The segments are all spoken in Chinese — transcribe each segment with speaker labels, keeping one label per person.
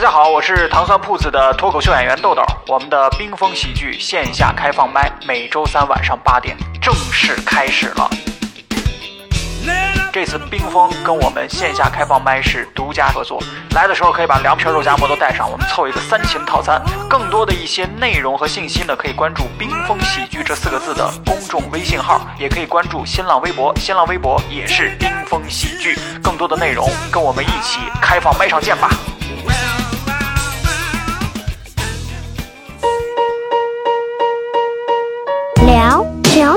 Speaker 1: 家好，我是糖蒜铺子的脱口秀演员豆豆。我们的冰封喜剧线下开放麦每周三晚上八点正式开始了。这次冰封跟我们线下开放麦是独家合作，来的时候可以把凉皮、肉夹馍都带上，我们凑一个三秦套餐。更多的一些内容和信息呢，可以关注“冰封喜剧”这四个字的公众微信号，也可以关注新浪微博，新浪微博也是“冰封喜剧”。更多的内容，跟我们一起开放麦上见吧。
Speaker 2: 聊聊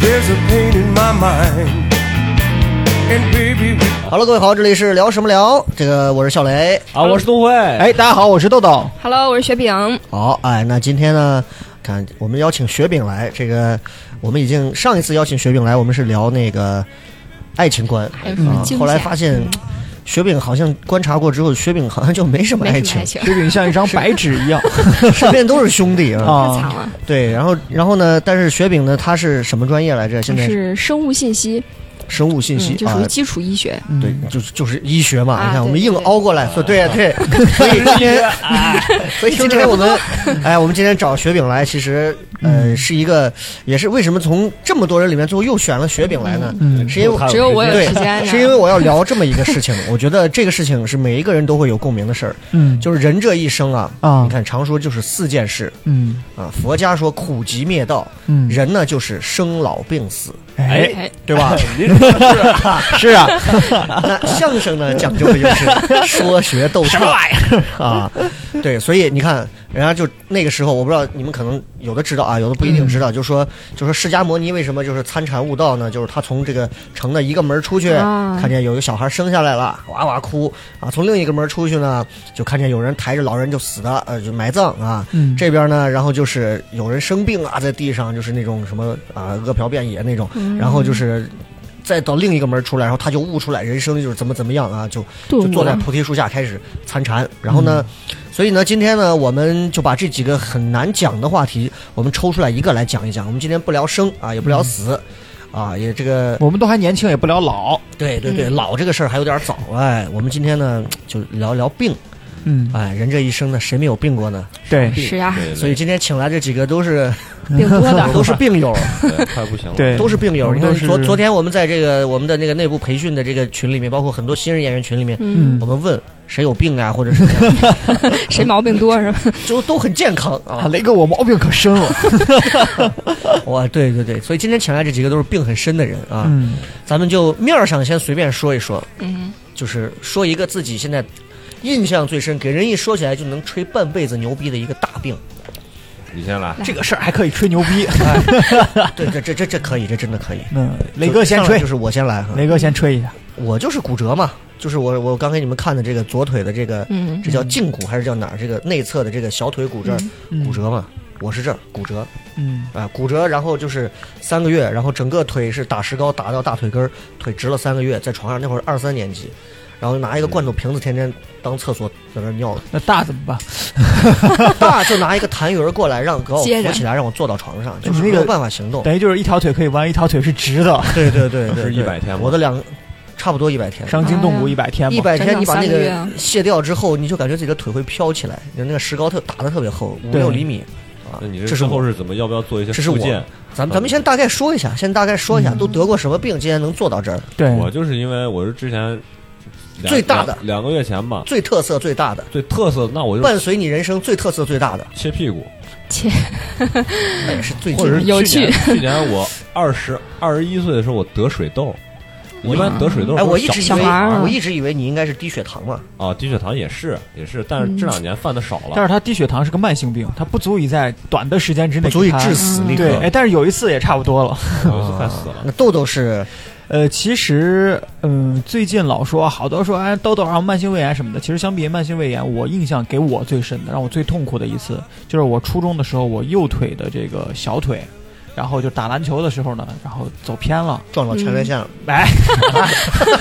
Speaker 3: There's a pain in my mind. And baby, we
Speaker 4: 好了，各位好，这里是聊什么聊？这个我是笑雷。
Speaker 5: 啊，我是东辉。哎，
Speaker 4: 哎，大家好，我是豆豆。
Speaker 6: Hello，我是雪饼。
Speaker 4: 好，哎，那今天呢，看我们邀请雪饼来，这个我们已经上一次邀请雪饼来，我们是聊那个爱情观，啊
Speaker 6: 嗯惊，
Speaker 4: 后来
Speaker 6: 险
Speaker 4: 发现雪饼好像观察过之后，雪饼好像就没什么
Speaker 6: 没
Speaker 4: 爱
Speaker 6: 什么
Speaker 4: 情
Speaker 6: 爱，情，
Speaker 5: 雪饼像一张白纸一样
Speaker 4: 身边都是兄弟啊。
Speaker 6: 太惨
Speaker 5: 啊，
Speaker 6: 了。
Speaker 4: 对，然后然后呢，但是雪饼呢，他是什么专业来着？
Speaker 6: 就
Speaker 4: 现在
Speaker 6: 是生物信息，
Speaker 4: 生物信息
Speaker 6: 嗯，就
Speaker 4: 啊
Speaker 6: 属于。基础医学。
Speaker 4: 对，
Speaker 5: 嗯
Speaker 4: 就是就是医学嘛，
Speaker 6: 啊
Speaker 4: 你看我们
Speaker 6: 对
Speaker 4: 硬
Speaker 6: 对
Speaker 4: 凹过来，说对
Speaker 5: 啊
Speaker 4: 呀 对，所以今天， 所以今天我们， 哎，我们今天找雪饼来，其实
Speaker 5: 嗯
Speaker 4: 呃是一个，也是为什么从这么多人里面最后又选了雪饼来呢？
Speaker 5: 嗯
Speaker 4: 是因为
Speaker 6: 只有我有时间
Speaker 4: 对，
Speaker 6: 呢
Speaker 4: 是因为我要聊这么一个事情，我觉得这个事情是每一个人都会有共鸣的事儿，
Speaker 5: 嗯
Speaker 4: 就是人这一生啊，
Speaker 5: 啊
Speaker 4: 你，看常说就是四件事
Speaker 5: 嗯
Speaker 4: 啊，佛家说苦集灭道，
Speaker 5: 嗯，
Speaker 4: 人呢就是生老病死，
Speaker 5: 哎，
Speaker 6: 哎，
Speaker 4: 对吧？
Speaker 5: 是啊，
Speaker 4: 那相声呢，讲究的就是说学逗唱 啊，对，所以你看，人家就那个时候，我不知道你们可能有的知道啊，有的不一定知道，就说就说释迦摩尼为什么就是参禅悟道呢？就是他从这个城的一个门出去，
Speaker 6: 啊
Speaker 4: 看见有一个小孩生下来了，哇哇哭啊，从另一个门出去呢，就看见有人抬着老人就死的，呃，就埋葬啊，
Speaker 5: 嗯
Speaker 4: 这边呢，然后就是有人生病啊，在地上就是那种什么啊，屙瓢遍野那种，然后就是再到另一个门出来，然后他就悟出来人生就是怎么怎么样啊，就
Speaker 6: 顿悟
Speaker 4: 就
Speaker 6: 了
Speaker 4: 坐在菩提树下开始参禅。然后呢，所以呢，今天呢，我们就把这几个很难讲的话题，我们抽出来一个来讲一讲。我们今天不聊生啊，也不聊死。啊，也这个嗯
Speaker 5: 我们都还年轻，也不聊老，
Speaker 4: 对对对，老这个事儿还有点早哎。我们今天呢就聊聊病，
Speaker 5: 嗯，
Speaker 4: 哎，人这一生呢谁没有病过呢？
Speaker 5: 对
Speaker 6: 是呀，
Speaker 4: 所以今天请来这几个都是
Speaker 6: 病多 的。
Speaker 4: 都是病友，
Speaker 7: 快不行了。
Speaker 5: 对，
Speaker 4: 都是病友。
Speaker 5: 我
Speaker 4: 你
Speaker 5: 们都
Speaker 4: 看
Speaker 5: 是
Speaker 4: 昨昨天我们在这个我们的那个内部培训的这个群里面，包括很多新人演员群里面，
Speaker 6: 嗯，
Speaker 4: 我们问谁有病啊，或者是怎么样
Speaker 6: 谁毛病多是吧？
Speaker 4: 就都很健康
Speaker 5: 啊，
Speaker 4: 啊。
Speaker 5: 雷哥，我毛病可深了，
Speaker 4: 哇，对对对，所以今天请来这几个都是病很深的人啊，
Speaker 5: 嗯
Speaker 4: 咱们就面儿上先随便说一说，
Speaker 6: 嗯，
Speaker 4: 就是说一个自己现在印象最深，给人一说起来就能吹半辈子牛逼的一个大病。
Speaker 7: 你先来，
Speaker 5: 这个事儿还可以吹牛逼，
Speaker 4: 对，这这这这可以，这真的可以。
Speaker 5: 嗯，雷哥先
Speaker 4: 上来
Speaker 5: 吹嗯
Speaker 4: 就，是我先来哈。
Speaker 5: 雷哥先吹一下，
Speaker 4: 我就是骨折嘛，就是我我刚给你们看的这个左腿的这个，
Speaker 6: 嗯嗯
Speaker 4: 这叫胫骨还是叫哪儿？这个内侧的这个小腿骨这儿、骨折嘛，我是这儿骨折啊、
Speaker 5: 嗯
Speaker 4: 骨折，然后就是三个月，然后整个腿是打石膏打到大腿根儿，腿直了三个月，在床上那会儿二三年级，然后拿一个罐头瓶子天天当厕所在那儿 尿，
Speaker 5: 那大怎么办？
Speaker 4: 爸就拿一个痰盂儿过来让给我
Speaker 6: 接
Speaker 4: 扶
Speaker 6: 着
Speaker 4: 起来，让我坐到床上，就是
Speaker 5: 你那
Speaker 4: 没
Speaker 5: 个
Speaker 4: 有办法行动。
Speaker 5: 等于就是一条腿可以弯，一条腿是直的，
Speaker 4: 对对对对，
Speaker 7: 是
Speaker 4: 对
Speaker 7: 100天吗
Speaker 4: 我的两差不多一百天，
Speaker 5: 伤筋啊动骨一百天
Speaker 4: 一
Speaker 5: 嘛，
Speaker 4: 百天
Speaker 6: 整
Speaker 4: 你把
Speaker 6: 整
Speaker 4: 那
Speaker 6: 三个月
Speaker 4: 个
Speaker 6: 啊
Speaker 4: 卸掉之后，你就感觉自己的腿会飘起来，那个石膏特打的特别厚，五
Speaker 5: 对
Speaker 4: 六厘米。啊
Speaker 7: 那你，
Speaker 4: 这
Speaker 7: 这
Speaker 4: 是
Speaker 7: 之
Speaker 4: 我
Speaker 7: 后是怎么？要不要做一些
Speaker 4: 这是我
Speaker 7: 复健？
Speaker 4: 咱们咱们先大概说一下，先大概说一下都得过什么病，今天能做到这儿，
Speaker 5: 对，
Speaker 7: 我就是因为我是之前两
Speaker 4: 嗯最大的
Speaker 7: 两两个月前吧，
Speaker 4: 最特色最大的，
Speaker 7: 最特色，那我就
Speaker 4: 伴随你人生最特色最大的，
Speaker 7: 切屁股，
Speaker 6: 切，
Speaker 4: 那也是最
Speaker 7: 或者是
Speaker 6: 有
Speaker 7: 去年去年我二十二十一岁的时候，我得水 痘。一般得水痘
Speaker 4: 哎，
Speaker 7: 都
Speaker 4: 我
Speaker 7: 是
Speaker 4: 一直以
Speaker 7: 小
Speaker 4: 为
Speaker 6: 孩儿啊
Speaker 4: 我一直以为你应该是低血糖嘛，
Speaker 7: 啊，低血糖也是也是，但是这两年犯的少了。
Speaker 5: 但是他低血糖是个慢性病，它不足以在短的时间之
Speaker 4: 不
Speaker 5: 内
Speaker 4: 足以
Speaker 5: 给它嗯
Speaker 4: 致死立刻嗯
Speaker 5: 对，哎，但是有一次也差不多了，
Speaker 7: 有一次快死了，
Speaker 4: 那豆豆是
Speaker 5: 呃，其实，嗯，最近老说好多说哎痘痘啊、慢性胃炎什么的，其实相比于慢性胃炎，我印象给我最深的，让我最痛苦的一次，就是我初中的时候，我右腿的这个小腿，然后就打篮球的时候呢，然后走偏了，
Speaker 4: 撞到前列腺了，
Speaker 5: 哎，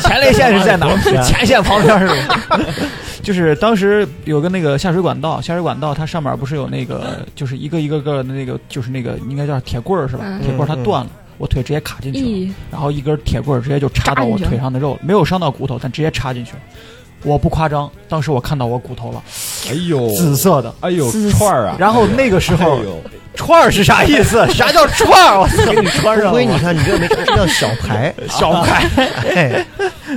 Speaker 5: 前列腺是在哪儿？ 前线旁边是吧？ 就是当时有个那个下水管道，下水管道它上面不是有那个，就是一个一个个的那个，就是那个应该叫铁棍儿是吧？
Speaker 6: 嗯
Speaker 5: 铁棍儿它断了，我腿直接卡进去了，
Speaker 6: 咦，
Speaker 5: 然后一根铁棍儿直接就插到我腿上的肉，没有伤到骨头，但直接插进去了。我不夸张，当时我看到我骨头了，
Speaker 7: 哎呦，
Speaker 5: 紫色的。
Speaker 7: 哎呦串儿啊，
Speaker 5: 然后那个时候
Speaker 7: 哎呦
Speaker 5: 串儿是啥意思？啥叫串儿？我操，给你穿
Speaker 4: 不
Speaker 5: 上
Speaker 4: 归你
Speaker 5: 了。
Speaker 4: 看，你这个没看，这叫小牌，
Speaker 5: 小块。
Speaker 4: 哎，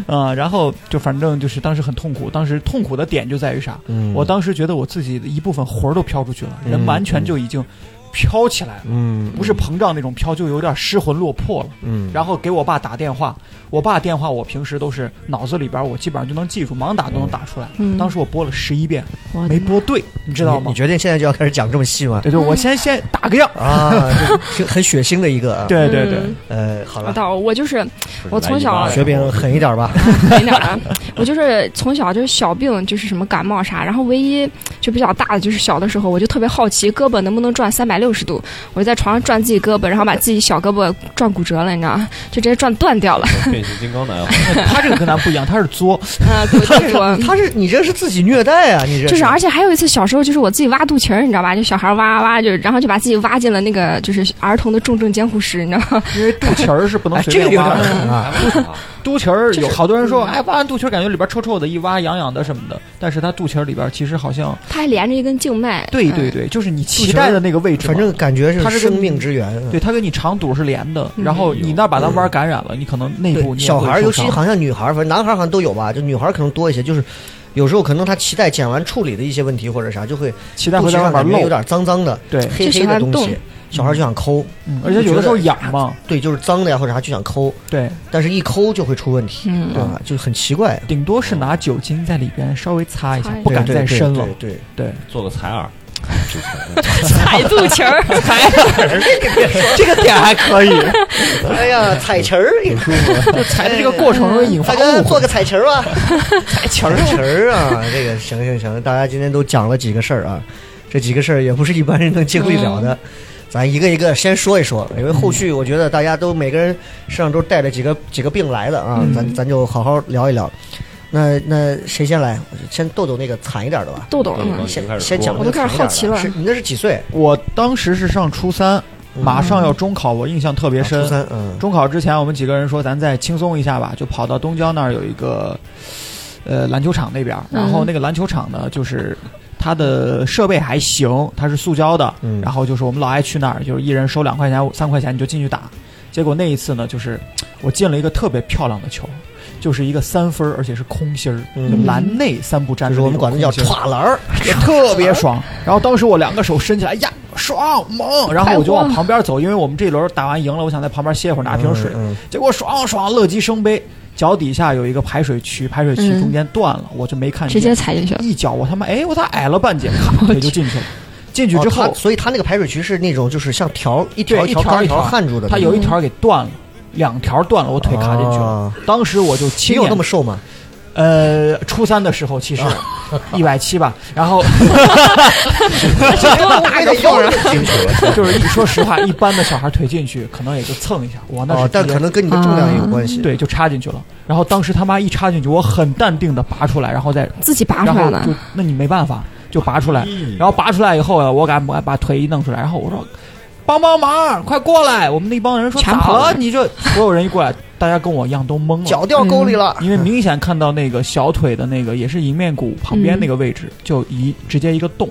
Speaker 5: 啊、然后就反正就是当时很痛苦，当时痛苦的点就在于啥？
Speaker 4: 嗯
Speaker 5: 我当时觉得我自己的一部分魂儿都飘出去了，人
Speaker 4: 嗯
Speaker 5: 完全就已经飘起来了，
Speaker 4: 嗯
Speaker 5: 不是膨胀那种飘，就有点失魂落魄了。
Speaker 4: 嗯，
Speaker 5: 然后给我爸打电话，我爸电话我平时都是脑子里边我基本上就能记住，盲打都能打出来。
Speaker 6: 嗯哦
Speaker 5: 当时我拨了十一遍，
Speaker 6: 我
Speaker 5: 没拨对，你知道
Speaker 4: 你
Speaker 5: 吗
Speaker 4: 你？决定现在就要开始讲这么细吗？
Speaker 5: 对对，我先先打个样。
Speaker 4: 啊，这挺很血腥的一个啊。
Speaker 5: 对对对，
Speaker 6: 嗯
Speaker 4: 呃，好
Speaker 6: 我
Speaker 4: 了，
Speaker 6: 倒我就是我从小
Speaker 4: 学别人狠一点吧。
Speaker 6: 没哪儿啊，我就是从小就是小病，就是什么感冒啥，然后唯一就比较大的就是小的时候，我就特别好奇胳膊能不能转三百六十度，我就在床上转自己胳膊，然后把自己小胳膊转骨折了，你知道吗？就直接转断掉了。
Speaker 7: 变形金刚男，
Speaker 5: 他这个跟咱不一样，他是作，
Speaker 6: 嗯，对，就是我。
Speaker 4: 他是你这是自己虐待啊！你这
Speaker 6: 就是，而且还有一次，小时候就是我自己挖肚脐儿，你知道吧？就小孩挖挖挖，就然后就把自己挖进了那个就是儿童的重症监护室，你知道吗？
Speaker 5: 因为肚脐儿是不能
Speaker 4: 哎，
Speaker 5: 随
Speaker 4: 这
Speaker 5: 便
Speaker 4: 个有
Speaker 5: 挖
Speaker 4: 点
Speaker 5: 的。
Speaker 4: 狠 啊。
Speaker 5: 肚脐儿有好多人说，哎，挖完肚脐儿感觉里边臭臭的，一挖痒痒的什么的。但是它肚脐儿里边其实好像，
Speaker 6: 它还连着一根静脉。
Speaker 5: 对
Speaker 6: 嗯
Speaker 5: 对，对，就是你
Speaker 4: 肚
Speaker 5: 脐
Speaker 4: 脐儿
Speaker 5: 带的那个位置嘛，
Speaker 4: 反正感觉
Speaker 5: 它
Speaker 4: 是
Speaker 5: 是跟
Speaker 4: 生命之源。
Speaker 5: 对它跟你肠肚是连的。
Speaker 6: 嗯
Speaker 5: 然后你那儿把它弯儿感染了，你可能内部
Speaker 4: 对，
Speaker 5: 你也
Speaker 4: 小
Speaker 5: 会
Speaker 4: 孩儿，
Speaker 5: 受
Speaker 4: 尤其
Speaker 5: 伤
Speaker 4: 好像女孩儿，反正男孩儿好像都有吧，就女孩儿可能多一些。就是有时候可能她脐带剪完处理的一些问题或者啥，就会
Speaker 5: 脐
Speaker 4: 肚
Speaker 5: 带会
Speaker 4: 脐
Speaker 5: 在
Speaker 4: 上
Speaker 5: 外面
Speaker 4: 感觉有
Speaker 5: 漏。
Speaker 4: 点脏脏的、
Speaker 5: 对，
Speaker 4: 黑
Speaker 6: 就喜
Speaker 4: 黑的
Speaker 6: 欢
Speaker 4: 东
Speaker 6: 动
Speaker 4: 西，小孩儿就想抠。
Speaker 5: 嗯而且有的时候痒嘛，
Speaker 4: 对，就是脏的呀或者啥就想抠，
Speaker 5: 对，
Speaker 4: 但是一抠就会出问题
Speaker 6: 嗯，
Speaker 4: 啊，就很奇怪。
Speaker 5: 顶多是拿酒精在里边稍微擦一下
Speaker 6: 擦一，下
Speaker 5: 不敢
Speaker 4: 对
Speaker 5: 再
Speaker 4: 对
Speaker 5: 深了。
Speaker 4: 对，
Speaker 5: 对，
Speaker 7: 做个采耳，
Speaker 6: 踩肚脐儿，
Speaker 5: 这个点还可以，
Speaker 4: 对 哎呀， 踩旗儿，
Speaker 7: 舒服。
Speaker 5: 就踩的这个过程容易引发
Speaker 4: 大哥
Speaker 5: 误
Speaker 4: 做
Speaker 5: 会。
Speaker 4: 个彩旗儿吧，
Speaker 5: 踩球
Speaker 4: 彩旗儿啊，这个行行行，大家今天都讲了几个事儿啊，这几个事儿也不是一般人能经历了的。 咱一个一个先说一说，因为后续我觉得大家都每个人身上都带着几个几个病来的啊，
Speaker 5: 嗯
Speaker 4: 咱咱就好好聊一聊。那那谁先来？我先豆豆那个惨一点的吧。
Speaker 6: 豆豆，
Speaker 7: 嗯
Speaker 6: 嗯
Speaker 7: 已经开
Speaker 4: 先
Speaker 7: 始
Speaker 4: 先讲
Speaker 7: 说
Speaker 4: 那
Speaker 6: 我
Speaker 7: 了
Speaker 4: 个
Speaker 6: 都开始
Speaker 4: 惨一点
Speaker 6: 好奇了
Speaker 4: 的。是你那是几岁？
Speaker 5: 我当时是上初三，马上要中考，我印象特别深
Speaker 4: 初。三，嗯，
Speaker 5: 中考之前，我们几个人说咱再轻松一下吧，就跑到东郊那儿有一个呃篮球场那边儿，
Speaker 6: 嗯
Speaker 5: 然后那个篮球场呢，就是它的设备还行，它是塑胶的，
Speaker 4: 嗯
Speaker 5: 然后就是我们老爱去那儿，就是一人收两块钱、三块钱你就进去打。结果那一次呢，就是我进了一个特别漂亮的球，就是一个三分儿，而且是空心儿，
Speaker 4: 嗯
Speaker 5: 就篮内三不沾
Speaker 4: 就
Speaker 5: 的
Speaker 4: 是
Speaker 5: 种空心儿，
Speaker 4: 我们管它叫跨栏儿，
Speaker 5: 也特别爽。然后当时我两个手伸起来，呀，爽猛！然后我就往旁边走，因为我们这轮打完赢了，我想在旁边歇会儿，拿瓶水。
Speaker 4: 嗯嗯
Speaker 5: 结果爽爽，乐极生悲，脚底下有一个排水渠，排水渠
Speaker 6: 嗯
Speaker 5: 中间断了，我就没看见，
Speaker 6: 直接踩进去了。
Speaker 5: 一脚我他妈哎，我咋矮了半截？咔，腿就进去了。进去之后，
Speaker 4: 哦它所以它那个排水渠是那种就是像条一条
Speaker 5: 对一
Speaker 4: 条
Speaker 5: 条
Speaker 4: 钢
Speaker 5: 一条
Speaker 4: 条焊住的，嗯
Speaker 5: 它有一条给断了。两条断了，我腿卡进去了。
Speaker 4: 啊
Speaker 5: 当时我就亲
Speaker 4: 你有
Speaker 5: 眼
Speaker 4: 那么 瘦吗？
Speaker 5: 呃，初三的时候 其实一百七吧，然后
Speaker 4: 哎大个缝儿进去了。
Speaker 5: 就是一说实话，一般的小孩腿进去可能也就蹭一下，我那是 直
Speaker 4: 哦，
Speaker 5: 接、
Speaker 4: 但可能跟你的重量也有关系。
Speaker 5: 嗯对就插进去了。然后当时他妈一插进去，我很淡定的拔出来，然后再
Speaker 6: 自己拔
Speaker 5: 然
Speaker 6: 出来
Speaker 5: 后
Speaker 6: 了
Speaker 5: 就，那你没办法就拔出来，
Speaker 7: 咦
Speaker 5: 然后拔出来以后啊，我赶把把腿一弄出来，然后我说帮帮忙，快过来！我们那帮人说
Speaker 6: 全
Speaker 5: 咋
Speaker 6: 跑
Speaker 5: 了？
Speaker 6: 了
Speaker 5: 你这所有人一过来，大家跟我一样都懵了，
Speaker 4: 脚掉沟里了。
Speaker 5: 嗯因为明显看到那个小腿的那个也是迎面骨旁边那
Speaker 6: 嗯
Speaker 5: 个位置，就一直接一个洞，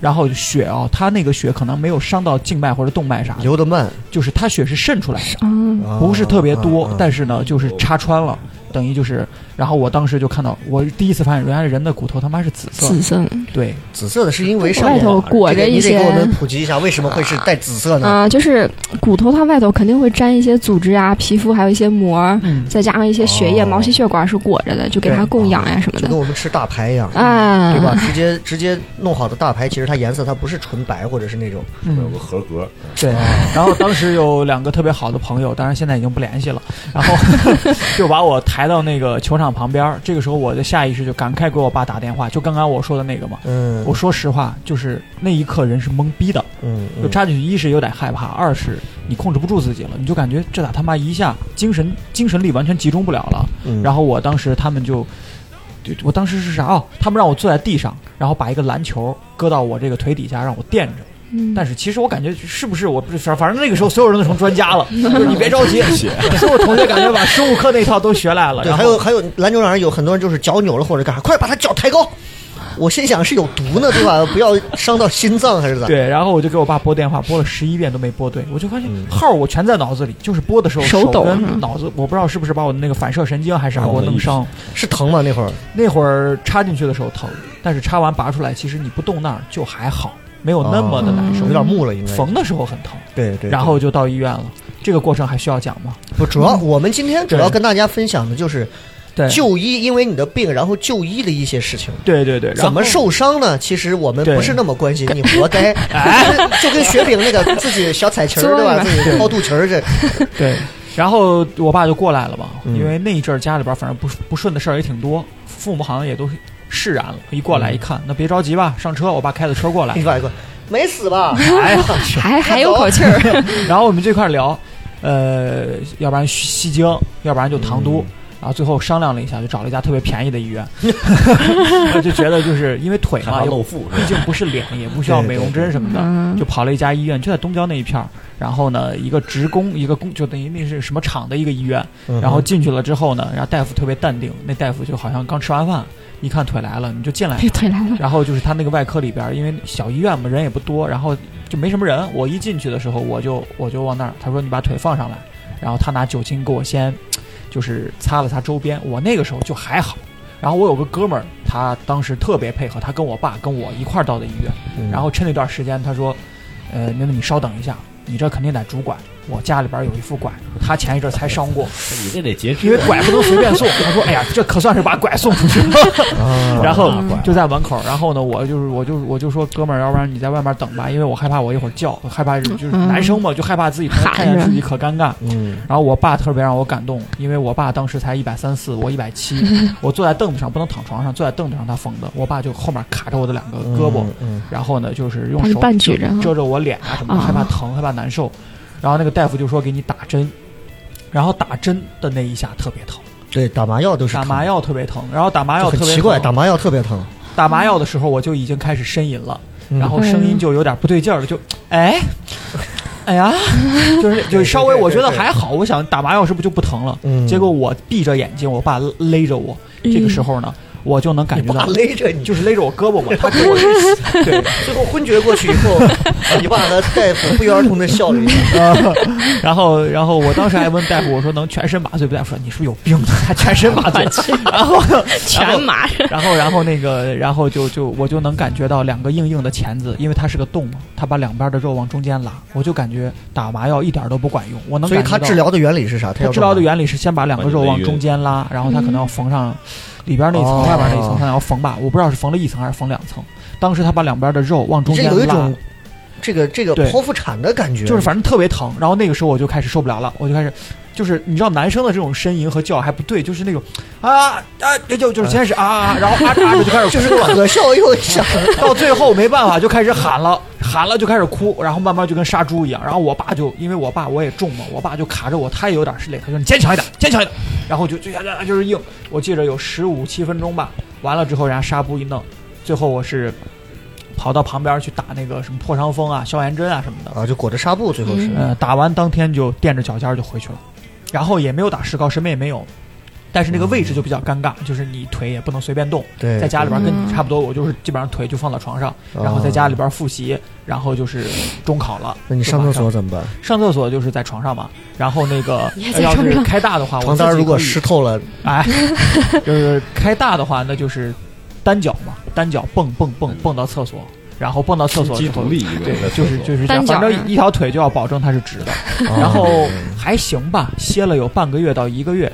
Speaker 5: 然后血啊，他那个血可能没有伤到静脉或者动脉啥 的，
Speaker 4: 流得慢，
Speaker 5: 就是他血是渗出来的，
Speaker 6: 嗯，
Speaker 4: 啊
Speaker 5: 不是特别多，
Speaker 4: 啊啊
Speaker 5: 但是呢，就是插穿了，等于就是，然后我当时就看到，我第一次发现原来人的骨头他妈是紫色的，
Speaker 6: 紫色的，
Speaker 5: 对，
Speaker 4: 紫色的是因为上
Speaker 6: 外头
Speaker 4: 网
Speaker 6: 裹
Speaker 4: 这个
Speaker 6: 着
Speaker 4: 你
Speaker 6: 一
Speaker 4: 得
Speaker 6: 些
Speaker 4: 给我们普及一下为什么会是带紫色呢？
Speaker 6: 啊、就是骨头它外头肯定会沾一些组织啊、皮肤，还有一些膜儿，
Speaker 5: 嗯，
Speaker 6: 再加上一些血液、
Speaker 4: 哦
Speaker 6: 毛细血管是裹着的，就给它
Speaker 5: 对
Speaker 6: 供氧呀什么
Speaker 4: 就跟
Speaker 6: 的。
Speaker 4: 我们吃大排一样，
Speaker 6: 啊
Speaker 4: 对，吧？直接直接弄好的大排，其实它颜色它不是纯白或者是那种
Speaker 7: 有
Speaker 5: 嗯，啊
Speaker 7: 个合格，
Speaker 5: 对。然后当时有两个特别好的朋友，当然现在已经不联系了，然 后就把我抬到那个球场旁边儿。这个时候我的下意识就赶快给我爸打电话，就刚刚我说的那个嘛。
Speaker 4: 嗯
Speaker 5: 我说实话，就是那一刻人是懵逼的，
Speaker 4: 嗯
Speaker 5: 就
Speaker 4: 嗯
Speaker 5: 扎进去，一是有点害怕，二是你控制不住自己了，你就感觉这咋他妈一下精神精神力完全集中不了了。
Speaker 4: 嗯，
Speaker 5: 然
Speaker 4: 后
Speaker 5: 后我当时他们就，对我当时是啥哦？他们让我坐在地上，然后把一个篮球搁到我这个腿底下让我垫着。
Speaker 6: 嗯
Speaker 5: 但是其实我感觉是不是我不是反反正那个时候所有人都成专 家了，就是你别着急，所有同学感觉把生物课那套都学来了。
Speaker 4: 对，
Speaker 5: 啊然
Speaker 4: 还
Speaker 5: 后
Speaker 4: 有还有篮球场上有很多人就是脚扭了或者干啥，快把他脚抬高。我心想是有毒呢，对吧？不要伤到心脏还是咋？
Speaker 5: 对，然后我就给我爸拨电话，拨了十一遍都没拨对，我就发现号儿我全在脑子里，就是拨的时候
Speaker 6: 手抖是吗
Speaker 5: 跟脑子，我不知道是不是把我的那个反射神经还是啥给我弄伤。
Speaker 4: 是疼吗？那会儿
Speaker 5: 那会儿插进去的时候疼，但是插完拔出来，其实你不动那儿就还好，没有那么的难受
Speaker 4: 嗯哦有。点木了，应该。
Speaker 5: 缝的时候很疼，
Speaker 4: 对对对。
Speaker 5: 然后就到医院了。这个过程还需要讲吗？
Speaker 4: 不，主要我们今天主要
Speaker 5: 对
Speaker 4: 跟大家分享的就是
Speaker 5: 对
Speaker 4: 就医，因为你的病，然后就医的一些事情。
Speaker 5: 对对对，然后
Speaker 4: 怎么？受伤呢？其实我们
Speaker 5: 对哎
Speaker 4: 不是那么关心，你活 该，就跟就跟雪饼那个自己小彩旗儿对吧？
Speaker 6: 作
Speaker 4: 自己掏肚脐儿这，
Speaker 5: 对，然后我爸就过来了嘛，
Speaker 4: 嗯
Speaker 5: 因为那一阵儿家里边儿反正不不顺的事儿也挺多，父母好像也都释然了。一过来一看，
Speaker 4: 嗯
Speaker 5: 那别着急吧，上车，我爸开着车过来
Speaker 4: 你。把一个没死吧？
Speaker 5: 哎呀，
Speaker 6: 还还有口 气儿，
Speaker 5: 然后我们这块儿聊，呃，要不然西西京，要不然就唐都。然后最后商量了一下，就找了一家特别便宜的医院， 就觉得就是因为腿
Speaker 7: 害
Speaker 5: 嘛，
Speaker 7: 怕
Speaker 5: 又
Speaker 7: 露腹，
Speaker 5: 毕竟不是脸，也不需要美容针什么
Speaker 6: 嗯
Speaker 5: 的，就跑了一家医院，就在东郊那一片儿。然后呢，一个职工，一个工，就等于那是什么厂的一个医院。
Speaker 4: 嗯
Speaker 5: 然后进去了之后呢，然后大夫特别淡定，那大夫就好像刚吃完饭，一看腿来了，你就进来。
Speaker 6: 别腿来哎了。
Speaker 5: 然后就是他那个外科里边儿，因为小医院嘛，人也不多，然后就没什么人。我一进去的时候，我就我就往那儿，他说你把腿放上来，然后他拿酒精给我先就是擦了擦周边。我那个时候就还好。然后我有个哥们儿，他当时特别配合，他跟我爸跟我一块儿到的医院。然后趁那段时间，他说：“呃，那你稍等一下，你这肯定得拄拐，我家里边儿有一副拐，他前一阵儿才伤过，
Speaker 7: 你这得截啊
Speaker 5: 因为拐不能随便送。”他说：“哎呀，这可算是把拐送出去了。”
Speaker 4: 啊
Speaker 5: 然后
Speaker 7: 嗯
Speaker 5: 就在门口，然后呢，我就是我就是我就说哥们儿，要不然你在外面等吧，因为我害怕我一会儿叫，我害怕就是
Speaker 6: 嗯
Speaker 5: 男生嘛，就害怕自己朋友
Speaker 6: 喊
Speaker 5: 看见
Speaker 6: 着
Speaker 5: 自己可尴尬。
Speaker 4: 嗯，
Speaker 5: 然后我爸特别让我感动，因为我爸当时才一百三四，我一百七， 我坐在凳子上不能躺床上，坐在凳子上他缝的，我爸就后面卡着我的两个胳膊，
Speaker 4: 嗯，
Speaker 5: 然后呢就是用
Speaker 6: 他是
Speaker 5: 手
Speaker 6: 半举着啊
Speaker 5: 遮着我脸啊什么的，
Speaker 6: 啊
Speaker 5: 害怕疼，害怕难受。然后那个大夫就说给你打针，然后打针的那一下特别疼，
Speaker 4: 对，打麻药都是
Speaker 5: 打
Speaker 4: 疼
Speaker 5: 麻药特别疼，然后打麻
Speaker 4: 就
Speaker 5: 药
Speaker 4: 很
Speaker 5: 特别
Speaker 4: 奇怪，
Speaker 5: 疼
Speaker 4: 打麻药特别疼，
Speaker 5: 打麻药的时候，我就已经开始呻吟了，
Speaker 4: 嗯
Speaker 5: 然后声音就有点不对劲儿了，就哎，哎 呀，就是就稍微我觉得还好，我想打麻药是不是就不疼了？
Speaker 4: 嗯
Speaker 5: 结果我闭着眼睛，我爸勒着我，这个时候呢，我就能感觉
Speaker 4: 爸
Speaker 5: 到，
Speaker 4: 勒着你，
Speaker 5: 就是勒着我胳膊 嘛，他给 我勒对，
Speaker 4: 最后昏厥过去以后，啊你爸和大夫不约而同的笑了 一下。
Speaker 5: 然后，然后我当时还问大夫，我说能全身麻醉不？大夫说你是不是有病？还 全身麻醉？然后
Speaker 6: 全麻着。
Speaker 5: 然后，然后那个，然后就就我就能感觉到两个硬硬的钳子，因为它是个洞嘛，它把两边的肉往中间拉，我就感觉打麻药一点都不管用。我能
Speaker 4: 所以
Speaker 5: 感
Speaker 4: 他
Speaker 5: 觉到
Speaker 4: 治疗的原理是啥？
Speaker 5: 它
Speaker 4: 他
Speaker 5: 治疗的原理是先把两个肉往中间拉，然后它可能要缝上里边那一层、
Speaker 4: 哦
Speaker 5: 外边那一层，它要缝吧，我不知道是缝了一层还是缝两层。当时他把两边的肉往中
Speaker 4: 这
Speaker 5: 间
Speaker 4: 有一
Speaker 5: 拉
Speaker 4: 种，这个这个
Speaker 5: 对
Speaker 4: 剖腹产的感觉，
Speaker 5: 就是反正特别疼。然后那个时候我就开始受不了了，我就开始。就是你知道男生的这种呻吟和叫还不对，就是那种啊啊，就就就是先是啊啊，啊然后啊啊就开始
Speaker 4: 就是可笑又 想。
Speaker 5: 到最后没办法就开始喊了，喊了就开始哭，然后慢慢就跟杀猪一样。然后我爸就因为我爸我也重嘛，我爸就卡着我，他也有点是累，他说你坚强一点，坚强一点。然后就就呀呀呀就是硬，我记着有十五七分钟吧。完了之后，人家纱布一弄，最后我是跑到旁边去打那个什么破伤风啊、消炎针啊什么的。
Speaker 4: 啊，就裹着纱布，最后
Speaker 5: 嗯
Speaker 4: 是
Speaker 5: 呃，打完当天就垫着脚尖儿就回去了，然后也没有打石膏，什么也没有。但是那个位置就比较尴尬，就是你腿也不能随便动。
Speaker 4: 对，
Speaker 5: 在家里边跟
Speaker 6: 嗯
Speaker 5: 你差不多，我就是基本上腿就放到床上，然后在家里边复习，然后就是中考了。
Speaker 4: 那你
Speaker 5: 就
Speaker 4: 上
Speaker 5: 马
Speaker 4: 厕所怎么办？
Speaker 5: 上厕所就是在床上嘛，然后那个
Speaker 6: 你还在
Speaker 5: 要
Speaker 6: 床
Speaker 5: 是
Speaker 6: 上
Speaker 5: 开大的话，
Speaker 4: 床
Speaker 5: 我自己
Speaker 4: 单如果
Speaker 5: 可以
Speaker 4: 湿透 了，
Speaker 5: 哎，就是开大的话，那就是单脚嘛，单脚蹦蹦蹦蹦到厕所，然后蹦到厕所
Speaker 7: 鸡
Speaker 5: 之后
Speaker 7: 独，立一个，
Speaker 5: 对，就是就是这
Speaker 6: 单
Speaker 5: 样，
Speaker 6: 脚
Speaker 5: 反
Speaker 6: 呀
Speaker 5: 正一条腿就要保证它是直的，
Speaker 4: 哦啊
Speaker 5: 然后还行吧，歇了有半个月到一个月，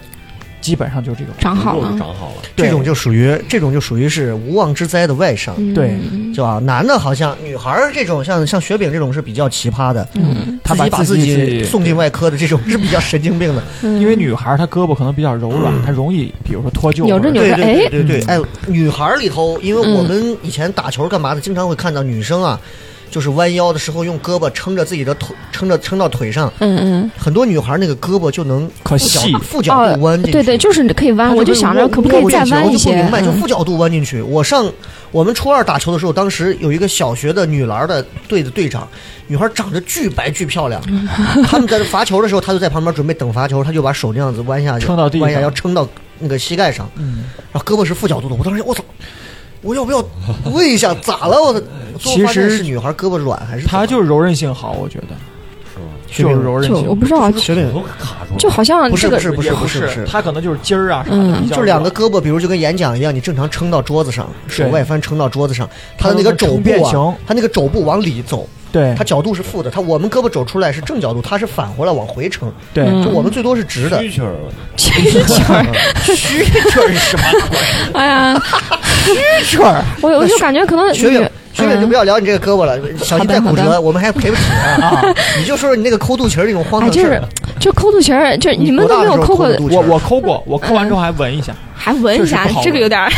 Speaker 5: 基本上就这种。
Speaker 6: 长好
Speaker 7: 肉
Speaker 6: 了
Speaker 7: 就，长好了，
Speaker 5: 对
Speaker 4: 这种就属于这种就属于是无妄之灾的外伤，
Speaker 6: 嗯
Speaker 5: 对
Speaker 4: 就啊，男的好像女孩儿这种像像雪饼这种是比较奇葩的，
Speaker 6: 嗯
Speaker 5: 他
Speaker 4: 自己把
Speaker 5: 把
Speaker 4: 自己
Speaker 5: 己
Speaker 4: 送进外科的这种是比较神经 病的，
Speaker 6: 嗯
Speaker 5: 因为女孩她胳膊可能比较柔软，她容易比如说脱臼
Speaker 6: 扭
Speaker 5: 或
Speaker 6: 着扭
Speaker 5: 者。
Speaker 4: 对
Speaker 6: 着
Speaker 4: 对
Speaker 6: 哎
Speaker 4: 对对对，哎，女孩儿里头，因为我们以前打球干嘛的，经常会看到女生啊，就是弯腰的时候用胳膊撑着自己的腿，撑着撑到腿上，
Speaker 6: 嗯嗯，
Speaker 4: 很多女孩儿那个胳膊就能
Speaker 5: 可
Speaker 4: 小
Speaker 5: 细
Speaker 4: 腹角
Speaker 6: 哦
Speaker 4: 度弯进去。
Speaker 6: 对对，就是可以啊弯，我就想着可不可以再弯一些
Speaker 4: 我就不明白，就
Speaker 6: 嗯
Speaker 4: 腹角度弯进去。我上我们初二打球的时候，当时有一个小学的女篮的队的队长，女孩长得巨白巨漂 亮。他们在罚球的时候，她就在旁边准备等罚球，她就把手那样子弯下去，
Speaker 5: 撑到地
Speaker 4: 弯下
Speaker 5: 上
Speaker 4: 要撑到那个膝盖上，
Speaker 5: 嗯，
Speaker 4: 然后胳膊是负角度的。我当时我操，我要不 要问一下咋了？我操！最后发现
Speaker 5: 其实
Speaker 4: 是女孩胳膊软还是
Speaker 5: 她
Speaker 4: 怎
Speaker 5: 就
Speaker 4: 么
Speaker 5: 是柔韧性好，我觉得
Speaker 7: 是吗？
Speaker 5: 就是柔韧
Speaker 6: 就我
Speaker 5: 性。
Speaker 6: 不知道，
Speaker 4: 学饼
Speaker 7: 都卡住了，
Speaker 6: 就好像
Speaker 4: 不是
Speaker 6: 这
Speaker 4: 不
Speaker 6: 个
Speaker 4: 是不是
Speaker 5: 也
Speaker 4: 不
Speaker 5: 不
Speaker 4: 是不是。
Speaker 5: 她可能就是筋儿啊啥的
Speaker 6: 嗯
Speaker 5: 比较软，
Speaker 4: 就是两个胳膊，比如就跟演讲一样，你正常撑到桌子上，
Speaker 5: 对
Speaker 4: 手外翻撑到桌子上，它的那个肘
Speaker 5: 它
Speaker 4: 部
Speaker 5: 能撑变
Speaker 4: 啊
Speaker 5: 形，
Speaker 4: 它那个肘部往里走，
Speaker 5: 对
Speaker 4: 它角度是负的，它我们胳膊肘出来是正角度，它是反回来往回撑，
Speaker 5: 对，
Speaker 6: 嗯
Speaker 4: 就我们最多是直的。
Speaker 7: 蛐蛐儿，
Speaker 4: 蛐蛐是什么？
Speaker 6: 哎呀，
Speaker 5: 蛐儿
Speaker 6: 我我就感觉可能
Speaker 4: 学
Speaker 6: 女
Speaker 4: 远，学远就不要聊你这个胳膊了，小
Speaker 6: 嗯好
Speaker 4: 心
Speaker 6: 的
Speaker 4: 再骨
Speaker 6: 好
Speaker 4: 折，
Speaker 6: 的
Speaker 4: 我们还赔不起 啊！你就说说你那个抠肚脐儿那种荒
Speaker 6: 哎，
Speaker 4: 唐
Speaker 6: 就
Speaker 4: 事
Speaker 6: 是
Speaker 4: 儿。
Speaker 6: 就抠肚脐儿，就是你们都没有抠过
Speaker 4: 多大的时候，抠的肚脐
Speaker 5: 我我 抠过，我抠完之后还闻一下，
Speaker 6: 还闻一下
Speaker 5: 确实不好，闻
Speaker 6: 这个有点儿。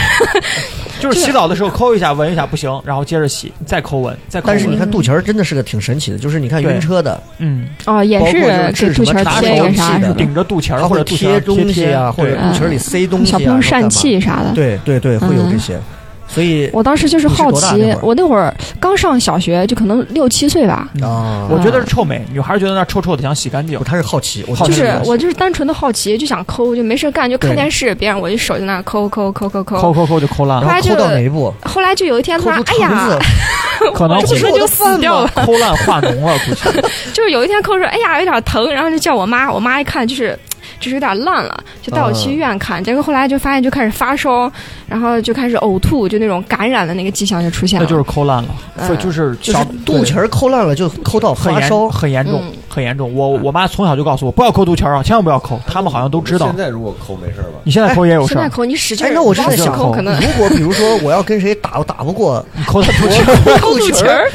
Speaker 5: 就是洗澡的时候抠一下，闻一下不行，然后接着洗，再抠闻，再抠闻。
Speaker 4: 但是你看肚脐儿真的是个挺神奇的，就是你看
Speaker 5: 对
Speaker 4: 晕车的，
Speaker 5: 嗯，
Speaker 6: 哦，也
Speaker 4: 包括
Speaker 6: 是
Speaker 4: 就是
Speaker 6: 给肚脐
Speaker 4: 什么
Speaker 6: 儿
Speaker 4: 打
Speaker 6: 贴一
Speaker 4: 手
Speaker 6: 个啥嗯
Speaker 4: 器
Speaker 6: 是
Speaker 4: 的
Speaker 6: 吧？
Speaker 5: 顶着肚脐儿
Speaker 4: 它
Speaker 5: 或
Speaker 4: 会
Speaker 5: 者肚脐儿
Speaker 4: 东西啊，
Speaker 5: 贴
Speaker 4: 或者
Speaker 5: 贴
Speaker 4: 肚脐儿里塞东西啊，
Speaker 6: 小朋友
Speaker 4: 然后干
Speaker 6: 疝
Speaker 4: 嘛
Speaker 6: 气啥的。
Speaker 4: 对对对，会有这
Speaker 6: 嗯
Speaker 4: 些，所以
Speaker 6: 我当时就是好
Speaker 4: 你是多
Speaker 6: 奇
Speaker 4: 大那会儿，
Speaker 6: 我那会儿刚上小学，就可能六七岁吧，
Speaker 4: 啊，
Speaker 5: 我觉得是臭美，女孩觉得那臭臭的，想洗干净
Speaker 4: 不。他是好奇，我
Speaker 5: 好
Speaker 6: 就
Speaker 5: 奇
Speaker 6: 是我就是单纯的好奇，就想抠，就没事干，就看
Speaker 4: 对
Speaker 6: 电视，别人我就手在那抠抠抠抠
Speaker 5: 抠
Speaker 6: 抠。
Speaker 5: 抠抠就抠烂
Speaker 4: 然
Speaker 5: 了，
Speaker 6: 他
Speaker 4: 后
Speaker 6: 就
Speaker 4: 抠到哪一步？
Speaker 6: 后来就有一天
Speaker 4: 抠
Speaker 6: 突然
Speaker 4: 出，
Speaker 6: 哎
Speaker 4: 肠
Speaker 6: 呀
Speaker 4: 子，，
Speaker 5: 可能
Speaker 6: 这不是
Speaker 5: 我
Speaker 6: 就死掉了？
Speaker 5: 抠烂化脓了，估计。
Speaker 6: 就是有一天抠出，哎呀，有点疼，然后就叫我妈，我妈一看就是。就是有点烂了，就带我
Speaker 4: 嗯
Speaker 6: 去医院看，结果后来就发现就开始发烧，然后就开始呕吐，就那种感染的那个迹象就出现
Speaker 5: 那
Speaker 6: 了。
Speaker 5: 就是抠烂了，
Speaker 6: 嗯
Speaker 5: 所以就是
Speaker 4: 就是
Speaker 5: 小
Speaker 4: 肚脐儿抠烂了，就抠到
Speaker 5: 很
Speaker 4: 发烧
Speaker 5: 严。很严重
Speaker 6: 嗯，
Speaker 5: 很严重。我我妈从小就告诉我不要抠肚脐儿啊，千万不要抠。他们好像都知道
Speaker 7: 现。在如果抠没事儿吧？
Speaker 5: 你现在抠也有事
Speaker 6: 现在
Speaker 5: 儿，
Speaker 6: 抠你使劲
Speaker 4: 哎
Speaker 6: 儿，，
Speaker 4: 那我真的
Speaker 6: 光
Speaker 4: 想
Speaker 6: 想抠可能
Speaker 4: 如果比如说我要跟谁打，我打 不过，
Speaker 5: 你抠他肚
Speaker 4: 我
Speaker 5: 脐儿。
Speaker 4: 抠肚脐儿，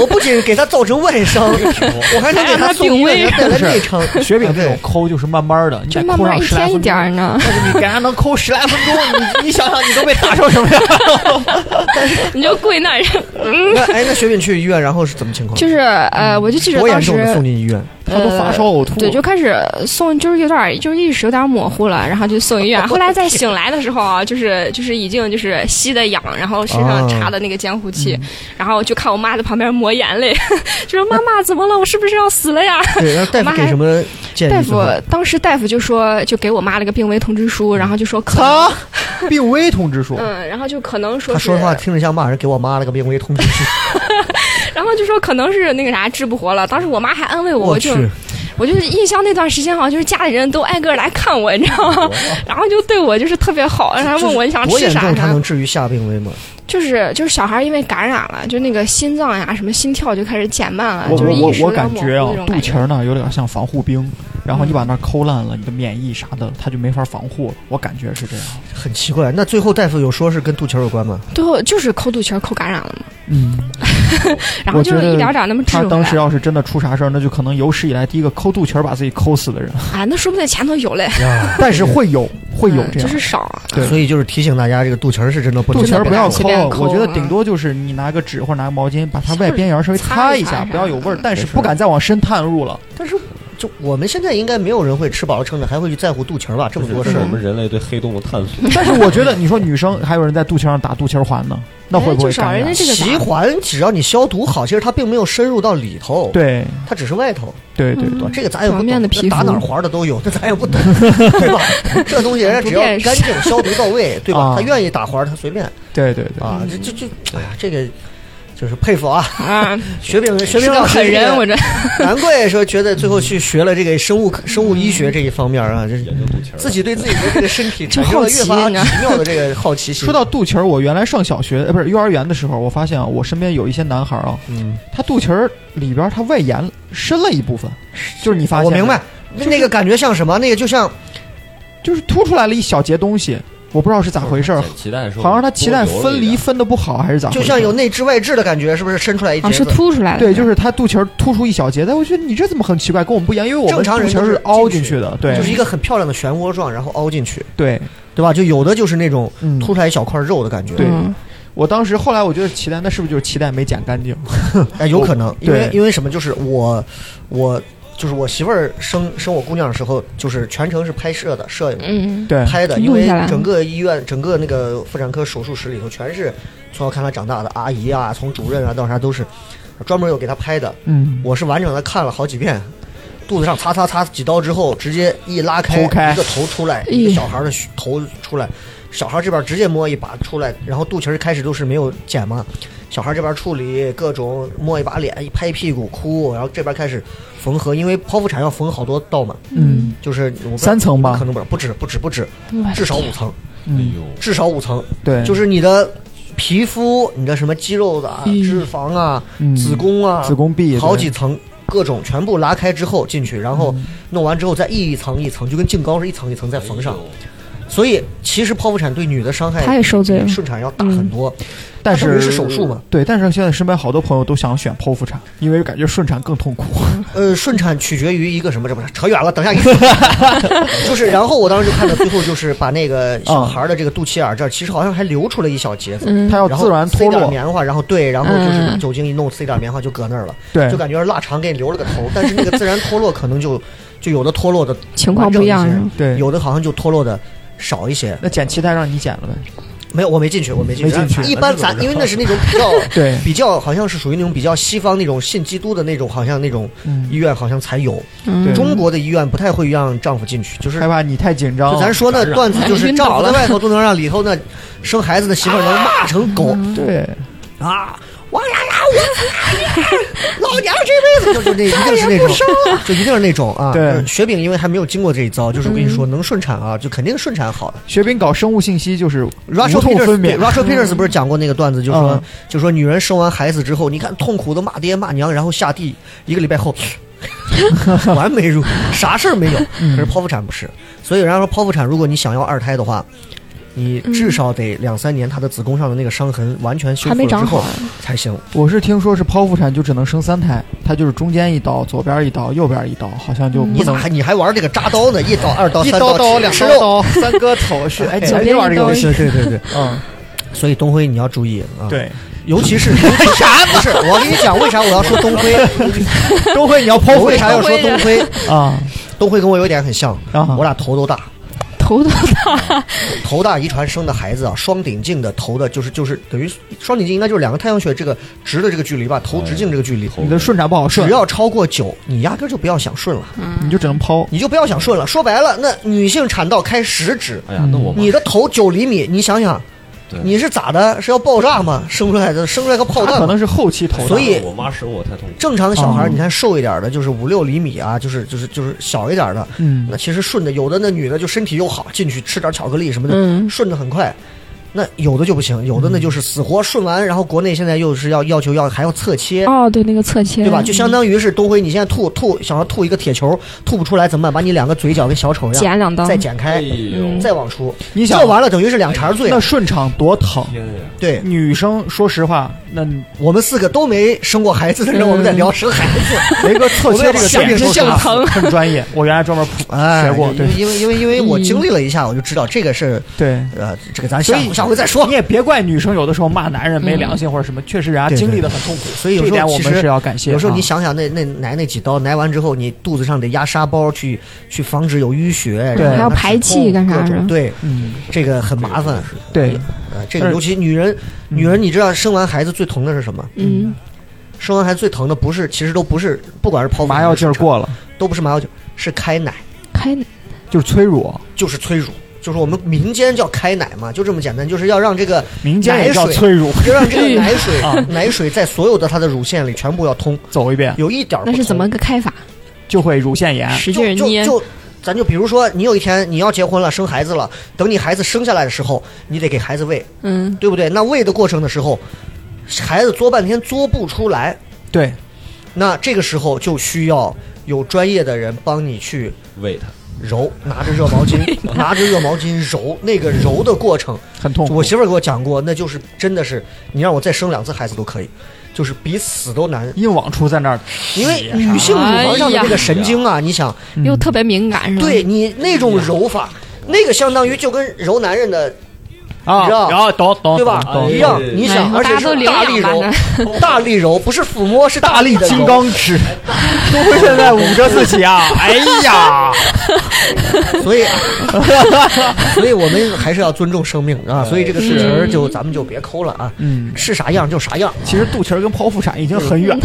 Speaker 4: 我不仅给他造成外 伤，我还能给他送医院，给他带来内伤。啊
Speaker 5: 雪饼这
Speaker 4: 对
Speaker 5: 种，抠就是慢慢的，你
Speaker 6: 就
Speaker 5: 得
Speaker 6: 慢
Speaker 5: 抠
Speaker 6: 慢
Speaker 5: 上
Speaker 6: 一
Speaker 5: 十来
Speaker 6: 天一
Speaker 5: 分
Speaker 6: 点
Speaker 5: 钟。
Speaker 6: 儿呢。
Speaker 5: 你给人能抠十来分钟，你你想想你都被打成什么样？
Speaker 6: 你就跪 那儿，嗯，
Speaker 4: 那哎，那雪饼去医院，然后是怎么情况？
Speaker 6: 就是呃，我就记得
Speaker 4: 多
Speaker 6: 当
Speaker 4: 严
Speaker 6: 时
Speaker 4: 重的送进医 院？
Speaker 5: 他都发烧呕吐
Speaker 6: 对，就开始送，就是有点儿，就是意识有点儿模糊了，然后就送 医院。后来再醒来的时候啊，就是就是已经就是吸的氧，然后身
Speaker 4: 啊
Speaker 6: 上插的那个监护
Speaker 4: 嗯
Speaker 6: 器，然后就看我妈在旁边抹眼泪， 就说妈妈怎么了？我是不是要死了呀？
Speaker 4: 对，然后大夫给什哎么建议？
Speaker 6: 大夫当时大夫就说，就给我妈了个病危通知书，然后就说可能，
Speaker 5: 病危通知书
Speaker 6: 嗯，然后就可能说
Speaker 4: 他
Speaker 6: 是，
Speaker 4: 说实话听着像骂人，给我妈了个病危 通知书。
Speaker 6: 然后就说可能是那个啥治不活了。当时我妈还安慰我，
Speaker 4: 我
Speaker 6: 就
Speaker 4: 去，
Speaker 6: 我就是印象那段时间，好像就是家里人都挨个来看我，你知道吗？ 然后就对我啊就是特别好，然后问我你想
Speaker 4: 多
Speaker 6: 吃
Speaker 4: 严
Speaker 6: 啥
Speaker 4: 重？他
Speaker 6: 啥
Speaker 4: 能，治愈下病危吗？
Speaker 6: 就是就是小孩因为感染了，就那个心脏呀什么心跳就开始减慢了，
Speaker 5: 我
Speaker 6: 就是
Speaker 5: 我
Speaker 6: 意识
Speaker 5: 我
Speaker 6: 有
Speaker 5: 我
Speaker 6: 点
Speaker 5: 感
Speaker 6: 模糊
Speaker 5: 觉啊
Speaker 6: 那，种
Speaker 5: 肚
Speaker 6: 感
Speaker 5: 脐
Speaker 6: 觉。嗯
Speaker 5: 儿那有点像防护冰，然后你把那儿抠烂了，你的免疫啥的，它就没法防护了。我感觉是这样。
Speaker 4: 很奇怪。那最后大夫有说是跟肚脐儿有关吗？
Speaker 6: 最后就是抠肚脐儿抠感染了嘛，
Speaker 5: 嗯，
Speaker 6: 然后就是一点点那么治
Speaker 5: 他
Speaker 6: 回
Speaker 5: 当
Speaker 6: 来。
Speaker 5: 时要是真的出啥事儿，那就可能有史以来第一个抠肚脐儿把自己抠死的人。
Speaker 6: 哎，那说不定前头有嘞，
Speaker 5: 但是会有会有
Speaker 6: 嗯
Speaker 5: 这
Speaker 6: 就
Speaker 5: 样
Speaker 6: 是。 少。
Speaker 5: 对
Speaker 4: 所以就是提醒大家，这个肚脐儿是真的不能
Speaker 5: 肚脐儿不要
Speaker 6: 真的不敢随便抠
Speaker 5: 我觉得
Speaker 6: 嗯
Speaker 5: 顶多就是你拿个纸或者拿个毛巾，把它外边缘稍微
Speaker 6: 擦一
Speaker 5: 一
Speaker 6: 擦
Speaker 5: 下，
Speaker 6: 啥
Speaker 5: 不要有味儿，但是
Speaker 4: 没事
Speaker 5: 不敢再往深探入 了。
Speaker 4: 但是就我们现在应该没有人会吃饱了撑着还会去在乎肚脐儿吧？这么多事
Speaker 7: 这是
Speaker 4: 儿
Speaker 7: 我，们人类对黑洞的探索。
Speaker 5: 但是我觉得，你说女生还有人在肚脐上打肚脐环呢，那会不会
Speaker 6: 哎就
Speaker 5: 感
Speaker 6: 少人
Speaker 5: 染
Speaker 6: 家？这个啥
Speaker 4: 脐环只要你消毒好，其实它并没有深入到里头，，
Speaker 5: 对嗯
Speaker 4: 它只是外头，
Speaker 5: 对对
Speaker 4: 对
Speaker 5: 对
Speaker 4: 吧？这个咱也不
Speaker 6: 表
Speaker 4: 懂，
Speaker 6: 面的皮
Speaker 4: 那打
Speaker 6: 肤
Speaker 4: 哪儿环儿的都有，那 咱也不懂，对 吧？这东西人家只要
Speaker 6: 不辨识
Speaker 4: 干净消毒到位，对吧？
Speaker 5: 啊嗯
Speaker 4: 他愿意打环儿，他随便
Speaker 5: 对对对，
Speaker 4: 啊，这这这，哎呀，这个就是佩服 啊！
Speaker 6: 啊，
Speaker 4: 雪饼雪
Speaker 6: 是
Speaker 4: 饼
Speaker 6: 个
Speaker 4: 老师
Speaker 6: 狠
Speaker 4: 这
Speaker 6: 人，
Speaker 4: 个
Speaker 6: 我这
Speaker 4: 难怪说觉得最后去学了这个生物生物医学这一方面啊，这
Speaker 7: 研究肚脐儿，
Speaker 4: 自己对自己的这个身体
Speaker 6: 就
Speaker 4: 产生了
Speaker 6: 好奇
Speaker 4: 越发
Speaker 6: 你知道
Speaker 4: 奇妙的这个好奇心。
Speaker 5: 说到肚脐儿，我原来上小学呃不是幼儿园的时候，我发现啊我身边有一些男孩儿啊，
Speaker 4: 嗯，
Speaker 5: 他肚脐儿里边儿他外延伸了一部分，就是你发现
Speaker 4: 我明白，那个感觉像什么？那个就像
Speaker 5: 就是凸出来了一小节东西，我不知道是咋回事儿，
Speaker 7: 脐带是
Speaker 5: 好像他脐带分离分的不好还是咋回事
Speaker 4: 就
Speaker 5: 儿？
Speaker 4: 像有内痔外痔的感觉，是不是伸出来一
Speaker 6: 啊
Speaker 4: 节
Speaker 6: 是
Speaker 4: 子？
Speaker 6: 凸出来的，
Speaker 5: 对，就是他肚脐儿突出一小节，但我觉得你这怎么很奇怪，跟我们不一样，因为我
Speaker 4: 正
Speaker 5: 们肚
Speaker 4: 常人
Speaker 5: 脐
Speaker 4: 都
Speaker 5: 儿
Speaker 4: 是
Speaker 5: 凹
Speaker 4: 进
Speaker 5: 进
Speaker 4: 去
Speaker 5: 去的，对，
Speaker 4: 就是一个很漂亮的漩涡状，然后凹进去，
Speaker 5: 对，
Speaker 4: 对吧？就有的就是那种
Speaker 5: 嗯，
Speaker 4: 凸出来一小块肉的感觉，
Speaker 5: 对
Speaker 6: 嗯
Speaker 5: 我当时后来我觉得脐带那是不是就是脐带没剪干净？
Speaker 4: 哎，有可能，因为
Speaker 5: 对
Speaker 4: 因为什么？就是我我就是我媳妇儿生生我姑娘的时候，就是全程是拍摄的，摄影的。
Speaker 6: 嗯，
Speaker 5: 对，
Speaker 4: 拍的，
Speaker 6: 录
Speaker 4: 因为
Speaker 6: 下来
Speaker 4: 整个医院、整个那个妇产科手术室里头，全是从小看她长大的阿姨啊，从主任啊到啥都是，专门有给她拍的。
Speaker 5: 嗯，
Speaker 4: 我是完整的看了好几遍，肚子上擦擦擦几刀之后，直接一拉开，
Speaker 5: 剖开
Speaker 4: 一个头出来，
Speaker 6: 哎
Speaker 4: 一个小孩的头出来，小孩这边直接摸一把出来，然后肚脐儿开始都是没有剪嘛，小孩这边处理各种摸一把脸，一拍屁股哭，然后这边开始缝合，因为剖腹产要缝好多道嘛，
Speaker 5: 嗯
Speaker 4: 就是我不知道
Speaker 5: 三层吧
Speaker 4: 可能不是不止不止不止，
Speaker 6: 哇
Speaker 4: 至少五层，
Speaker 5: 嗯，
Speaker 4: 至少五层，
Speaker 5: 对，
Speaker 4: 就是你的皮肤、你的什么肌肉啊、
Speaker 6: 嗯
Speaker 4: 脂肪啊、
Speaker 5: 嗯
Speaker 4: 子宫啊、
Speaker 5: 子宫壁
Speaker 4: 好
Speaker 5: 对
Speaker 4: 几层，各种全部拉开之后进去，然
Speaker 5: 嗯
Speaker 4: 后弄完之后再一层一层，就跟净膏是一层一层再缝上。所以其实剖腹产对女的伤害
Speaker 6: 太受罪了嗯
Speaker 4: 比顺产要大很多。
Speaker 5: 但
Speaker 4: 它等
Speaker 5: 是
Speaker 4: 于是手术嘛？
Speaker 5: 对，但是现在身边好多朋友都想选剖腹产，因为感觉顺产更痛苦。
Speaker 4: 呃，顺产取决于一个什么什么，扯远了，等一下 给你说。就是，然后我当时就看到最后就是把那个小孩的这个肚脐眼儿这儿，其实好像还留出了一小节子。
Speaker 6: 嗯
Speaker 5: 它要
Speaker 4: 然后
Speaker 5: 自然
Speaker 4: 塞
Speaker 5: 脱
Speaker 4: 点
Speaker 5: 落，
Speaker 4: 棉花，然后对，然后就是拿
Speaker 6: 嗯
Speaker 4: 酒精一弄，塞点棉花就搁那儿了，
Speaker 5: 对
Speaker 4: 就，感觉是腊肠给你留了个头，但是那个自然脱落可能就就有的脱落的
Speaker 6: 情况不一样
Speaker 4: 完整
Speaker 6: 是
Speaker 4: 些
Speaker 6: 吧？
Speaker 5: 对，
Speaker 4: 有的好像就脱落的少一些。
Speaker 5: 那剪脐带让你剪了呗？
Speaker 4: 没有，我没进去，我没进去。
Speaker 5: 没进去
Speaker 4: 一般咱因为那是那种比较
Speaker 5: 对，
Speaker 4: 比较，好像是属于那种比较西方那种信基督的那种，好像那种医
Speaker 5: 嗯，
Speaker 4: 院好像才有。
Speaker 5: 对
Speaker 6: 嗯，
Speaker 4: 中国的医院不太会让丈夫进去，就是
Speaker 5: 害。怕你太紧张
Speaker 4: 就
Speaker 5: 了。
Speaker 4: 咱说那段子，就是
Speaker 6: 晕
Speaker 4: 丈
Speaker 6: 倒
Speaker 4: 夫
Speaker 6: 了
Speaker 4: 在外头都能让里头那生孩子的媳妇儿能骂成狗
Speaker 5: 对，
Speaker 4: 啊！我呀呀，我老娘这辈子就就那一定是那种，就一定是那种啊！
Speaker 5: 对
Speaker 4: 就是雪饼因为还没有经过这一遭，就是我跟你说，能顺产啊，就肯定顺产好的。
Speaker 5: 学兵搞生物信息就是无
Speaker 4: Russell
Speaker 5: 痛
Speaker 4: Peters
Speaker 5: 分
Speaker 4: 对
Speaker 5: 娩，
Speaker 4: Russell Peters 不是讲过那个段子，就说、
Speaker 5: 嗯
Speaker 4: 就说女人生完孩子之后，你看痛苦的骂爹骂娘，然后下地一个礼拜 后，完美如啥事儿没有。
Speaker 5: 嗯
Speaker 4: 可是剖腹产不是，所以人家说剖腹产，如果你想要二胎的话，你至少得两三年，她的子宫上的那个伤痕完全修
Speaker 6: 还
Speaker 4: 复
Speaker 6: 没
Speaker 4: 了之
Speaker 6: 长
Speaker 4: 后
Speaker 6: 好，
Speaker 4: 才行。
Speaker 5: 我是听说是剖腹产就只能生三胎，它就是中间一刀，左边一刀，右边一刀，好像就
Speaker 4: 你
Speaker 5: 不
Speaker 4: 咋
Speaker 5: 能
Speaker 4: 还你还玩这个扎刀呢？一刀、二刀、
Speaker 5: 一
Speaker 4: 三
Speaker 5: 刀刀、
Speaker 4: 两
Speaker 5: 两
Speaker 4: 吃
Speaker 5: 刀
Speaker 4: 肉。
Speaker 5: 刀、三个头 是哎，
Speaker 6: 左边
Speaker 5: 你玩这
Speaker 6: 一
Speaker 5: 个
Speaker 6: 刀
Speaker 5: 游戏，
Speaker 4: 对对对，
Speaker 5: 嗯，
Speaker 4: 所以东辉你要注意啊，，
Speaker 5: 对，
Speaker 4: 尤其是为啥？不是， 我跟你讲，为啥我要说东辉？
Speaker 5: 周慧你要
Speaker 4: 我
Speaker 5: 剖
Speaker 4: 为啥要说东辉？
Speaker 5: 腹啊
Speaker 4: 东辉跟我有一点很像，
Speaker 5: 啊
Speaker 4: 我俩头都大，
Speaker 6: 头都大，
Speaker 4: 头大遗传生的孩子啊，双顶径的头的，就是就是等于双顶径应该就是两个太阳穴这个直的这个距离吧，头直径这个距离，
Speaker 5: 你的顺产不好
Speaker 4: 只
Speaker 5: 哎顺，
Speaker 4: 要超过九，你压根儿就不要想顺了，
Speaker 5: 你就只能剖。
Speaker 4: 你就不要想顺了。说白了，那女性产道开十指，
Speaker 7: 哎呀，那我
Speaker 4: 你的头九厘米，你想想
Speaker 7: 对，
Speaker 4: 你是咋的？是要爆炸吗？生出来的，生出来个炮
Speaker 5: 他
Speaker 4: 弹
Speaker 5: 可
Speaker 4: 吗？
Speaker 5: 能是后期头大，
Speaker 4: 所以
Speaker 7: 我妈生我太痛苦，
Speaker 4: 正常的小孩儿，
Speaker 5: 哦
Speaker 4: 你看瘦一点儿的，就是五六厘米啊，就是就是就是小一点儿的，
Speaker 5: 嗯
Speaker 4: 那，其实顺着有的那女的就身体又好，进去吃点巧克力什么的，
Speaker 6: 嗯
Speaker 4: 顺着很快。那有的就不行，有的那就是死活顺完，然后国内现在又是要要求要还要侧切，
Speaker 6: 哦，对，那个侧切，
Speaker 4: 对吧？就相当于是东辉，你现在吐吐想要吐一个铁球，吐不出来怎么办？把你两个嘴角跟小丑一样
Speaker 6: 剪两刀，嗯
Speaker 4: 再剪
Speaker 7: 哎
Speaker 4: 开，
Speaker 7: 呦，
Speaker 4: 再往出，
Speaker 5: 你想哎
Speaker 4: 这完了等于是两茬罪
Speaker 5: 那。顺产多疼。
Speaker 7: 天呀！
Speaker 4: 对
Speaker 5: 女生说实话，那
Speaker 4: 我们四个都没生过孩子的人，我们
Speaker 6: 嗯
Speaker 4: 在聊生孩子。
Speaker 5: 雷哥侧切这个
Speaker 4: 想
Speaker 5: 点
Speaker 4: 着
Speaker 5: 说实
Speaker 4: 想
Speaker 5: 话啊很专业，我原来专门
Speaker 4: 哎，
Speaker 5: 学过，对
Speaker 6: 嗯
Speaker 4: 因为因为因为因为我经历了一下，我就知道这个是
Speaker 5: 对。
Speaker 4: 呃，这个咱
Speaker 5: 所
Speaker 4: 下
Speaker 5: 以
Speaker 4: 下回再说嗯
Speaker 5: 你。也别怪女生有的时候骂男人没良心或者什么，确实人家
Speaker 4: 对对
Speaker 5: 经历的很痛苦，
Speaker 4: 所以有
Speaker 5: 这
Speaker 4: 时
Speaker 5: 点
Speaker 4: 候
Speaker 5: 我
Speaker 4: 其
Speaker 5: 们
Speaker 4: 实
Speaker 5: 是要感谢啊。
Speaker 4: 有时候你想想那，那挨那几刀，挨完之后，你肚子上得压沙包去，去防止有淤血，
Speaker 5: 对
Speaker 4: 然后
Speaker 6: 要
Speaker 5: 还
Speaker 4: 止
Speaker 6: 排气
Speaker 4: 痛
Speaker 6: 干啥
Speaker 4: 各种
Speaker 6: 的
Speaker 4: 对，
Speaker 5: 嗯，
Speaker 4: 这个很麻烦。
Speaker 5: 对，
Speaker 4: 呃，这个
Speaker 5: 但是嗯
Speaker 4: 尤其女人，女人，你知道生完孩子最疼的是什么？
Speaker 6: 嗯，
Speaker 4: 生完孩子最疼的不是，其实都不是，不管是剖腹
Speaker 5: 麻药劲儿，过了，
Speaker 4: 都不是麻药劲儿，是开奶，
Speaker 6: 开
Speaker 5: 就是催乳，
Speaker 4: 就是催乳，就是我们民间叫开奶嘛，就这么简单，就是要让这个
Speaker 5: 民间也叫
Speaker 4: 奶水
Speaker 5: 催乳，
Speaker 4: 要让这个奶水，
Speaker 5: 啊
Speaker 4: 奶水在所有的它的乳腺里全部要通，
Speaker 5: 走一遍
Speaker 4: 有一点儿不
Speaker 6: 那是怎
Speaker 4: 通
Speaker 6: 么个开法？
Speaker 5: 就会乳腺炎。
Speaker 6: 使劲
Speaker 4: 就
Speaker 6: 儿捏，
Speaker 4: 就就咱就比如说，你有一天你要结婚了，生孩子了，等你孩子生下来的时候，你得给孩子喂，
Speaker 6: 嗯，
Speaker 4: 对不对？那喂的过程的时候，孩子嘬半天嘬不出来，
Speaker 5: 对，
Speaker 4: 那这个时候就需要有专业的人帮你去
Speaker 7: 喂他，
Speaker 4: 揉，拿着热毛巾，拿着热毛巾揉，那个揉的过程，
Speaker 5: 很痛苦。
Speaker 4: 我媳妇儿给我讲过，那就是真的是，你让我再生两次孩子都可以，就是比死都难，
Speaker 5: 硬往出在那儿，
Speaker 4: 因为女性乳房上的这个神经啊，你想。
Speaker 5: 嗯
Speaker 6: 又特别敏感，是吧？
Speaker 4: 对，你那种揉法，那个相当于就跟揉男人的，
Speaker 5: 啊，
Speaker 4: 知道
Speaker 5: 然后懂懂
Speaker 4: 对吧
Speaker 5: 懂？懂
Speaker 4: 一样
Speaker 7: 哎，
Speaker 4: 你
Speaker 6: 哎
Speaker 4: 想，而且
Speaker 6: 大家都
Speaker 4: 是
Speaker 6: 领
Speaker 4: 大力
Speaker 6: 养吧
Speaker 4: 揉，
Speaker 6: 那
Speaker 4: 大力揉，不是抚摸，是
Speaker 5: 大
Speaker 4: 力
Speaker 5: 力
Speaker 4: 的
Speaker 5: 金
Speaker 4: 揉。
Speaker 5: 刚指，东辉现在捂着自己啊！哎呀，
Speaker 4: 所 以，所以我们还是要尊重生命啊。所以这个事情儿就咱们就别抠了啊，
Speaker 5: 嗯，
Speaker 4: 是啥样就啥 样，
Speaker 5: 其实肚脐儿跟剖腹产已经很远了，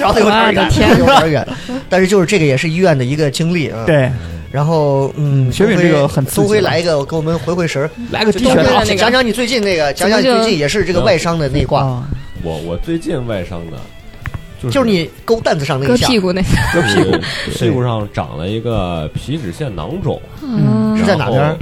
Speaker 4: 然后有点远，有点远。但是就是这个也是医院的一个经历啊。。
Speaker 5: 对，
Speaker 4: 然后，嗯，
Speaker 5: 雪饼
Speaker 4: 东辉
Speaker 5: 这个很刺激
Speaker 4: 东辉
Speaker 5: 了
Speaker 4: 来一个，给我们回回神儿。
Speaker 5: 来个低
Speaker 4: 东
Speaker 5: 血
Speaker 4: 辉
Speaker 5: 糖
Speaker 6: 那个
Speaker 4: 讲讲你最近那个，讲讲你
Speaker 6: 怎么
Speaker 4: 最
Speaker 6: 就
Speaker 4: 近也是这个外伤的那一挂。
Speaker 5: 啊，
Speaker 7: 我我最近外伤的，就是
Speaker 4: 就是你勾担子上那
Speaker 6: 割
Speaker 4: 一下，
Speaker 6: 屁股那，
Speaker 7: 割屁股， 屁股上长了一个皮脂腺囊肿，
Speaker 5: 嗯
Speaker 4: 是在哪边儿？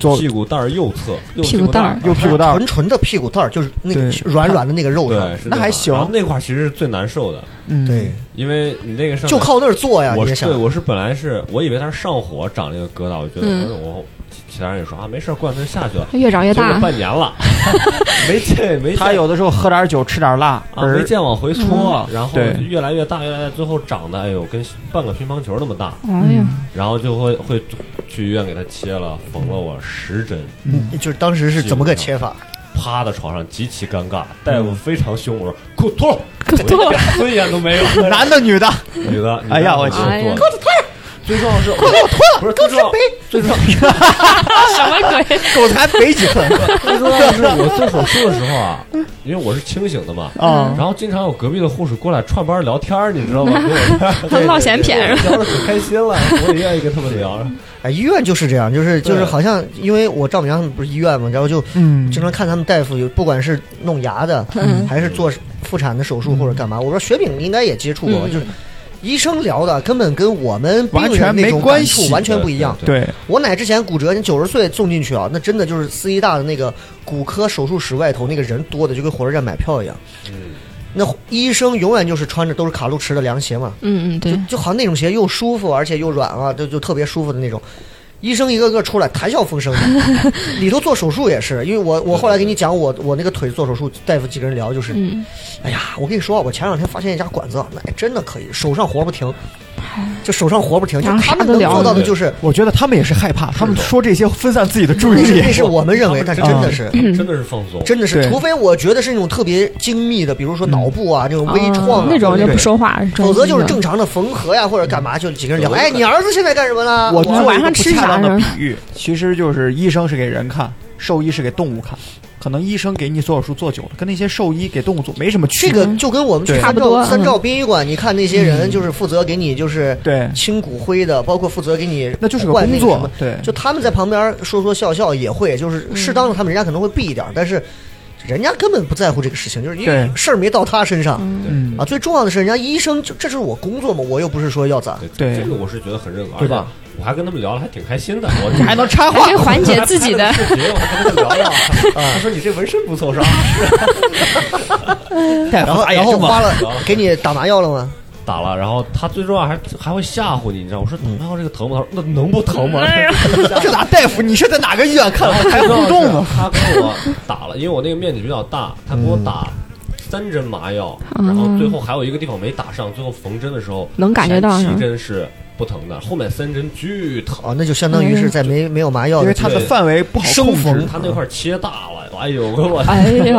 Speaker 5: 左
Speaker 7: 屁股蛋儿右侧，右
Speaker 6: 屁股蛋儿
Speaker 5: 右屁股蛋儿
Speaker 4: 纯纯的屁股蛋儿，就是那个
Speaker 5: 对
Speaker 4: 软软的那个肉
Speaker 7: 对，
Speaker 4: 上，
Speaker 7: 是这
Speaker 5: 那
Speaker 7: 样
Speaker 5: 还行
Speaker 7: 然后那块儿其实是最难受的，
Speaker 5: 嗯，
Speaker 4: 对，，
Speaker 7: 因为你那个上
Speaker 4: 就靠那儿做呀，
Speaker 7: 我
Speaker 4: 你也
Speaker 7: 是
Speaker 4: 想
Speaker 7: 对，我是本来是我以为它是上火长了一个疙瘩，我觉得
Speaker 6: 嗯
Speaker 7: 我我其其他人也说啊没事儿，过两天下去了，
Speaker 6: 越长越
Speaker 7: 结果
Speaker 6: 大，
Speaker 7: 半 年了，没见没见
Speaker 5: 他有的时候喝点酒，吃点辣，
Speaker 7: 啊没
Speaker 5: 而
Speaker 7: 见往回搓，然后
Speaker 5: 对
Speaker 7: 越来越大，越来越大最后长得哎呦跟半个乒乓球那么大，
Speaker 6: 哎呀，
Speaker 7: 然后就会会去医院给他切了，缝了我十针，
Speaker 4: 嗯就是当时是怎么个切法？
Speaker 7: 趴在床上极其尴尬，大夫非常凶，我说给我嗯脱 了，给
Speaker 6: 我脱了，
Speaker 7: 尊严都 没有，
Speaker 5: 男的女的，
Speaker 7: 女的，女的
Speaker 5: 哎呀我去
Speaker 7: 给
Speaker 6: 哎呀
Speaker 7: 我脱了，最重要是给我脱了，不是最重要最重要
Speaker 5: 嗯
Speaker 6: 什么鬼？
Speaker 5: 狗才北几分
Speaker 7: 最重要的是我做手术的时候啊，因为我是清醒的嘛，
Speaker 5: 啊？
Speaker 7: 然后经常有隔壁的护士过来串班聊天儿，你知道吗？跟我
Speaker 6: 他唠闲篇是吧？
Speaker 7: 聊得可开心了，我也愿意跟他们聊。
Speaker 4: 哎，医院就是这样，就是
Speaker 7: 对
Speaker 4: 就是好像因为我丈母娘他们不是医院嘛，然后就
Speaker 5: 嗯
Speaker 4: 经常看他们大夫有，不管是弄牙的，
Speaker 6: 嗯
Speaker 4: 还是做妇产的手术或者干嘛，我说雪饼应该也接触过，就是。医生聊的根本跟我们病
Speaker 5: 完
Speaker 4: 人
Speaker 5: 全没
Speaker 4: 那种
Speaker 5: 关
Speaker 4: 感触
Speaker 5: 系
Speaker 4: 完全不一样。
Speaker 5: 对，
Speaker 4: 我奶之前骨折，你九十岁送进去啊，那真的就是四医大的那个骨科手术室外头那个人多的就跟火车站买票一样。那医生永远就是穿着都是卡路驰的凉鞋嘛，
Speaker 6: 嗯嗯，对，
Speaker 4: 就好像那种鞋又舒服而且又软啊，就就特别舒服的那种。医生一个个出来谈笑风生的，里头做手术也是，因为我我后来给你讲我我那个腿做手术，大夫几个人聊就是，
Speaker 6: 嗯，
Speaker 4: 哎呀，我跟你说，我前两天发现一家馆子啊，那真的可以，手上活不停，就手上活不停，就
Speaker 6: 然后
Speaker 4: 他
Speaker 6: 啥
Speaker 4: 们
Speaker 6: 都
Speaker 4: 能
Speaker 6: 聊
Speaker 4: 做到的
Speaker 7: 了
Speaker 4: 就是
Speaker 5: 我觉得他们也是害怕，他们说这些分散自己的注意
Speaker 4: 那是
Speaker 5: 力
Speaker 4: 那。是我们认为，但是真的是。
Speaker 7: 真的是放松，
Speaker 4: 真的是，
Speaker 5: 啊嗯对
Speaker 4: 除非我觉得是那种特别精密的，比如说脑部啊这种微创
Speaker 5: 哦
Speaker 4: 啊
Speaker 6: 哦那种就不说话，
Speaker 4: 否则
Speaker 5: 啊
Speaker 4: 就是正常的缝合呀，或者干嘛，就几个人聊。
Speaker 7: 对
Speaker 4: 哎，你儿子现在干什么呢？
Speaker 5: 我
Speaker 6: 做晚上吃
Speaker 5: 恰
Speaker 6: 啥
Speaker 5: 当的
Speaker 6: 呢
Speaker 5: 比喻，其实就是医生是给人看，兽医是给动物看。可能医生给你做手术做久了，跟那些兽医给动物做没什么区
Speaker 4: 这
Speaker 5: 别。
Speaker 4: 个就跟我们去
Speaker 5: 对
Speaker 4: 三
Speaker 6: 差不
Speaker 4: 兆
Speaker 6: 多
Speaker 4: 三
Speaker 6: 嗯
Speaker 4: 兆殡仪馆，你看那些
Speaker 5: 嗯
Speaker 4: 人就是负责给你就是
Speaker 5: 对
Speaker 4: 清骨灰的，包括负责给你
Speaker 5: 那就是个
Speaker 4: 换那
Speaker 5: 工作
Speaker 4: 什么
Speaker 5: 对
Speaker 4: 就他们在旁边说说笑笑也会，就是
Speaker 5: 嗯
Speaker 4: 适当的他们人家可能会避一点，但是人家根本不在乎这个事情，就是因为
Speaker 5: 对
Speaker 4: 事儿没到他身上
Speaker 5: 嗯
Speaker 4: 啊。最重要的是，人家医生就这是我工作嘛，我又不是说要咋。
Speaker 5: 对
Speaker 7: 这个我是觉得很认可，
Speaker 4: 对吧？
Speaker 7: 我还跟他们聊了，还挺开心的。我
Speaker 5: 你还能插
Speaker 6: 还
Speaker 5: 话
Speaker 6: 可以，缓解自己的
Speaker 7: 我，还跟他们聊聊，他说你这纹身不错是吧？
Speaker 5: 大
Speaker 4: 然
Speaker 5: 夫
Speaker 4: 后，
Speaker 5: 哎呀
Speaker 4: 然后
Speaker 5: 这么
Speaker 4: 花了给你打麻药了吗？
Speaker 7: 打了，然后他最重要还还会吓唬你，你知道？我说麻药这个疼吗？他说那能不疼吗？
Speaker 5: 这哪大夫？你是在哪个医院看的？还互动呢？
Speaker 7: 他跟我打了，因为我那个面积比较大，他给我
Speaker 4: 嗯
Speaker 7: 打三针麻药，然后最后还有一个地方没打上，最后缝针的时候
Speaker 6: 嗯能感觉到
Speaker 7: 前
Speaker 6: 是吧
Speaker 7: 七针是不疼的，后面三针巨疼，
Speaker 4: 哦，那就相当于是在没没有麻药
Speaker 5: 因
Speaker 4: 的
Speaker 5: 为
Speaker 4: 地
Speaker 5: 它
Speaker 4: 方，
Speaker 5: 的范围不好控
Speaker 4: 生
Speaker 5: 制
Speaker 4: 缝，
Speaker 7: 他那块切大了，哎呦给我
Speaker 6: 哎呀，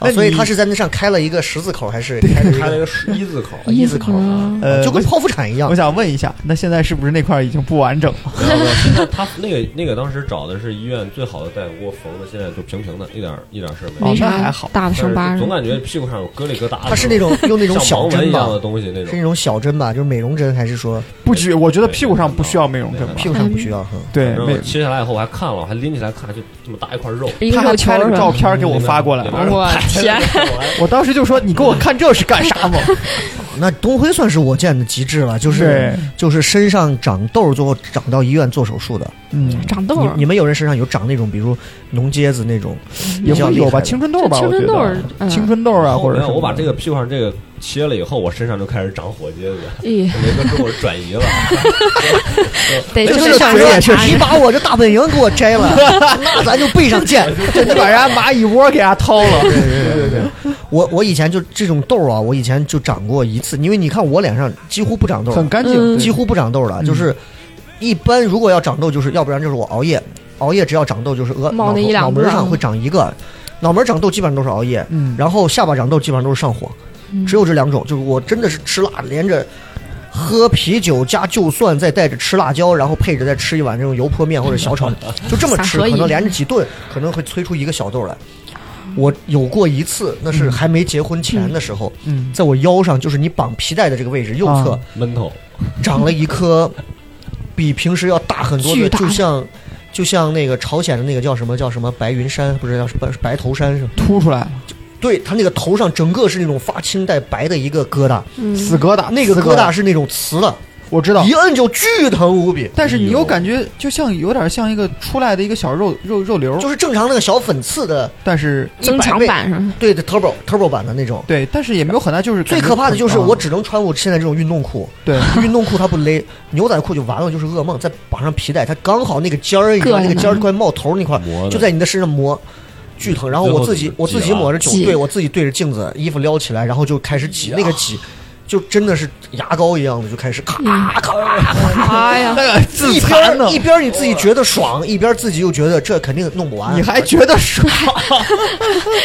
Speaker 4: 哦所以它
Speaker 5: 那你
Speaker 4: 是在那上开了一个十字口，还是开了一
Speaker 7: 开了
Speaker 4: 个
Speaker 7: 个一字 口，
Speaker 4: 一字口
Speaker 6: 啊？
Speaker 5: 呃，
Speaker 4: 就
Speaker 5: 我
Speaker 4: 跟剖腹产一样
Speaker 5: 我？想问一下，那现在是不是那块儿已经不完整了？
Speaker 7: 然后呢他那个那个当时找的是医院最好的大夫给我缝的，现在就平平的，一点儿一点儿事儿没有。
Speaker 6: 没
Speaker 5: 哦
Speaker 6: 啥
Speaker 5: 那还好
Speaker 6: 大的伤疤
Speaker 7: 但是，总感觉屁股上有疙里疙瘩。
Speaker 4: 它是那 种用那种
Speaker 7: 像
Speaker 4: 小
Speaker 7: 盲文
Speaker 4: 针
Speaker 7: 一
Speaker 4: 吧
Speaker 7: 样？的东西那
Speaker 4: 是那
Speaker 7: 种。
Speaker 4: 种小针吧？就是美容针，还是说
Speaker 5: 不止，我觉得屁股上不需要美容针吧
Speaker 4: 屁？股上不需要？嗯哼
Speaker 5: 对，
Speaker 7: 然后
Speaker 5: 没
Speaker 7: 我切下来以后，我还看了，我还拎起来看，就这么大一块肉。嗯
Speaker 6: 一个
Speaker 5: 他还
Speaker 6: 肉球
Speaker 5: 拍了
Speaker 6: 是
Speaker 5: 个照
Speaker 6: 吧？
Speaker 5: 片儿给我发过来
Speaker 7: 里
Speaker 5: 了
Speaker 7: 面。
Speaker 6: 我天，
Speaker 4: 啊
Speaker 5: 我当时就说：“你给我看这是干 啥嘛
Speaker 4: 那东辉算是我见的极致了，就？”是
Speaker 5: 对，
Speaker 4: 就是身上长痘，最后长到医院做手术的。
Speaker 5: 嗯，
Speaker 6: 长痘
Speaker 4: 你
Speaker 6: 儿
Speaker 4: 你，们有人身上有长那种，比如脓疖子那种，
Speaker 5: 嗯也
Speaker 4: 比较
Speaker 5: 会
Speaker 4: 厉
Speaker 5: 有
Speaker 4: 害
Speaker 5: 吧，
Speaker 4: 的
Speaker 5: 青春痘吧，
Speaker 6: 青春痘
Speaker 5: 我
Speaker 6: 儿
Speaker 5: 觉得
Speaker 6: 嗯
Speaker 5: 青春痘啊，或
Speaker 7: 哦没
Speaker 5: 者
Speaker 7: 有，
Speaker 5: 什么
Speaker 7: 我把这个屁股上这个切了以后，我身上就开始长火疖子，
Speaker 6: 咦，
Speaker 7: 雷哥说我转移了。
Speaker 4: 就
Speaker 6: 得哎就是是
Speaker 4: 想
Speaker 6: 上热
Speaker 4: 说
Speaker 6: 茶
Speaker 4: 你把我这大本营给我摘了，那咱就背上见。
Speaker 5: 对 你把人家蚂蚁窝给他掏了，
Speaker 4: 我我以前就这种痘啊，我以前就长过一次，因为你看我脸上几乎不长痘，
Speaker 5: 很干净，
Speaker 6: 嗯
Speaker 5: 对
Speaker 4: 几乎不长痘了，就是一般如果要长痘，就是要不然就是我熬夜，熬夜只要长痘就是额
Speaker 6: 冒
Speaker 4: 脑
Speaker 6: 那
Speaker 4: 头
Speaker 6: 一两
Speaker 4: 脑门
Speaker 6: 个
Speaker 4: 上会长一个，脑门长痘基本上都是熬夜，
Speaker 5: 嗯，
Speaker 4: 然后下巴长痘基本上都是上火，
Speaker 6: 嗯
Speaker 4: 只有这两种，就是我真的是吃辣连着。喝啤酒加就蒜，再带着吃辣椒，然后配着再吃一碗这种油泼面或者小 炒，就这么吃，
Speaker 6: 三合一
Speaker 4: 可能连着几顿，可能会催出一个小痘来。我有过一次，那
Speaker 6: 嗯
Speaker 4: 是还没结婚前的时候，
Speaker 5: 嗯，
Speaker 4: 在我腰上，就是你绑皮带的这个位置右侧
Speaker 5: 啊
Speaker 7: 闷头，
Speaker 4: 长了一颗比平时要大很多
Speaker 6: 巨
Speaker 4: 的，
Speaker 6: 大
Speaker 4: 就像就像那个朝鲜的那个叫什么叫什么白云山，不是叫什么白头山是吧？
Speaker 5: 凸出来了，
Speaker 4: 对，它那个头上整个是那种发青带白的一个疙瘩，
Speaker 6: 嗯，
Speaker 5: 死疙瘩，
Speaker 4: 那个
Speaker 5: 死
Speaker 4: 疙瘩是那种瓷的，
Speaker 5: 我知道
Speaker 4: 一。摁就巨疼无比，
Speaker 5: 但是你又感觉就像有点像一个出来的一个小肉肉肉瘤，
Speaker 4: 就是正常那个小粉刺的，
Speaker 5: 但是
Speaker 6: 增强版上，
Speaker 4: 对的 turbo turbo 版的那种。
Speaker 5: 对，但是也没有很大，就是
Speaker 4: 最
Speaker 5: 感觉
Speaker 4: 可怕的就是
Speaker 5: 很
Speaker 4: 我只能穿我现在这种运动裤，
Speaker 5: 对，
Speaker 4: 运动裤它不勒，牛仔裤就完了，就是噩梦。再绑上皮带，它刚好那个尖儿，你知道
Speaker 6: 硌
Speaker 4: 那个
Speaker 6: 着呢
Speaker 4: 尖儿快冒头那块儿
Speaker 7: 磨的，
Speaker 4: 就在你的身上磨，巨疼。然后我自己
Speaker 7: 最后
Speaker 4: 我
Speaker 7: 怎么
Speaker 4: 自
Speaker 7: 挤
Speaker 4: 己
Speaker 7: 啊
Speaker 4: 抹着酒，
Speaker 6: 挤
Speaker 4: 对我自己对着镜子，衣服撩起来，然后就开始挤，那个挤就真的是牙膏一样的，就开始咔
Speaker 6: 嗯
Speaker 4: 咔咔。
Speaker 6: 哎 呀，
Speaker 5: 那个自
Speaker 4: 一边
Speaker 5: 残呢
Speaker 4: 儿，一边儿你自己觉得爽，一边儿自己又觉得这肯定弄不完
Speaker 5: 你。还觉得 爽？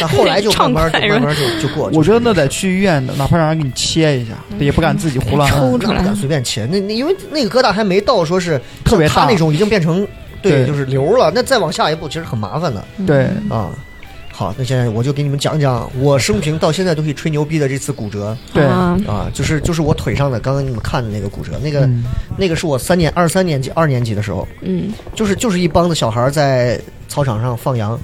Speaker 4: 但后来就慢慢就
Speaker 6: 畅快
Speaker 4: 慢慢就就过去了。
Speaker 5: 我觉得那得去医院的，哪怕让人给你切一下，也不敢自己胡
Speaker 6: 嗯
Speaker 5: 乱
Speaker 6: 哎抽
Speaker 5: 按。
Speaker 6: 出
Speaker 4: 那不
Speaker 6: 来
Speaker 4: 敢，随便切，那那因为那个疙瘩还没到说是
Speaker 5: 特别
Speaker 4: 他
Speaker 5: 大
Speaker 4: 那种已经变成对
Speaker 5: 对
Speaker 4: 就是瘤了，那再往下一步其实很麻烦的
Speaker 5: 对，
Speaker 6: 嗯
Speaker 4: 啊。好，那现在我就给你们讲讲我生平到现在都可以吹牛逼的这次骨折
Speaker 5: 对
Speaker 6: 啊
Speaker 4: 啊，就是就是我腿上的，刚刚你们看的那个骨折，那个、
Speaker 5: 嗯
Speaker 4: 那个是我三年二三年级二年级的时候，
Speaker 6: 嗯，
Speaker 4: 就是就是一帮子小孩在操场上放羊，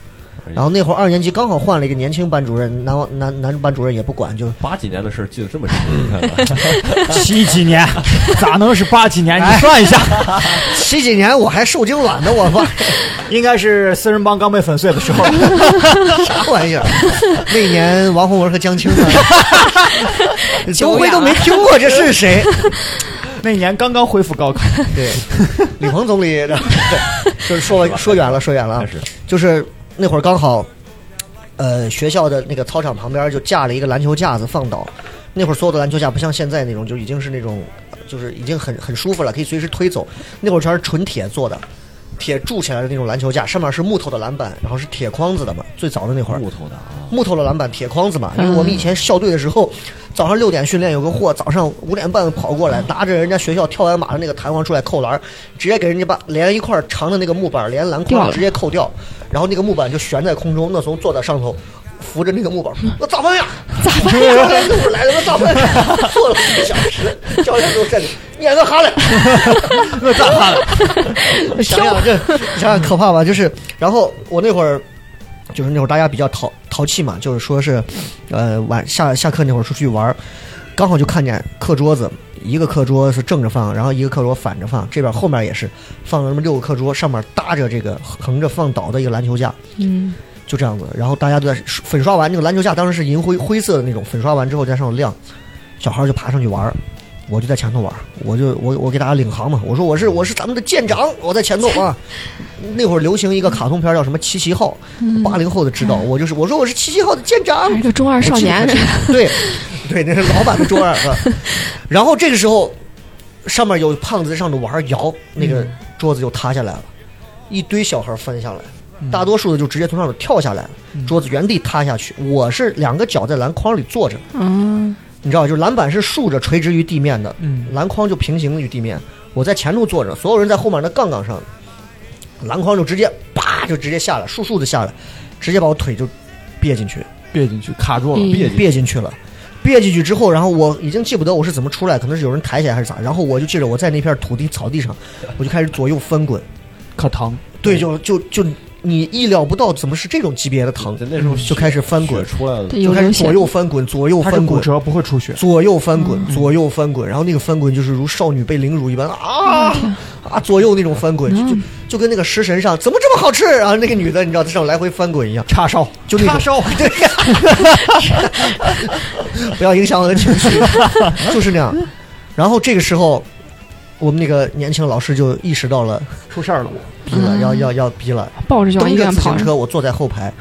Speaker 5: 哎
Speaker 4: 然后那会儿二年级刚好换了一个年轻班主任，男男男班主任也不管， 就
Speaker 7: 八几年的事儿记得这么清，你看
Speaker 4: 啊
Speaker 7: 看，
Speaker 5: 七几年， 咋能是八几年？你算一下，
Speaker 4: 七几年我还受精卵 呢，我妈。
Speaker 5: 应该是四人帮刚被粉碎的时 候。
Speaker 4: 啥玩意儿？那年王洪文和江青呢？周辉都没听过这是谁？
Speaker 5: 那年刚刚恢复高考，
Speaker 4: 对，李鹏总理，就是说说远了，说远了
Speaker 7: 开，始
Speaker 4: 就是那会儿刚好，呃，学校的那个操场旁边就架了一个篮球架子放倒。那会儿所有的篮球架不像现在那种，就已经是那种，就是已经很很舒服了，可以随时推走。那会儿全是纯铁做的，铁铸起来的那种篮球架，上面是木头的篮板，然后是铁框子的嘛。最早的那会儿，
Speaker 7: 木头的啊，
Speaker 4: 木头的篮板、铁框子嘛。
Speaker 6: 嗯
Speaker 4: 因为我们以前校队的时候，早上六点训练，有个货早上五点半跑过
Speaker 6: 嗯
Speaker 4: 来，拿着人家学校跳完马的那个弹簧出来扣篮儿，直接给人家把连一块长的那个木板连篮
Speaker 6: 掉
Speaker 4: 筐
Speaker 6: 了
Speaker 4: 直接扣掉，然后那个木板就悬在空中，那从坐在上头。扶着那个木 板，我咋办呀？咋办呀？ 那会儿来的，我咋办呀？坐了一个小时，教练都在里，你还能哈嘞？
Speaker 5: 那 咋办？
Speaker 4: 想想这，想想可怕吧？就是，然后我那会儿，就是那会儿大家比较淘淘气嘛，就是说是，呃，晚下下课那会儿出去玩儿，刚好就看见课桌子，一个课桌是正着放，然后一个课桌反着放，这边后面也是放了那么六个课桌，上面搭着这个横着放倒的一个篮球架，
Speaker 6: 嗯，
Speaker 4: 就这样子。然后大家都在粉刷完这个篮球架，当时是银灰灰色的那种，粉刷完之后在上头晾，小孩儿就爬上去玩儿。我就在前头玩儿，我就我我给大家领航嘛，我说我是我是咱们的舰长，我在前头啊。那会儿流行一个卡通片儿叫什么《七七号》，八零后的知道，我就是我说我是七七号的舰长
Speaker 6: 还，是个中二少年
Speaker 4: 我记得，他是对对，那是老板的中二。啊然后这个时候，上面有胖子在上头往上摇，那
Speaker 6: 嗯
Speaker 4: 个桌子就塌下来了，一堆小孩翻下来，
Speaker 6: 嗯
Speaker 4: 大多数的就直接从上头跳下来了，桌子原地塌下去。我是两个脚在篮筐里坐着，
Speaker 6: 嗯，
Speaker 4: 你知道，就是篮板是竖着垂直于地面的，
Speaker 5: 嗯
Speaker 4: 篮筐就平行于地面。我在前头坐着，所有人在后面的杠杠上，篮筐就直接啪就直接下来，竖竖的下来，直接把我腿就憋进去，
Speaker 5: 憋进去卡 住了，
Speaker 6: 嗯
Speaker 5: 憋进去
Speaker 4: 憋进去了。憋进去之后，然后我已经记不得我是怎么出来，可能是有人抬起来还是咋，然后我就记着我在那片土地草地上，我就开始左右翻滚，
Speaker 5: 可疼，
Speaker 4: 对，就就就你意料不到怎么是这种级别的疼，
Speaker 7: 那时候
Speaker 4: 嗯就开始翻滚
Speaker 7: 血，出来了，
Speaker 6: 对，
Speaker 4: 就
Speaker 6: 有
Speaker 4: 开
Speaker 6: 流
Speaker 4: 始左
Speaker 6: 血，
Speaker 4: 右翻滚，左右
Speaker 5: 它是
Speaker 4: 翻
Speaker 5: 骨
Speaker 4: 滚，
Speaker 5: 折不会出血，
Speaker 4: 左右翻滚，左右翻滚，然后那个翻滚就是如少女被凌辱一般啊啊，左右那种翻滚，就就就跟那个食神上怎么这么好吃，然后那个女的你知道在上来回翻滚一样，
Speaker 5: 叉烧
Speaker 4: 就那种
Speaker 5: 叉烧，
Speaker 4: 对，不要影响我的情绪，就是那样。然后这个时候，我们那个年轻老师就意识到了
Speaker 5: 出事儿了，
Speaker 4: 逼了，要要要逼了，
Speaker 6: 抱着就往
Speaker 4: 蹬
Speaker 6: 医
Speaker 4: 着
Speaker 6: 院
Speaker 4: 自
Speaker 6: 跑
Speaker 4: 行。车，我坐在后排，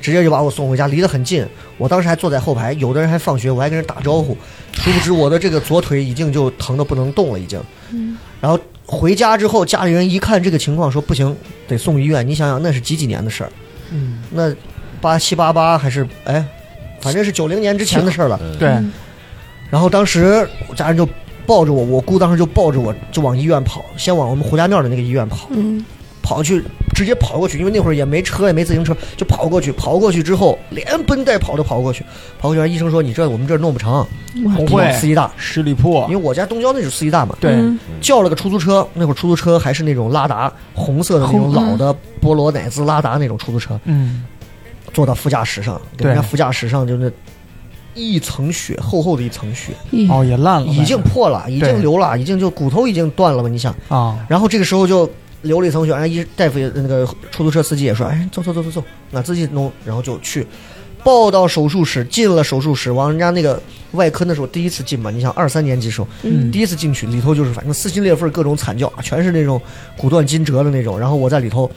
Speaker 4: 直接就把我送回家，离得很近。我当时还坐在后排，有的人还放学，我还跟人打招呼，殊不知我的这个左腿已经就疼得不能动了，已经。
Speaker 6: 嗯
Speaker 4: 然后回家之后，家里人一看这个情况，说不行，得送医院。你想想，那是几几年的事儿？
Speaker 5: 嗯，
Speaker 4: 那八七八八还是哎，反正是九零年之前的事儿了。
Speaker 7: 嗯，
Speaker 5: 对，
Speaker 4: 然后当时我家人就抱着我，我姑当时就抱着我就往医院跑，先往我们胡家庙的那个医院跑。
Speaker 6: 嗯，
Speaker 4: 跑去，直接跑过去，因为那会儿也没车也没自行车，就跑过去。跑过去之后，连奔带跑的跑过去，跑过去，然后医生说：“你这我们这儿弄不成，地
Speaker 5: 不会
Speaker 4: 方司机大，
Speaker 5: 十里铺
Speaker 4: 因为，我家东郊那就是司机大嘛。”
Speaker 5: 对，
Speaker 6: 嗯
Speaker 4: 叫了个出租车，那会儿出租车还是那种拉达，红色的那种
Speaker 6: 红
Speaker 4: 老的波罗乃兹拉达那种出租车，
Speaker 5: 嗯，
Speaker 4: 坐到副驾驶上，给人
Speaker 5: 对
Speaker 4: 家副驾驶上就那一层血，厚厚的一层血，
Speaker 6: 咦
Speaker 5: 哦也烂了，
Speaker 4: 已经破了，已
Speaker 5: 对
Speaker 4: 经流了，已经就骨头已经断了嘛，你想，
Speaker 5: 啊，
Speaker 4: 然后这个时候就流哎了一层血，然后医大夫也那个出租车司机也说：“哎，走走走走走，俺自己弄。”然后就去抱到手术室，进了手术室，往人家那个外科那时候第一次进嘛，你想二三年级时候
Speaker 5: 嗯
Speaker 4: 第一次进去，里头就是反正撕心裂肺，各种惨叫，全是那种骨断筋折的那种。然后我在里头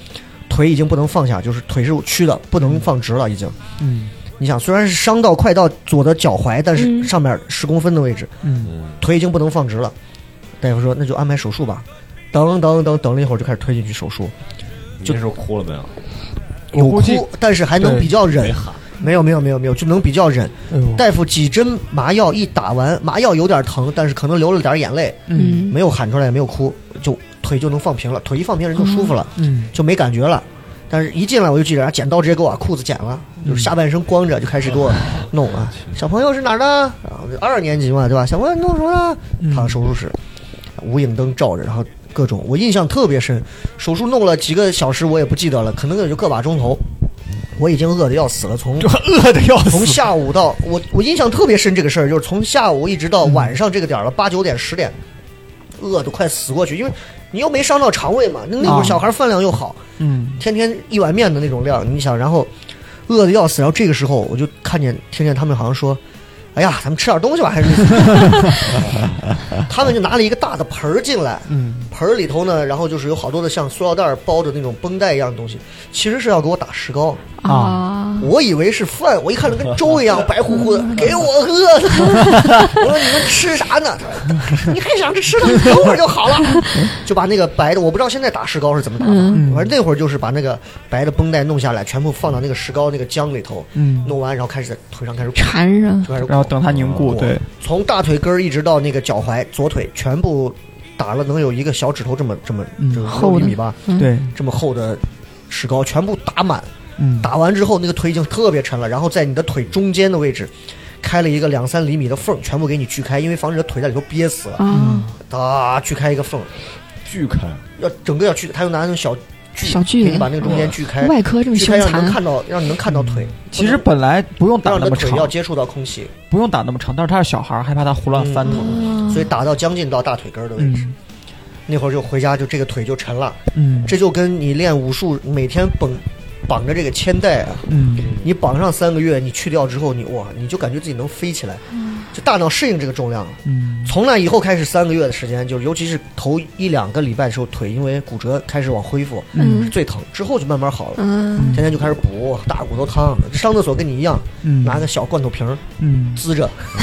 Speaker 4: 腿已经不能放下，就是腿是曲的，不能放直了已经。
Speaker 5: 嗯
Speaker 4: 你想，虽然是伤到快到左的脚踝，但是
Speaker 6: 嗯
Speaker 4: 上面十公分的位置，
Speaker 5: 嗯，
Speaker 4: 腿已经不能放直了。大夫说那就安排手术吧。等等等等了一会儿就开始推进去手术，
Speaker 7: 你那时候哭了没有？
Speaker 5: 我
Speaker 4: 有
Speaker 5: 估计
Speaker 4: 哭，但是还能
Speaker 5: 对
Speaker 4: 比较忍
Speaker 7: 没。喊，
Speaker 4: 没有没有没有没有，就能比较忍。
Speaker 5: 哎呦，
Speaker 4: 大夫几针麻药一打完，麻药有点疼，但是可能流了点眼泪，
Speaker 5: 嗯
Speaker 4: 没有喊出来，也没有哭，就腿就能放平了。腿一放平，人就舒服了，
Speaker 5: 嗯
Speaker 4: 就没感觉了。但是一进来我就记得，然后剪刀直接给我把裤子剪了，
Speaker 5: 嗯
Speaker 4: 就是下半身光着，就开始给我弄啊。小朋友是哪儿的？然后就二年级嘛，对吧？小朋友弄什么呢？
Speaker 5: 嗯
Speaker 4: 躺手术室，无影灯照着，然后各种，我印象特别深。手术弄了几个小时，我也不记得了，可能也就个把钟头。
Speaker 5: 嗯
Speaker 4: 我已经饿得要死了， 从
Speaker 5: 就 饿的要死，
Speaker 4: 从下午到我我印象特别深这个事儿，就是从下午一直到晚上这个点儿了，八九点十点，饿得快死过去，因为你又没伤到肠胃嘛。那那会
Speaker 5: 啊
Speaker 4: 儿小孩饭量又好，
Speaker 5: 嗯
Speaker 4: 天天一碗面的那种量，你想，然后饿得要死，然后这个时候我就看见听见他们好像说。哎呀，咱们吃点东西吧，还是 他们就拿了一个大的盆儿进来，
Speaker 5: 嗯
Speaker 4: 盆儿里头呢，然后就是有好多的像塑料袋儿包着那种绷带一样的东西，其实是要给我打石膏。嗯
Speaker 6: 啊，
Speaker 4: 我以为是饭，我一看着跟粥一样白乎 乎的，给我饿的。 我说你们吃啥呢？他说你还想着吃呢，等会儿就好了。 就把那个白的，我不知道现在打石膏是怎么打的。
Speaker 6: 嗯
Speaker 4: 反正那会儿就是把那个白的绷带弄下来，全部放到那个石膏那个浆里头，
Speaker 5: 嗯，
Speaker 4: 弄完然后开始在腿上开始就
Speaker 6: 缠啊上，
Speaker 4: 开始
Speaker 5: 然后等它凝固，
Speaker 4: 裹
Speaker 5: 对，
Speaker 4: 从大腿根儿一直到那个脚踝，左腿全部打了能有一个小指头这么这么
Speaker 5: 嗯
Speaker 4: 这么
Speaker 6: 厚
Speaker 4: 六
Speaker 6: 的
Speaker 4: 厘米吧，
Speaker 6: 嗯
Speaker 5: 对，
Speaker 4: 这么厚的石膏全部打满。
Speaker 5: 嗯，
Speaker 4: 打完之后，那个腿已经特别沉了，然后在你的腿中间的位置开了一个两三厘米的缝，全部给你锯开，因为防止你的腿在里头憋死了。
Speaker 6: 啊，
Speaker 4: 哒，锯开一个缝，
Speaker 7: 巨开，
Speaker 4: 要整个要锯，他又拿那种小锯，
Speaker 6: 小锯
Speaker 4: 给你把那个中间锯开，
Speaker 6: 外科这么
Speaker 4: 锯开
Speaker 6: 凶
Speaker 4: 让你能
Speaker 6: 残，啊
Speaker 4: 看到，让你能看到腿，
Speaker 5: 嗯其实本来不用
Speaker 4: 不
Speaker 5: 打
Speaker 4: 让你
Speaker 5: 那
Speaker 4: 的
Speaker 5: 么
Speaker 4: 腿
Speaker 5: 长，
Speaker 4: 要接触到空气，
Speaker 5: 不用打那么长，但是他是小孩儿，害怕他胡乱翻腾。
Speaker 4: 所以打到将近到大腿根儿的位置。
Speaker 5: 嗯
Speaker 4: 那会儿就回家，就这个腿就沉了，
Speaker 5: 嗯
Speaker 4: 这就跟你练武术每天绷绑着这个铅带啊，
Speaker 5: 嗯
Speaker 4: 你绑上三个月，你去掉之后，你哇，你就感觉自己能飞起来，就大脑适应这个重量了。
Speaker 5: 嗯，
Speaker 4: 从那以后开始三个月的时间，就是尤其是头一两个礼拜的时候，腿因为骨折开始往恢复，
Speaker 6: 嗯
Speaker 4: 最疼，之后就慢慢好了。
Speaker 6: 嗯，
Speaker 4: 天天就开始补大骨头汤，上厕所跟你一样，
Speaker 5: 嗯
Speaker 4: 拿个小罐头瓶儿
Speaker 5: 嗯，
Speaker 4: 滋着。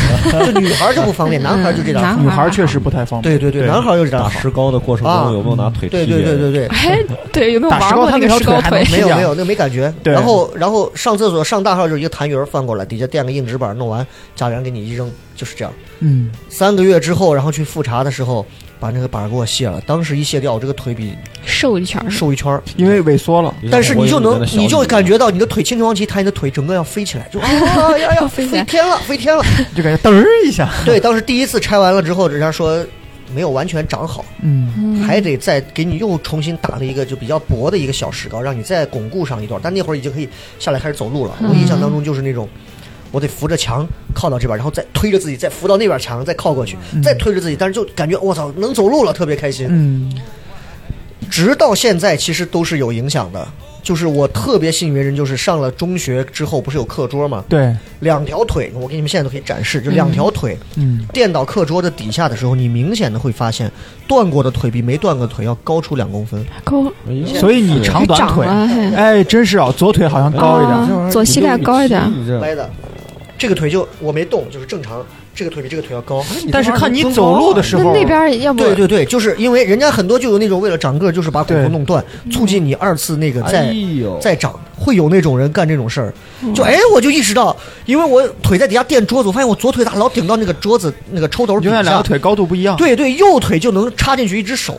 Speaker 4: 就女孩儿就不方便，男孩儿就这点儿
Speaker 6: 嗯
Speaker 4: 好。
Speaker 5: 女孩儿确实不太方
Speaker 4: 对
Speaker 5: 便。
Speaker 4: 对对，男孩儿就这点儿
Speaker 7: 打
Speaker 4: 好。
Speaker 7: 石膏的过程
Speaker 4: 啊
Speaker 7: 中有没有拿腿踢
Speaker 4: 对对对对对，
Speaker 6: 哎，对，有没有
Speaker 5: 打
Speaker 6: 玩
Speaker 5: 石膏
Speaker 6: 过
Speaker 5: 他
Speaker 6: 那
Speaker 5: 那
Speaker 6: 个
Speaker 5: 条
Speaker 6: 石膏
Speaker 5: 腿还能
Speaker 6: 腿？
Speaker 4: 没有
Speaker 5: 这样
Speaker 4: 没有那个没感觉。
Speaker 5: 对
Speaker 4: 然后然后上厕所上大号就是一个痰盂儿翻过来，底下垫个硬纸板，弄完家里人给你一扔，就是这样。
Speaker 5: 嗯，
Speaker 4: 三个月之后，然后去复查的时候，把那个板儿给我卸了。当时一卸掉，我这个腿比
Speaker 6: 瘦一圈儿，
Speaker 4: 瘦一圈儿。
Speaker 5: 因为萎缩 了。
Speaker 4: 但是你就能，你就感
Speaker 7: 觉
Speaker 4: 觉到你的腿青黄旗抬，你的腿整个要飞起来，就啊 呀呀呀，飞
Speaker 6: 飞起来
Speaker 4: 天了，飞天了。
Speaker 5: 就感觉嘚儿一下，
Speaker 4: 对，当时第一次拆完了之后，人家说没有完全长好，
Speaker 5: 嗯
Speaker 4: 还得再给你又重新打了一个就比较薄的一个小石膏，让你再巩固上一段。但那会儿已经可以下来开始走路
Speaker 5: 嗯
Speaker 4: 了。我印象当中就是那种，我得扶着墙靠到这边，然后再推着自己，再扶到那边墙，再靠过去，再推着自己，但是就感觉我操能走路了，特别开心。
Speaker 5: 嗯，
Speaker 4: 直到现在其实都是有影响的。就是我特别幸运的人，就是上了中学之后不是有课桌嘛，
Speaker 5: 对，
Speaker 4: 两条腿，我给你们现在都可以展示，就两条腿。
Speaker 5: 嗯
Speaker 4: 垫到课桌的底下的时候，你明显的会发现，断过的腿比没断过的腿要高出两公分。
Speaker 6: 高
Speaker 7: 到
Speaker 5: 所以你长短
Speaker 6: 长
Speaker 5: 腿，
Speaker 6: 了，嘿
Speaker 5: 哎，真是啊，左腿好像高一点，
Speaker 6: 啊，左膝盖高一点儿，
Speaker 5: 嗯
Speaker 4: 歪的，这个腿就我没动，就是正常，这个腿比这个腿要 高。
Speaker 5: 但是嗯看你走路的时
Speaker 6: 那
Speaker 5: 候，
Speaker 6: 那边儿要不
Speaker 4: 对对对，就是因为人家很多就有那种为了长个儿，就是把骨头
Speaker 5: 对
Speaker 4: 弄断，
Speaker 6: 嗯
Speaker 4: 促进你二次那个
Speaker 7: 哎
Speaker 4: 再
Speaker 7: 呦，
Speaker 4: 再长，会有那种人干这种事儿。就哎，我就意识到，因为我腿在底下垫桌子，我发现我左腿咋老顶到那个桌子那个抽头底
Speaker 5: 永远两
Speaker 4: 下
Speaker 5: 个。腿高度不一样。
Speaker 4: 对对，右腿就能插进去一只手，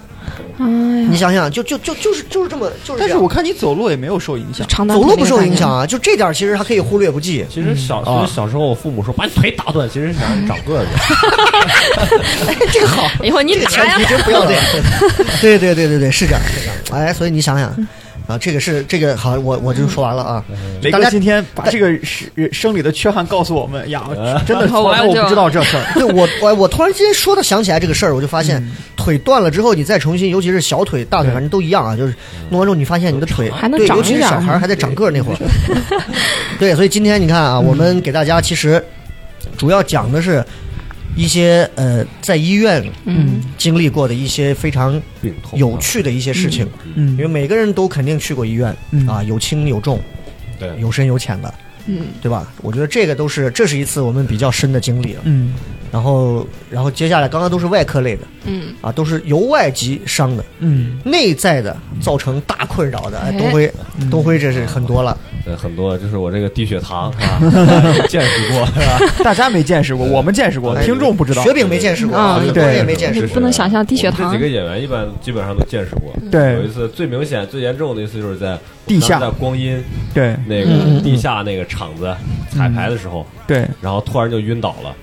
Speaker 6: 哎呀
Speaker 4: 你想想，就就就就是就是这么就是这样。
Speaker 5: 但是我看你走路也没有受影响，
Speaker 6: 长短
Speaker 4: 走
Speaker 6: 腿
Speaker 4: 路
Speaker 6: 那
Speaker 4: 不
Speaker 6: 个
Speaker 4: 受
Speaker 6: 感
Speaker 4: 影
Speaker 6: 觉
Speaker 4: 响，啊，就这点儿其实还可以忽略不计。
Speaker 7: 其实小
Speaker 4: 嗯
Speaker 5: 啊
Speaker 7: 其实小时候，我父母说把你腿打断，其实是想让你长个子。
Speaker 4: 这 个好，
Speaker 6: 以后哎你
Speaker 4: 这个
Speaker 6: 打
Speaker 4: 前
Speaker 6: 呀
Speaker 4: 提，真不要 这样。对对对对对，是这样，是这样。哎，所以你想想啊，这个是这个好，我我就说完了啊。
Speaker 5: 雷
Speaker 4: 大
Speaker 5: 哥
Speaker 4: 家
Speaker 5: 今天把这个是呃生理的缺憾告诉我们呀，真的
Speaker 6: 然后
Speaker 5: 呃 从
Speaker 6: 我
Speaker 5: 来
Speaker 6: 们
Speaker 5: 我
Speaker 6: 就
Speaker 5: 不知道这事 儿。
Speaker 4: 对我我我突然之间说到想起来这个事儿，我就发现腿断了之后，你再重新，尤其是小腿、大腿，
Speaker 5: 对
Speaker 4: 反正都一样啊，就是弄完之后你发现你的腿
Speaker 6: 还能
Speaker 4: 对，
Speaker 6: 长
Speaker 4: 尤其
Speaker 6: 一
Speaker 4: 是
Speaker 6: 点儿嗯
Speaker 4: 小孩儿还在长个儿那会儿。 对，所以今天你看啊，我们给大家其实主要讲的是一些呃在医院
Speaker 6: 嗯，
Speaker 4: 经历过的一些非常
Speaker 7: 病痛啊
Speaker 4: 有趣的一些事情，因为
Speaker 5: 嗯
Speaker 4: 每个人都肯定去过医院、
Speaker 5: 嗯
Speaker 4: 啊，有轻有重，
Speaker 7: 对，
Speaker 4: 有深有浅的，
Speaker 6: 嗯，
Speaker 4: 对吧？我觉得这个都是这是一次我们比较深的经历了。
Speaker 5: 嗯，
Speaker 4: 然后，然后接下来刚刚都是外科类的，
Speaker 6: 嗯，
Speaker 4: 啊，都是由外及伤的，
Speaker 5: 嗯，
Speaker 4: 内在的造成大困扰的。哎，
Speaker 6: 哎
Speaker 4: 东辉，
Speaker 5: 嗯
Speaker 4: 东辉这是很多了，
Speaker 7: 对，很多就是我这个低血糖啊，见识过是吧？
Speaker 5: 大家没见识过，我们见识过，
Speaker 4: 哎
Speaker 5: 听众不知道
Speaker 4: 雪。饼没见识过，
Speaker 6: 啊
Speaker 4: 东辉
Speaker 5: 对
Speaker 4: 也没见识
Speaker 6: 你
Speaker 4: 过。
Speaker 6: 不能想象低血
Speaker 7: 我
Speaker 6: 糖
Speaker 7: 们这几个演员一般基本上都见识过。有
Speaker 5: 对
Speaker 7: 一次最明显、最严重的一次就是在
Speaker 5: 地下
Speaker 7: 在光阴
Speaker 5: 对
Speaker 7: 那
Speaker 4: 嗯
Speaker 7: 个地下那个场子彩排的时候，
Speaker 5: 对，
Speaker 7: 然后突然就晕倒了，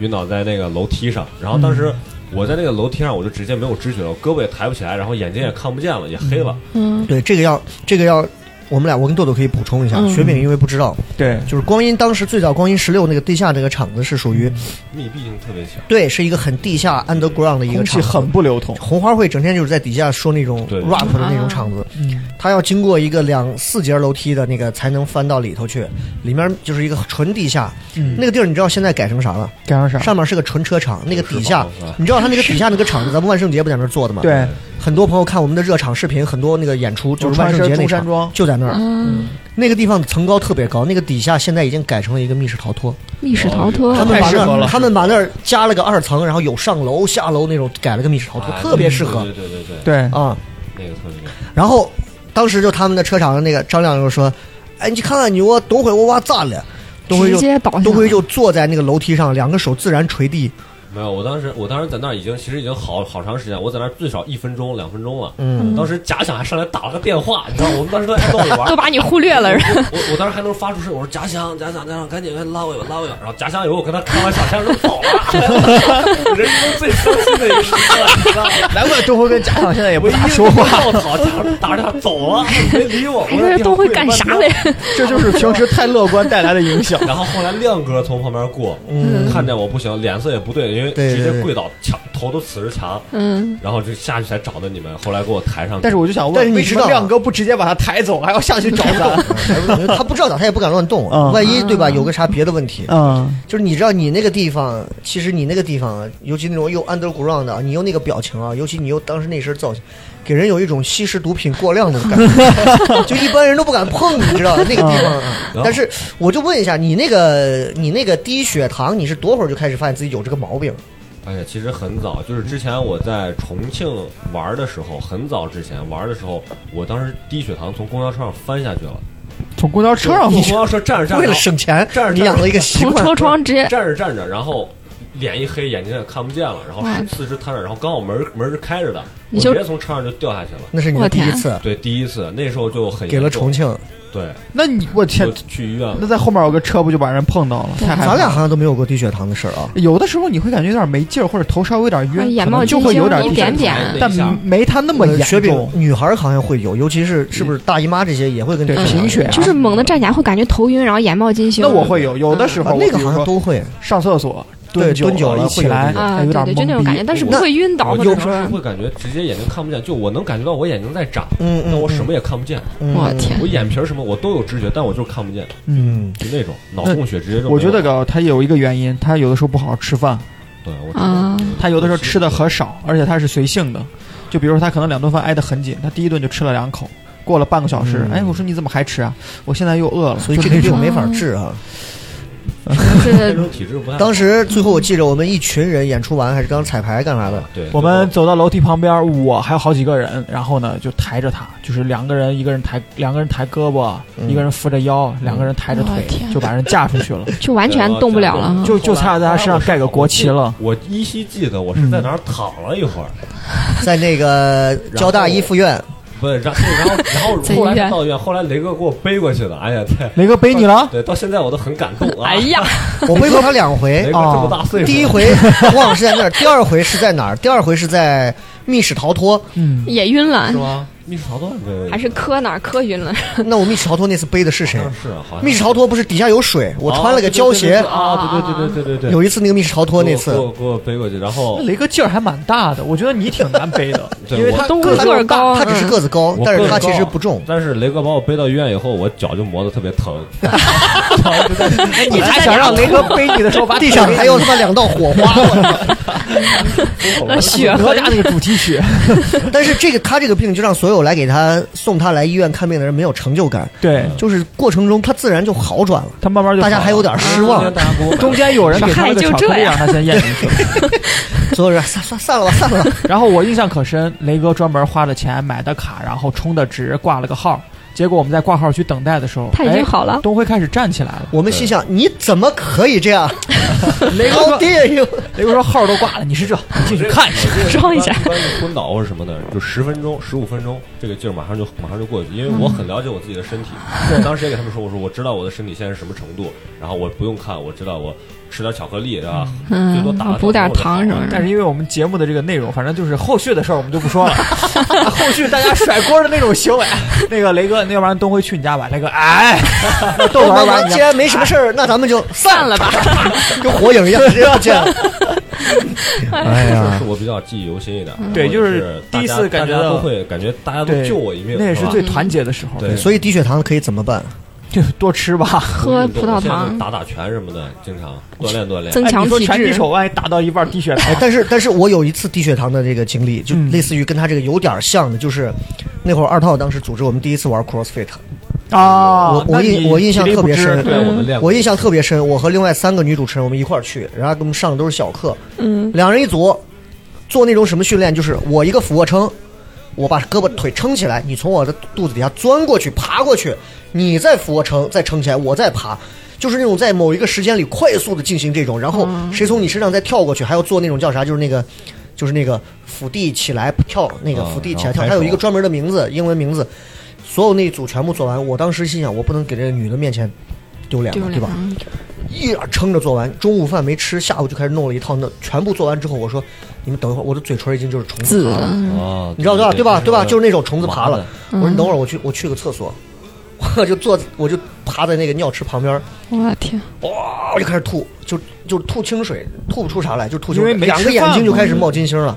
Speaker 7: 晕倒在那个楼梯上。然后当时我在那个楼梯上，我就直接没有知觉了，我胳膊也抬不起来，然后眼睛也看不见了，也黑了。
Speaker 6: 嗯，
Speaker 4: 对，这个要，这个要，我们俩我跟豆豆可以补充一下。
Speaker 6: 嗯
Speaker 4: 雪饼因为不知道，
Speaker 5: 对
Speaker 4: 就是光阴当时最早光阴十六那个地下那个厂子是属
Speaker 5: 嗯
Speaker 4: 于
Speaker 7: 密闭性特别强，
Speaker 4: 对，是一个很地下 underground 的一个
Speaker 5: 空气
Speaker 4: 场子。
Speaker 5: 很不流通。
Speaker 4: 红花会整天就是在底下说那种
Speaker 7: 对
Speaker 4: rap 的
Speaker 6: 啊
Speaker 4: 那种场子，
Speaker 5: 嗯
Speaker 4: 他要经过一个两四节楼梯的那个才能翻到里头去，里面就是一个纯地下，
Speaker 5: 嗯，啊
Speaker 4: 那个地儿你知道现在改成啥了？
Speaker 5: 干上啥？
Speaker 4: 上面是个纯车场，那个底下
Speaker 7: 是吧，
Speaker 4: 你知道他那个底下那个场子，咱们万圣节不在那儿做的吗？，
Speaker 5: 对，
Speaker 4: 很多朋友看我们的热场视频，很多那个演出就是万圣节那
Speaker 5: 我穿着中山
Speaker 4: 场
Speaker 5: 装
Speaker 4: 就在那儿，
Speaker 6: 嗯，
Speaker 4: 那个地方层高特别高，那个底下现在已经改成了一个密室逃脱。
Speaker 6: 密室逃脱
Speaker 4: 他，们把
Speaker 5: 太适
Speaker 4: 那
Speaker 5: 合
Speaker 4: 儿
Speaker 5: 了
Speaker 4: 他们把那儿加了个二层，然后有上楼下楼那种，改了个密室逃
Speaker 7: 啊
Speaker 4: 脱，特别适合
Speaker 7: 对对对对对，
Speaker 5: 对，
Speaker 4: 啊。
Speaker 7: 那个特别厉害。
Speaker 4: 然后当时就他们的车厂的那个张亮就说：“哎，你去看看你我等会我哇咋了？”东辉
Speaker 6: 直
Speaker 4: 就
Speaker 6: 接哎倒下
Speaker 4: 东辉就坐在那个楼梯上，两个手自然垂地，
Speaker 7: 没有，我当时我当时在那儿已经其实已经好好长时间，我在那儿最少一分钟两分钟了。
Speaker 4: 嗯，
Speaker 7: 当时假想还上来打了个电话，你知道，我们当时都还逗我玩
Speaker 6: 都
Speaker 7: 儿。
Speaker 6: 把你忽略了，
Speaker 7: 我我我当时还能发出声，我说假想假想假想，赶紧快拉我一把拉我一把。然后假想以为我跟他开玩笑，假想就 跑了。人生最伤心的一个时刻，你知道吗？
Speaker 5: 难怪周辉跟家长现在也
Speaker 7: 我
Speaker 5: 不
Speaker 7: 一
Speaker 5: 咋说话，
Speaker 7: 跳槽，假想打着他走 了，没理我。我
Speaker 6: 这
Speaker 7: 在
Speaker 6: 都会干啥嘞？？
Speaker 5: 这就是平时太乐观带来的影响。
Speaker 6: 嗯
Speaker 7: 然后后来亮哥从旁边过，看见我不行，脸色也不对，因为因为
Speaker 4: 对
Speaker 7: 直
Speaker 4: 对
Speaker 7: 接
Speaker 4: 对
Speaker 7: 跪倒墙，头都死着墙，
Speaker 6: 嗯，
Speaker 7: 然后就下去才找的你们，后来给我抬上 去。
Speaker 5: 但是我就想
Speaker 4: 但是
Speaker 5: 问，
Speaker 4: 你
Speaker 5: 为什
Speaker 4: 知
Speaker 5: 么
Speaker 4: 道
Speaker 5: 亮哥不直接把他抬走，还要下去找咱？
Speaker 4: 因为他不知道咋，他也不敢乱动
Speaker 5: 啊，
Speaker 4: 万一对吧？有个啥别的问题，
Speaker 5: 嗯，
Speaker 4: 就是你知道你那个地方，其实你那个地方，尤其那种又 underground 的，你又那个表情啊，尤其你又当时那身造型，给人有一种吸食毒品过量那种感觉，就一般人都不敢碰，你知道那个地方啊。
Speaker 7: 然后
Speaker 4: 但是我就问一下，你那个你那个低血糖，你是多会儿就开始发现自己有这个毛病？
Speaker 7: 哎呀，其实很早，就是之前我在重庆玩的时候，很早之前玩的时候，我当时低血糖从公交车上翻下去了，
Speaker 5: 从公交车上
Speaker 7: 坐
Speaker 5: 过
Speaker 7: 公交车站着站着，
Speaker 4: 为了省钱
Speaker 7: 这儿，
Speaker 4: 你养了一个习
Speaker 6: 从
Speaker 4: 惯。
Speaker 6: 车窗直接
Speaker 7: 站着站着，然后脸一黑，眼睛也看不见了，然后
Speaker 6: 哇
Speaker 7: 四肢瘫着，然后刚好门门是开着的，
Speaker 6: 你
Speaker 7: 我
Speaker 6: 就
Speaker 7: 直接从车上就掉下去了。
Speaker 4: 那是你的第一次，
Speaker 7: 对，第一次那时候就很
Speaker 4: 给了
Speaker 7: 严重
Speaker 4: 重，庆，
Speaker 7: 对，
Speaker 5: 那你我
Speaker 7: 就
Speaker 5: 天，
Speaker 7: 去医院了
Speaker 5: 那。在后面有个车不就把人碰到了？太害怕
Speaker 4: 咱
Speaker 5: 了
Speaker 4: 俩好像都没有过低血糖的事儿啊。
Speaker 5: 有的时候你会感觉有点没劲儿，或者头稍微有点
Speaker 6: 啊
Speaker 5: 晕，
Speaker 6: 眼
Speaker 5: 可能
Speaker 6: 冒
Speaker 5: 就
Speaker 6: 金
Speaker 5: 会有
Speaker 6: 星
Speaker 5: 点
Speaker 6: 一
Speaker 5: 低
Speaker 6: 点
Speaker 5: 血
Speaker 6: 点
Speaker 5: 糖
Speaker 7: 那一
Speaker 5: 但
Speaker 7: 下
Speaker 5: 没他那么
Speaker 4: 呃雪
Speaker 5: 严
Speaker 4: 饼
Speaker 5: 重，。
Speaker 4: 女孩儿好像会有，尤其是是不是大姨妈这些也会跟
Speaker 5: 对
Speaker 4: 低
Speaker 5: 贫血啊
Speaker 6: 嗯就是猛地站起来会感觉头晕，然后眼冒金星。
Speaker 5: 那我会有，有的时
Speaker 4: 啊
Speaker 5: 候
Speaker 4: 那个好像
Speaker 5: 都
Speaker 4: 都会。
Speaker 5: 上厕所
Speaker 4: 对
Speaker 5: 久
Speaker 4: 蹲久了
Speaker 5: 一起来
Speaker 4: 会有
Speaker 6: 啊，
Speaker 5: 哎
Speaker 6: 对
Speaker 5: 有点
Speaker 6: 对，就那种
Speaker 5: 懵逼
Speaker 6: 感觉，但是不
Speaker 4: 那
Speaker 6: 会晕倒啊
Speaker 7: 我
Speaker 6: 或
Speaker 7: 有
Speaker 6: 者
Speaker 7: 时
Speaker 6: 什
Speaker 7: 候
Speaker 6: 么。
Speaker 7: 会感觉直接眼睛看不见，就我能感觉到我眼睛在眨，
Speaker 4: 嗯，
Speaker 7: 但我什么也看不见，
Speaker 4: 嗯？
Speaker 6: 我
Speaker 4: 嗯
Speaker 6: 天
Speaker 7: 我眼皮儿什么我都有知觉，但我就是看不见，
Speaker 4: 嗯，
Speaker 7: 就那种脑供血直接就没有了。
Speaker 5: 我觉得搞他有一个原因，他有的时候不好好吃饭，
Speaker 7: 对，我知道
Speaker 6: 啊，
Speaker 5: 他有的时候吃的很少，而且他是随性的。就比如说他可能两顿饭挨得很紧，他第一顿就吃了两口，过了半个小时，
Speaker 4: 嗯
Speaker 5: 哎，我说你怎么还吃啊？我现在又饿了。
Speaker 4: 所以这个病没法治啊。
Speaker 7: 那
Speaker 6: 是
Speaker 7: 种体质不太好。
Speaker 4: 当时最后我记着我们一群人演出完还是刚彩排干啥
Speaker 6: 哦
Speaker 4: 的，
Speaker 7: 对，
Speaker 5: 我们走到楼梯旁边，我还有好几个人，然后呢就抬着他，就是两个人，一个人抬，两个人抬胳膊，
Speaker 4: 嗯
Speaker 5: 一个人扶着腰，两个人抬着
Speaker 6: 我
Speaker 5: 腿，
Speaker 6: 天
Speaker 5: 就把人架出去 了，
Speaker 6: 就完
Speaker 7: 啊
Speaker 6: 全动不了了啊哈。
Speaker 5: 就就差在他身上盖个国旗了。
Speaker 7: 我依稀记得我是在哪儿躺了一会儿，
Speaker 4: 在那 个交大一附院，
Speaker 7: 不是，然后然后然后
Speaker 6: 在医院
Speaker 7: 后来到医院，后来雷哥给我背过去的，哎呀，对
Speaker 5: 雷哥背你了，
Speaker 7: 对，到现在我都很感动啊！
Speaker 6: 哎，呀，
Speaker 4: 我背过他两
Speaker 7: 雷
Speaker 4: 回哦
Speaker 7: 哥。这么大
Speaker 5: 哦
Speaker 7: 岁数，
Speaker 4: 第一回 忘了是在那儿，第二回是在哪儿？第二回是在密室逃脱。
Speaker 5: 嗯，
Speaker 6: 也晕了
Speaker 7: 是，吗？密室逃脱对
Speaker 6: 还是磕哪儿磕晕了？
Speaker 4: 那我密室逃脱那次背的是谁
Speaker 7: 好？像是啊好像
Speaker 4: 密室逃脱不是底下有水，我穿了个胶鞋。
Speaker 7: 啊，哦对对对对对对对，
Speaker 4: 有一次那个密室逃脱那
Speaker 7: 给
Speaker 4: 次，
Speaker 7: 我给我背过去，然后
Speaker 5: 那雷哥劲儿还蛮大的，我觉得你挺难背 的，
Speaker 7: 对
Speaker 5: 因为
Speaker 7: 我
Speaker 5: 他
Speaker 6: 都
Speaker 5: 个
Speaker 6: 个儿高，
Speaker 4: 他只是
Speaker 6: 嗯
Speaker 4: 个子高，
Speaker 7: 我
Speaker 4: 但是他
Speaker 7: 个子
Speaker 4: 其
Speaker 7: 高啊
Speaker 4: 实不重。
Speaker 7: 但是雷哥把我背到医院以后，我脚就磨得特别疼，
Speaker 5: 你还想让雷哥背你的时候把
Speaker 4: 地上还有他妈两道火花，我操
Speaker 6: 那血
Speaker 5: 哪吒那个主题 曲，
Speaker 4: 但是这个他这个病就让所有来给他送他来医院看病的人没有成就感，
Speaker 5: 对
Speaker 4: 就是过程中他自然就好转了，
Speaker 5: 他慢慢就
Speaker 4: 大家还有点失
Speaker 7: 今天
Speaker 4: 望，
Speaker 7: 大家给
Speaker 6: 嗯
Speaker 7: 我买
Speaker 5: 中间有人给他了个巧克力，让他先咽进去。
Speaker 4: 所有人散散散了吧，散了吧。
Speaker 5: 然后我印象可深，雷哥专门花的钱买的卡，然后充的值，挂了个号。结果我们在挂号区等待的时候，
Speaker 6: 他已经
Speaker 5: 哎
Speaker 6: 好了
Speaker 5: 东辉开始站起来了。
Speaker 4: 我们心想，你怎么可以这样？How dare you！
Speaker 5: 雷哥说号都挂了，你是这，你进去看一下。
Speaker 6: 装一下
Speaker 7: 一般是昏倒或者什么的，就十分钟、十五分钟，这个劲儿马上就马上就过去，因为我很了解我自己的身体。我当时也给他们说，我说我知道我的身体现在是什么程度，然后我不用看，我知道我吃点巧克力啊，最多打
Speaker 6: 嗯
Speaker 7: 个，
Speaker 6: 补点
Speaker 7: 小
Speaker 6: 糖
Speaker 7: 糖
Speaker 6: 什么
Speaker 5: 但
Speaker 6: 的。
Speaker 5: 是因为我们节目的这个内容，反正就是后续的事儿我们就不说了。 后续大家甩锅的那种行为，那个雷哥，那要不然东辉去你家吧。雷哥，哎，豆
Speaker 4: 我们
Speaker 5: 玩玩
Speaker 4: 既然没什么事儿，那咱们就
Speaker 6: 散了吧，
Speaker 4: 跟火影一样，直接这样。哎
Speaker 7: 这事儿
Speaker 4: 呀
Speaker 7: 是，我比较记忆犹新一点。
Speaker 5: 对
Speaker 7: 我
Speaker 5: 就是
Speaker 7: 大
Speaker 5: 第一
Speaker 7: 家
Speaker 5: 次感觉
Speaker 7: 大家
Speaker 5: 到
Speaker 7: 都会感觉大家都
Speaker 5: 对
Speaker 7: 救我一命，
Speaker 5: 那也是
Speaker 7: 吧嗯
Speaker 5: 最团结的时候。
Speaker 7: 对，
Speaker 4: 所以低血糖可以怎么办？
Speaker 5: 就多吃吧。
Speaker 6: 喝葡萄
Speaker 7: 我现在
Speaker 6: 糖
Speaker 7: 打打拳什么的，经常锻炼锻炼。
Speaker 6: 增
Speaker 5: 哎，
Speaker 6: 强
Speaker 5: 你说
Speaker 6: 体
Speaker 5: 拳击
Speaker 6: 质。
Speaker 5: 手，万一打到一半低血
Speaker 4: 哎
Speaker 5: 糖，，
Speaker 4: 但是但是我有一次低血糖的这个经历，就
Speaker 5: 嗯
Speaker 4: 类似于跟他这个有点像的，就是那会儿二套当时组织我们第一次玩 CrossFit，
Speaker 5: 啊，
Speaker 4: 我
Speaker 5: 那
Speaker 4: 我印
Speaker 5: 你
Speaker 4: 我印象
Speaker 5: 体力
Speaker 4: 特别
Speaker 5: 不支
Speaker 4: 深
Speaker 7: 对我们练过
Speaker 4: 我印象特别深，我和另外三个女主持人我们一块儿去，然后给我们上的都是小课，
Speaker 6: 嗯，
Speaker 4: 两人一组，做那种什么训练，就是我一个俯卧撑，我把胳膊腿撑起来，你从我的肚子底下钻过去，爬过去，你再俯卧撑，再撑起来，我再爬。就是那种在某一个时间里快速的进行这种，然后谁从你身上再跳过去，还要做那种叫啥，就是那个，就是那个伏地起来跳，那个
Speaker 7: 嗯
Speaker 4: 伏地
Speaker 7: 然
Speaker 4: 起来
Speaker 7: 后
Speaker 4: 跳，
Speaker 7: 拍
Speaker 4: 还有
Speaker 7: 手
Speaker 4: 一个专门的名字，英文名字。所有那一组全部做完，我当时心想，我不能给这个女的面前丢脸
Speaker 6: 丢
Speaker 4: 了，对
Speaker 6: 脸
Speaker 4: 吧？
Speaker 6: 嗯
Speaker 4: 一点儿撑着做完，中午饭没吃，下午就开始弄了一套那，全部做完之后，我说你们等一会儿，我的嘴唇已经就是虫子
Speaker 6: 紫
Speaker 4: 爬了，
Speaker 6: 了，
Speaker 7: 哦，
Speaker 5: 嗯
Speaker 4: 你知道对吧？对吧？对吧？就是那种虫子爬
Speaker 7: 麻
Speaker 4: 了
Speaker 7: 的。
Speaker 4: 我说你等会儿，我去我去个厕所，我 我就坐，我就趴在那个尿池旁边，啊
Speaker 6: 我的天，
Speaker 4: 哇，我就开始吐，就就吐清水，吐不出啥来，就吐清
Speaker 5: 因为
Speaker 4: 水，
Speaker 5: 没
Speaker 4: 两
Speaker 5: 吃
Speaker 4: 个眼
Speaker 5: 饭
Speaker 4: 睛就
Speaker 5: 嘛
Speaker 4: 开始冒金星了，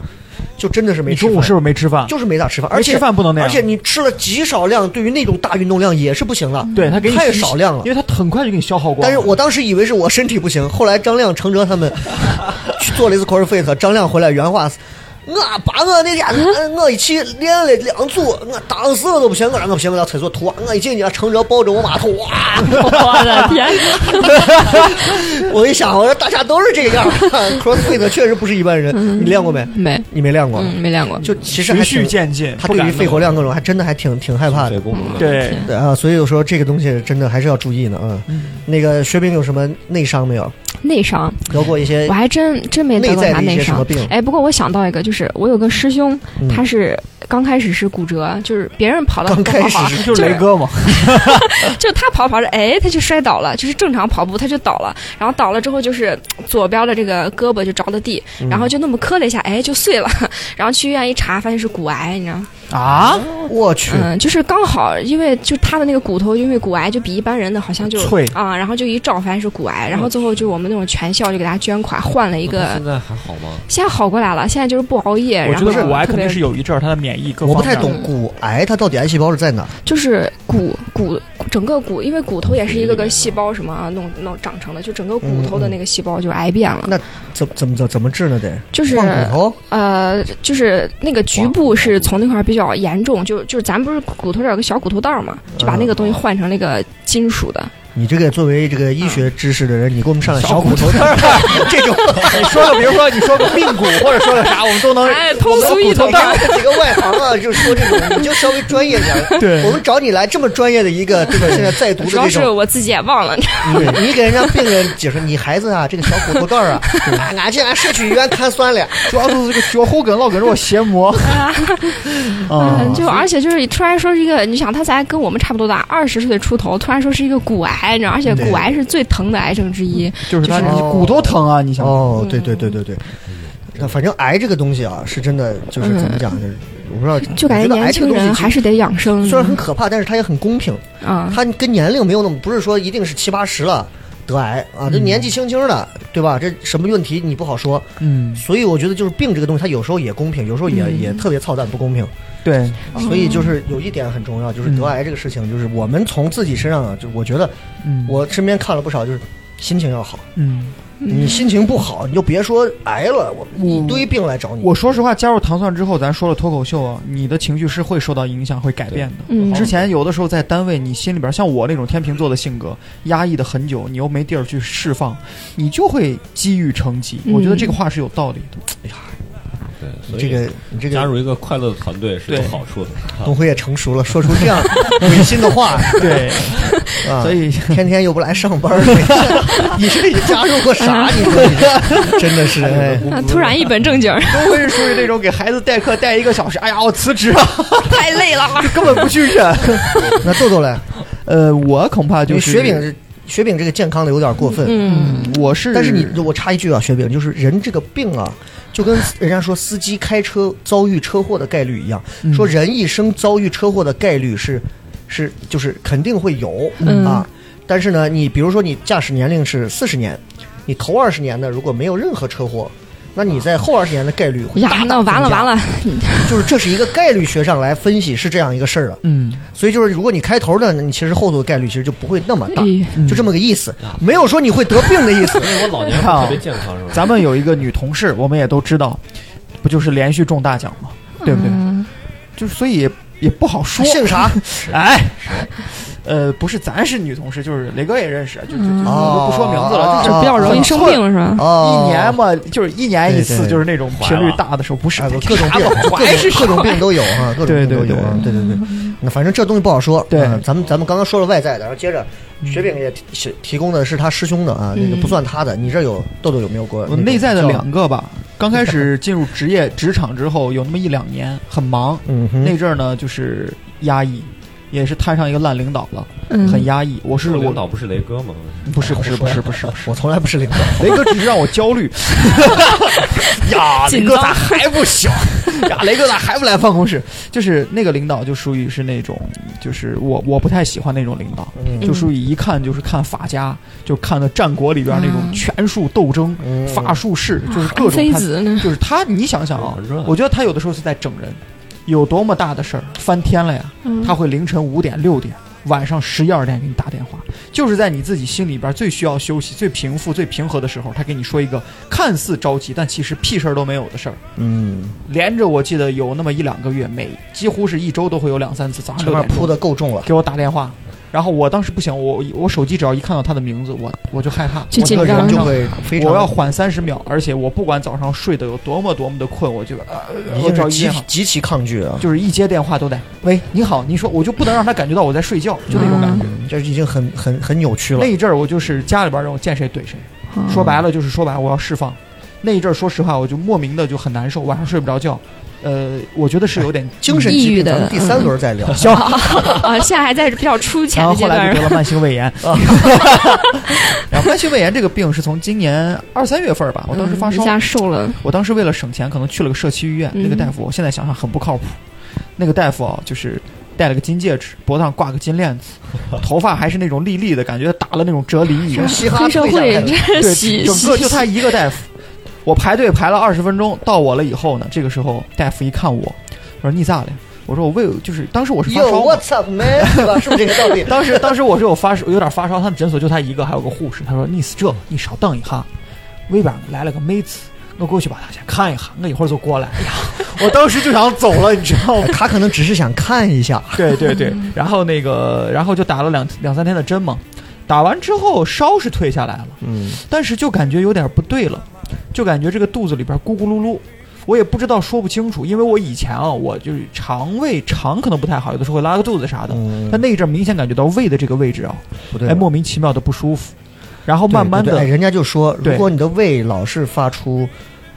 Speaker 4: 就真的是没
Speaker 5: 你
Speaker 4: 吃
Speaker 5: 中午
Speaker 4: 饭
Speaker 5: 是不是没吃饭？
Speaker 4: 就是没咋吃饭，
Speaker 5: 啊没
Speaker 4: 而且
Speaker 5: 吃饭不能那样
Speaker 4: 而且你吃了极少量，对于那种大运动量也是不行的。
Speaker 5: 对他给你
Speaker 4: 太少量了
Speaker 5: 因为他很快就给你消耗光了。
Speaker 4: 但是我当时以为是我身体不行，后来张亮、程哲他 们去做了一次 CrossFit，张亮回来原话是：我把我那天呃我一起练了两组，我当时我都不行，我让我不行，我要厕所吐，我一进去，程哲抱着我妈头，哇！
Speaker 6: 我的天，
Speaker 4: 我一想，我说大家都是这样，CrossFit 确实不是一般人。你
Speaker 5: 嗯
Speaker 4: 练过 没？
Speaker 6: 没，
Speaker 4: 你没练过，
Speaker 6: 嗯，没练过，
Speaker 4: 就其实
Speaker 5: 循
Speaker 4: 还挺
Speaker 5: 序，渐进，
Speaker 4: 他
Speaker 5: 不
Speaker 4: 对
Speaker 5: 敢
Speaker 4: 于
Speaker 5: 那
Speaker 4: 肺
Speaker 5: 么
Speaker 4: 活量各种还真的还挺挺害怕的
Speaker 7: 对。功能的。
Speaker 5: 对，
Speaker 4: 对啊，所以有时候这个东西真的还是要注意呢啊。那个薛冰有什么内伤没有？
Speaker 6: 内伤，
Speaker 4: 得过一些
Speaker 6: 我还真真没得
Speaker 4: 哎内
Speaker 6: 过
Speaker 4: 在
Speaker 6: 啥
Speaker 4: 的一
Speaker 6: 内
Speaker 4: 些什么
Speaker 6: 伤
Speaker 4: 病。
Speaker 6: 哎，不过我想到一个，就是我有个师兄，
Speaker 4: 嗯
Speaker 6: 他是刚开始是骨折，就是别人跑到
Speaker 4: 刚开始
Speaker 6: 跑跑
Speaker 4: 是
Speaker 5: 就是雷哥嘛，
Speaker 6: 就他跑着跑着，哎，他就摔倒了，就是正常跑步他就倒了，然后倒了之后就是左边的这个胳膊就着了地，
Speaker 4: 嗯
Speaker 6: 然后就那么磕了一下，哎，就碎了， 然后去医院一查，发现是骨癌，你知道吗？
Speaker 5: 啊，
Speaker 4: 我去，
Speaker 6: 嗯，就是刚好因为就他的那个骨头，因为骨癌就比一般人的好像就
Speaker 5: 脆嗯
Speaker 6: 啊、然后就一照发现是骨癌，然后最后就我们那种全校就给他捐款换了一
Speaker 7: 那他
Speaker 6: 个
Speaker 7: 现，在还好吗？
Speaker 6: 现在好过来了，现在就是不熬夜，
Speaker 5: 我
Speaker 6: 然
Speaker 5: 觉
Speaker 6: 后
Speaker 5: 得骨癌
Speaker 6: 特
Speaker 5: 肯
Speaker 6: 别
Speaker 5: 哎定是有一阵儿他的免疫各
Speaker 4: 我
Speaker 5: 方
Speaker 4: 不太
Speaker 5: 面
Speaker 4: 懂骨癌它到底癌细胞是在哪？
Speaker 6: 就是骨骨整个骨，因为骨头也是一个个细胞什么啊弄弄长成的，就整个骨头
Speaker 5: 嗯
Speaker 6: 的那个细胞就是癌变了，
Speaker 4: 那怎怎么怎怎么治呢？得
Speaker 6: 就是
Speaker 4: 换骨头
Speaker 6: 呃，就是那个局部是从那块儿比较严重，就就是咱不是骨头这儿有个小骨头袋儿嘛，就把那个东西换成那个金属的。
Speaker 4: 你这个作为这个医学知识的人，你给我们上来小骨头片儿这 种，
Speaker 5: 你说个，比如说你说个 髌骨，或者说个啥，我们都能
Speaker 6: 哎通 俗易懂
Speaker 4: 你看这几个外行啊，就说这种，你就稍微专业点儿。
Speaker 5: 对
Speaker 4: 我们找你来这么专业的一个，这个现在在读的
Speaker 6: 主要
Speaker 4: 这
Speaker 6: 是
Speaker 4: 种，
Speaker 6: 我自己也忘 了，
Speaker 4: 你你给人家病人解释，你孩子啊，这个小骨头盖儿 啊，俺俺这俺社区医院看算了，
Speaker 5: 主要是这个脚后跟老跟着我邪 魔啊，
Speaker 6: 就而且就是突然说是一个，你想他才跟我们差不多大，二十岁出头，突然说是一个骨癌，你知道，而且
Speaker 4: 对
Speaker 6: 骨癌是最疼的癌症之一。
Speaker 5: 嗯就是他
Speaker 4: 就是
Speaker 5: 骨头疼啊，你 想
Speaker 4: 哦，对对对对对，那反正癌这个东西啊，是真的，就是怎么讲，就是我不知道，
Speaker 6: 就感
Speaker 4: 我
Speaker 6: 觉
Speaker 4: 得癌
Speaker 6: 年
Speaker 4: 这个
Speaker 6: 轻
Speaker 4: 东西
Speaker 6: 人
Speaker 4: 其
Speaker 6: 还是得养生，
Speaker 4: 虽然很可怕，但是它也很公平，
Speaker 6: 啊，
Speaker 4: 它跟年龄没有那么，不是说一定是七八十了。得癌啊，
Speaker 6: 嗯
Speaker 4: 这年纪轻轻的，对吧？这什么问题你不好说，
Speaker 5: 嗯，
Speaker 4: 所以我觉得就是病这个东西，它有时候也公平，有时候也、
Speaker 6: 嗯
Speaker 4: 也特别操蛋不公平。
Speaker 5: 对，
Speaker 4: 所以就是有一点很重要，就是得癌这个事情，就是我们从自己身上啊，就我觉得
Speaker 5: 嗯
Speaker 4: 我身边看了不少，就是心情要好。
Speaker 5: 嗯，
Speaker 4: 你心情不好，你就别说癌了，我一堆病来找你。
Speaker 5: 嗯我说实话，加入糖蒜之后，咱说了脱口秀啊，你的情绪是会受到影响，会改变的。
Speaker 6: 嗯
Speaker 5: 之前有的时候在单位，你心里边像我那种天秤座的性格，压抑的很久，你又没地儿去释放，你就会积郁成疾。
Speaker 6: 嗯
Speaker 5: 我觉得这个话是有道理的。
Speaker 7: 对，所
Speaker 4: 你这
Speaker 7: 以
Speaker 4: 个你这
Speaker 7: 加
Speaker 4: 个
Speaker 7: 入一个快乐的团队是有
Speaker 5: 对
Speaker 7: 好处 的。啊
Speaker 4: 东辉也成熟了，说出这样 违心的话，
Speaker 5: 对，
Speaker 4: 啊、
Speaker 5: 所以
Speaker 4: 天天又不来上班儿， 你这你加入过 啥？你说你这真的是，哎
Speaker 6: 啊突然一本正经儿，
Speaker 5: 都会是属于那种给孩子代课代一个小时，哎呀，我辞职啊，
Speaker 6: 太累了。
Speaker 5: 根本不去忍。
Speaker 4: 那豆豆嘞，
Speaker 5: 呃，我恐怕
Speaker 4: 因
Speaker 5: 就
Speaker 4: 为
Speaker 5: 是
Speaker 4: 雪饼，是雪饼这个健康的有点过分。
Speaker 6: 嗯，
Speaker 5: 我是，
Speaker 4: 但是你，我插一句啊，雪饼，就是人这个病啊，就 跟人家说司机开车遭遇车祸的概率一样，
Speaker 5: 嗯
Speaker 4: 说人一生遭遇车祸的概率是是就是肯定会有、
Speaker 6: 嗯
Speaker 4: 啊。但是呢，你比如说你驾驶年龄是四十年，你头二十年呢如果没有任何车祸，那你在后二十年的概率会
Speaker 6: 呀
Speaker 4: 大，
Speaker 6: 那
Speaker 4: 大
Speaker 6: 完
Speaker 4: 增
Speaker 6: 了
Speaker 4: 加
Speaker 6: 完，了，
Speaker 4: 就是这是一个概率学上来分析是这样一个事儿啊。
Speaker 5: 嗯，
Speaker 4: 所以就是如果你开头呢，那你其实后头的概率其实就不会那么大，
Speaker 6: 哎嗯
Speaker 4: 就这么个意思，没有说你会得病的意思。
Speaker 7: 因为我老年
Speaker 5: 你看啊
Speaker 7: 特别健康是吧？
Speaker 5: 咱们有一个女同事，我们也都知道，不就是连续中大奖吗？对不对？
Speaker 6: 嗯
Speaker 5: 就是所以也也不 好说。
Speaker 4: 姓啥？
Speaker 5: 哎，呃，不是，咱是女同事，就是雷哥也认识，就就就
Speaker 4: 哦
Speaker 5: 就不说名字了，
Speaker 4: 哦
Speaker 6: 嗯就
Speaker 5: 就
Speaker 6: 是
Speaker 5: 是
Speaker 6: 比较容易生病是吧？
Speaker 4: 哦，
Speaker 5: 一年嘛，就是一年一次，
Speaker 4: 对对
Speaker 5: 就是那种频率大的时候，不是
Speaker 4: 哎，各种病，
Speaker 5: 还是
Speaker 4: 各种各种病都有啊，各种病都有啊，
Speaker 5: 对
Speaker 4: 对对对。
Speaker 5: 嗯
Speaker 4: 那反正这东西不好说，
Speaker 5: 对嗯
Speaker 4: 嗯咱们咱们刚刚说了外在的，然后接着雪饼也提提供的是他师兄的啊，那个不算他的。你这有豆豆有没有过
Speaker 5: 我内在的？两个吧。刚开始进入职业职场之后，有那么一两年很忙，
Speaker 4: 嗯哼，
Speaker 5: 那阵儿呢就是压抑，也是摊上一个烂领导了，很
Speaker 6: 嗯，
Speaker 5: 压抑。我是
Speaker 7: 是领
Speaker 5: 我
Speaker 7: 导不是雷哥吗？
Speaker 5: 不
Speaker 4: 哎
Speaker 5: 是不是不是不是不是，
Speaker 4: 我从来不是领导，
Speaker 5: 雷哥只是让我焦虑。呀，
Speaker 6: 紧
Speaker 5: 雷哥
Speaker 6: 张
Speaker 5: 咋还不醒？呀，雷哥咋还不来办公室？就是那个领导就属于是那种，就是我我不太喜欢那种领导，
Speaker 6: 嗯
Speaker 4: 嗯
Speaker 5: 就属于一看就是看法家，就看的战国里边那种
Speaker 6: 嗯
Speaker 5: 权术斗争、
Speaker 4: 嗯
Speaker 5: 法术式，就是
Speaker 6: 韩
Speaker 5: 各种
Speaker 6: 非
Speaker 5: 他，
Speaker 6: 啊子呢？
Speaker 5: 就是他，你想想啊
Speaker 7: 我知道，
Speaker 5: 我觉得他有的时候是在整人，有多么大的事儿翻天了呀，他会凌晨五点六点。晚上十一二点给你打电话，就是在你自己心里边最需要休息、最平复、最平和的时候，他给你说一个看似着急，但其实屁事儿都没有的事儿。
Speaker 4: 嗯，
Speaker 5: 连着我记得有那么一两个月，每几乎是一周都会有两三次，早上
Speaker 4: 这
Speaker 5: 六
Speaker 4: 块
Speaker 5: 点钟
Speaker 4: 铺的够重了。
Speaker 5: 给我打电话，然后我当时不行，我我手机只要一看到他的名字，我我就害怕，
Speaker 6: 就紧
Speaker 5: 我
Speaker 4: 这个
Speaker 5: 我
Speaker 4: 人
Speaker 6: 张
Speaker 4: 就会非常，
Speaker 5: 嗯我要缓三十秒，而且我不管早上睡得有多么多么的困，我就呃，
Speaker 4: 已
Speaker 5: 我只
Speaker 4: 经是
Speaker 5: 要一
Speaker 4: 极
Speaker 5: 电话，
Speaker 4: 极其抗拒啊，
Speaker 5: 就是一接电话都得喂你好，你说我就不能让他感觉到我在睡觉，就那种感觉。
Speaker 4: 嗯这已经很很很扭曲了
Speaker 5: 那。一阵儿我就是家里边让我见谁怼谁，
Speaker 6: 嗯
Speaker 5: 说白了就是说白了我要释放。那一阵儿说实话我就莫名的就很难受，晚上睡不着觉，呃，我觉得是有点
Speaker 4: 精神
Speaker 6: 抑
Speaker 4: 疾
Speaker 6: 郁
Speaker 4: 病，
Speaker 6: 的
Speaker 4: 咱们第三轮再聊。
Speaker 5: 消
Speaker 6: 啊，现在还在比较 粗浅
Speaker 5: 然后
Speaker 6: 的阶
Speaker 5: 后来
Speaker 6: 段
Speaker 5: 就得了慢性胃炎。然后慢性胃炎这个病是从今年二三月份儿吧，我当时发烧
Speaker 6: 一，下嗯瘦了，
Speaker 5: 我当时为了省钱，可能去了个社区医院。
Speaker 6: 嗯
Speaker 5: 那个大夫，我现在想想很不靠谱。那个大夫啊，就是戴了个金戒指，脖子上挂个金链子，头发还是那种立立的感觉，打了那种啫喱一样。
Speaker 4: 嘻哈
Speaker 6: 黑社
Speaker 4: 退下
Speaker 6: 会
Speaker 4: 来
Speaker 6: 这
Speaker 4: 了，
Speaker 5: 对，
Speaker 6: 洗
Speaker 5: 整
Speaker 6: 洗
Speaker 5: 个就他一个大夫。我排队排了二十分钟，到我了以后呢，这个时候大夫一看我，我说你咋了？我说我胃就是当时我是发烧
Speaker 4: 哟
Speaker 5: 嘛
Speaker 4: What's up man？对 吧？是不是这个道理？
Speaker 5: 当时当时我是有发烧，有点发烧，他们诊所就他一个，还有个护士。他说：“你是这，你稍等一下，外边来了个妹子，我过去把她先看一下，我一会儿就过来。”哎呀， 我当时就想走了，你知道吗？
Speaker 4: 哎他可能只是想看一下，
Speaker 5: 对 对对，然后那个，然后就打了两两三天的针嘛，打完之后烧是退下来了，
Speaker 4: 嗯，
Speaker 5: 但是就感觉有点不对了，就感觉这个肚子里边咕咕噜噜。我也不知道说不清楚，因为我以前啊，我就是肠胃肠可能不太好，有的时候会拉个肚子啥的。
Speaker 4: 嗯
Speaker 5: 但那一阵儿明显感觉到胃的这个位置啊，
Speaker 4: 不对
Speaker 5: 哎，
Speaker 4: 吧，
Speaker 5: 莫名其妙的不舒服，然后
Speaker 4: 对
Speaker 5: 慢慢
Speaker 4: 对对哎
Speaker 5: 的，
Speaker 4: 人家就说，
Speaker 5: 对
Speaker 4: 如果你的胃老是发出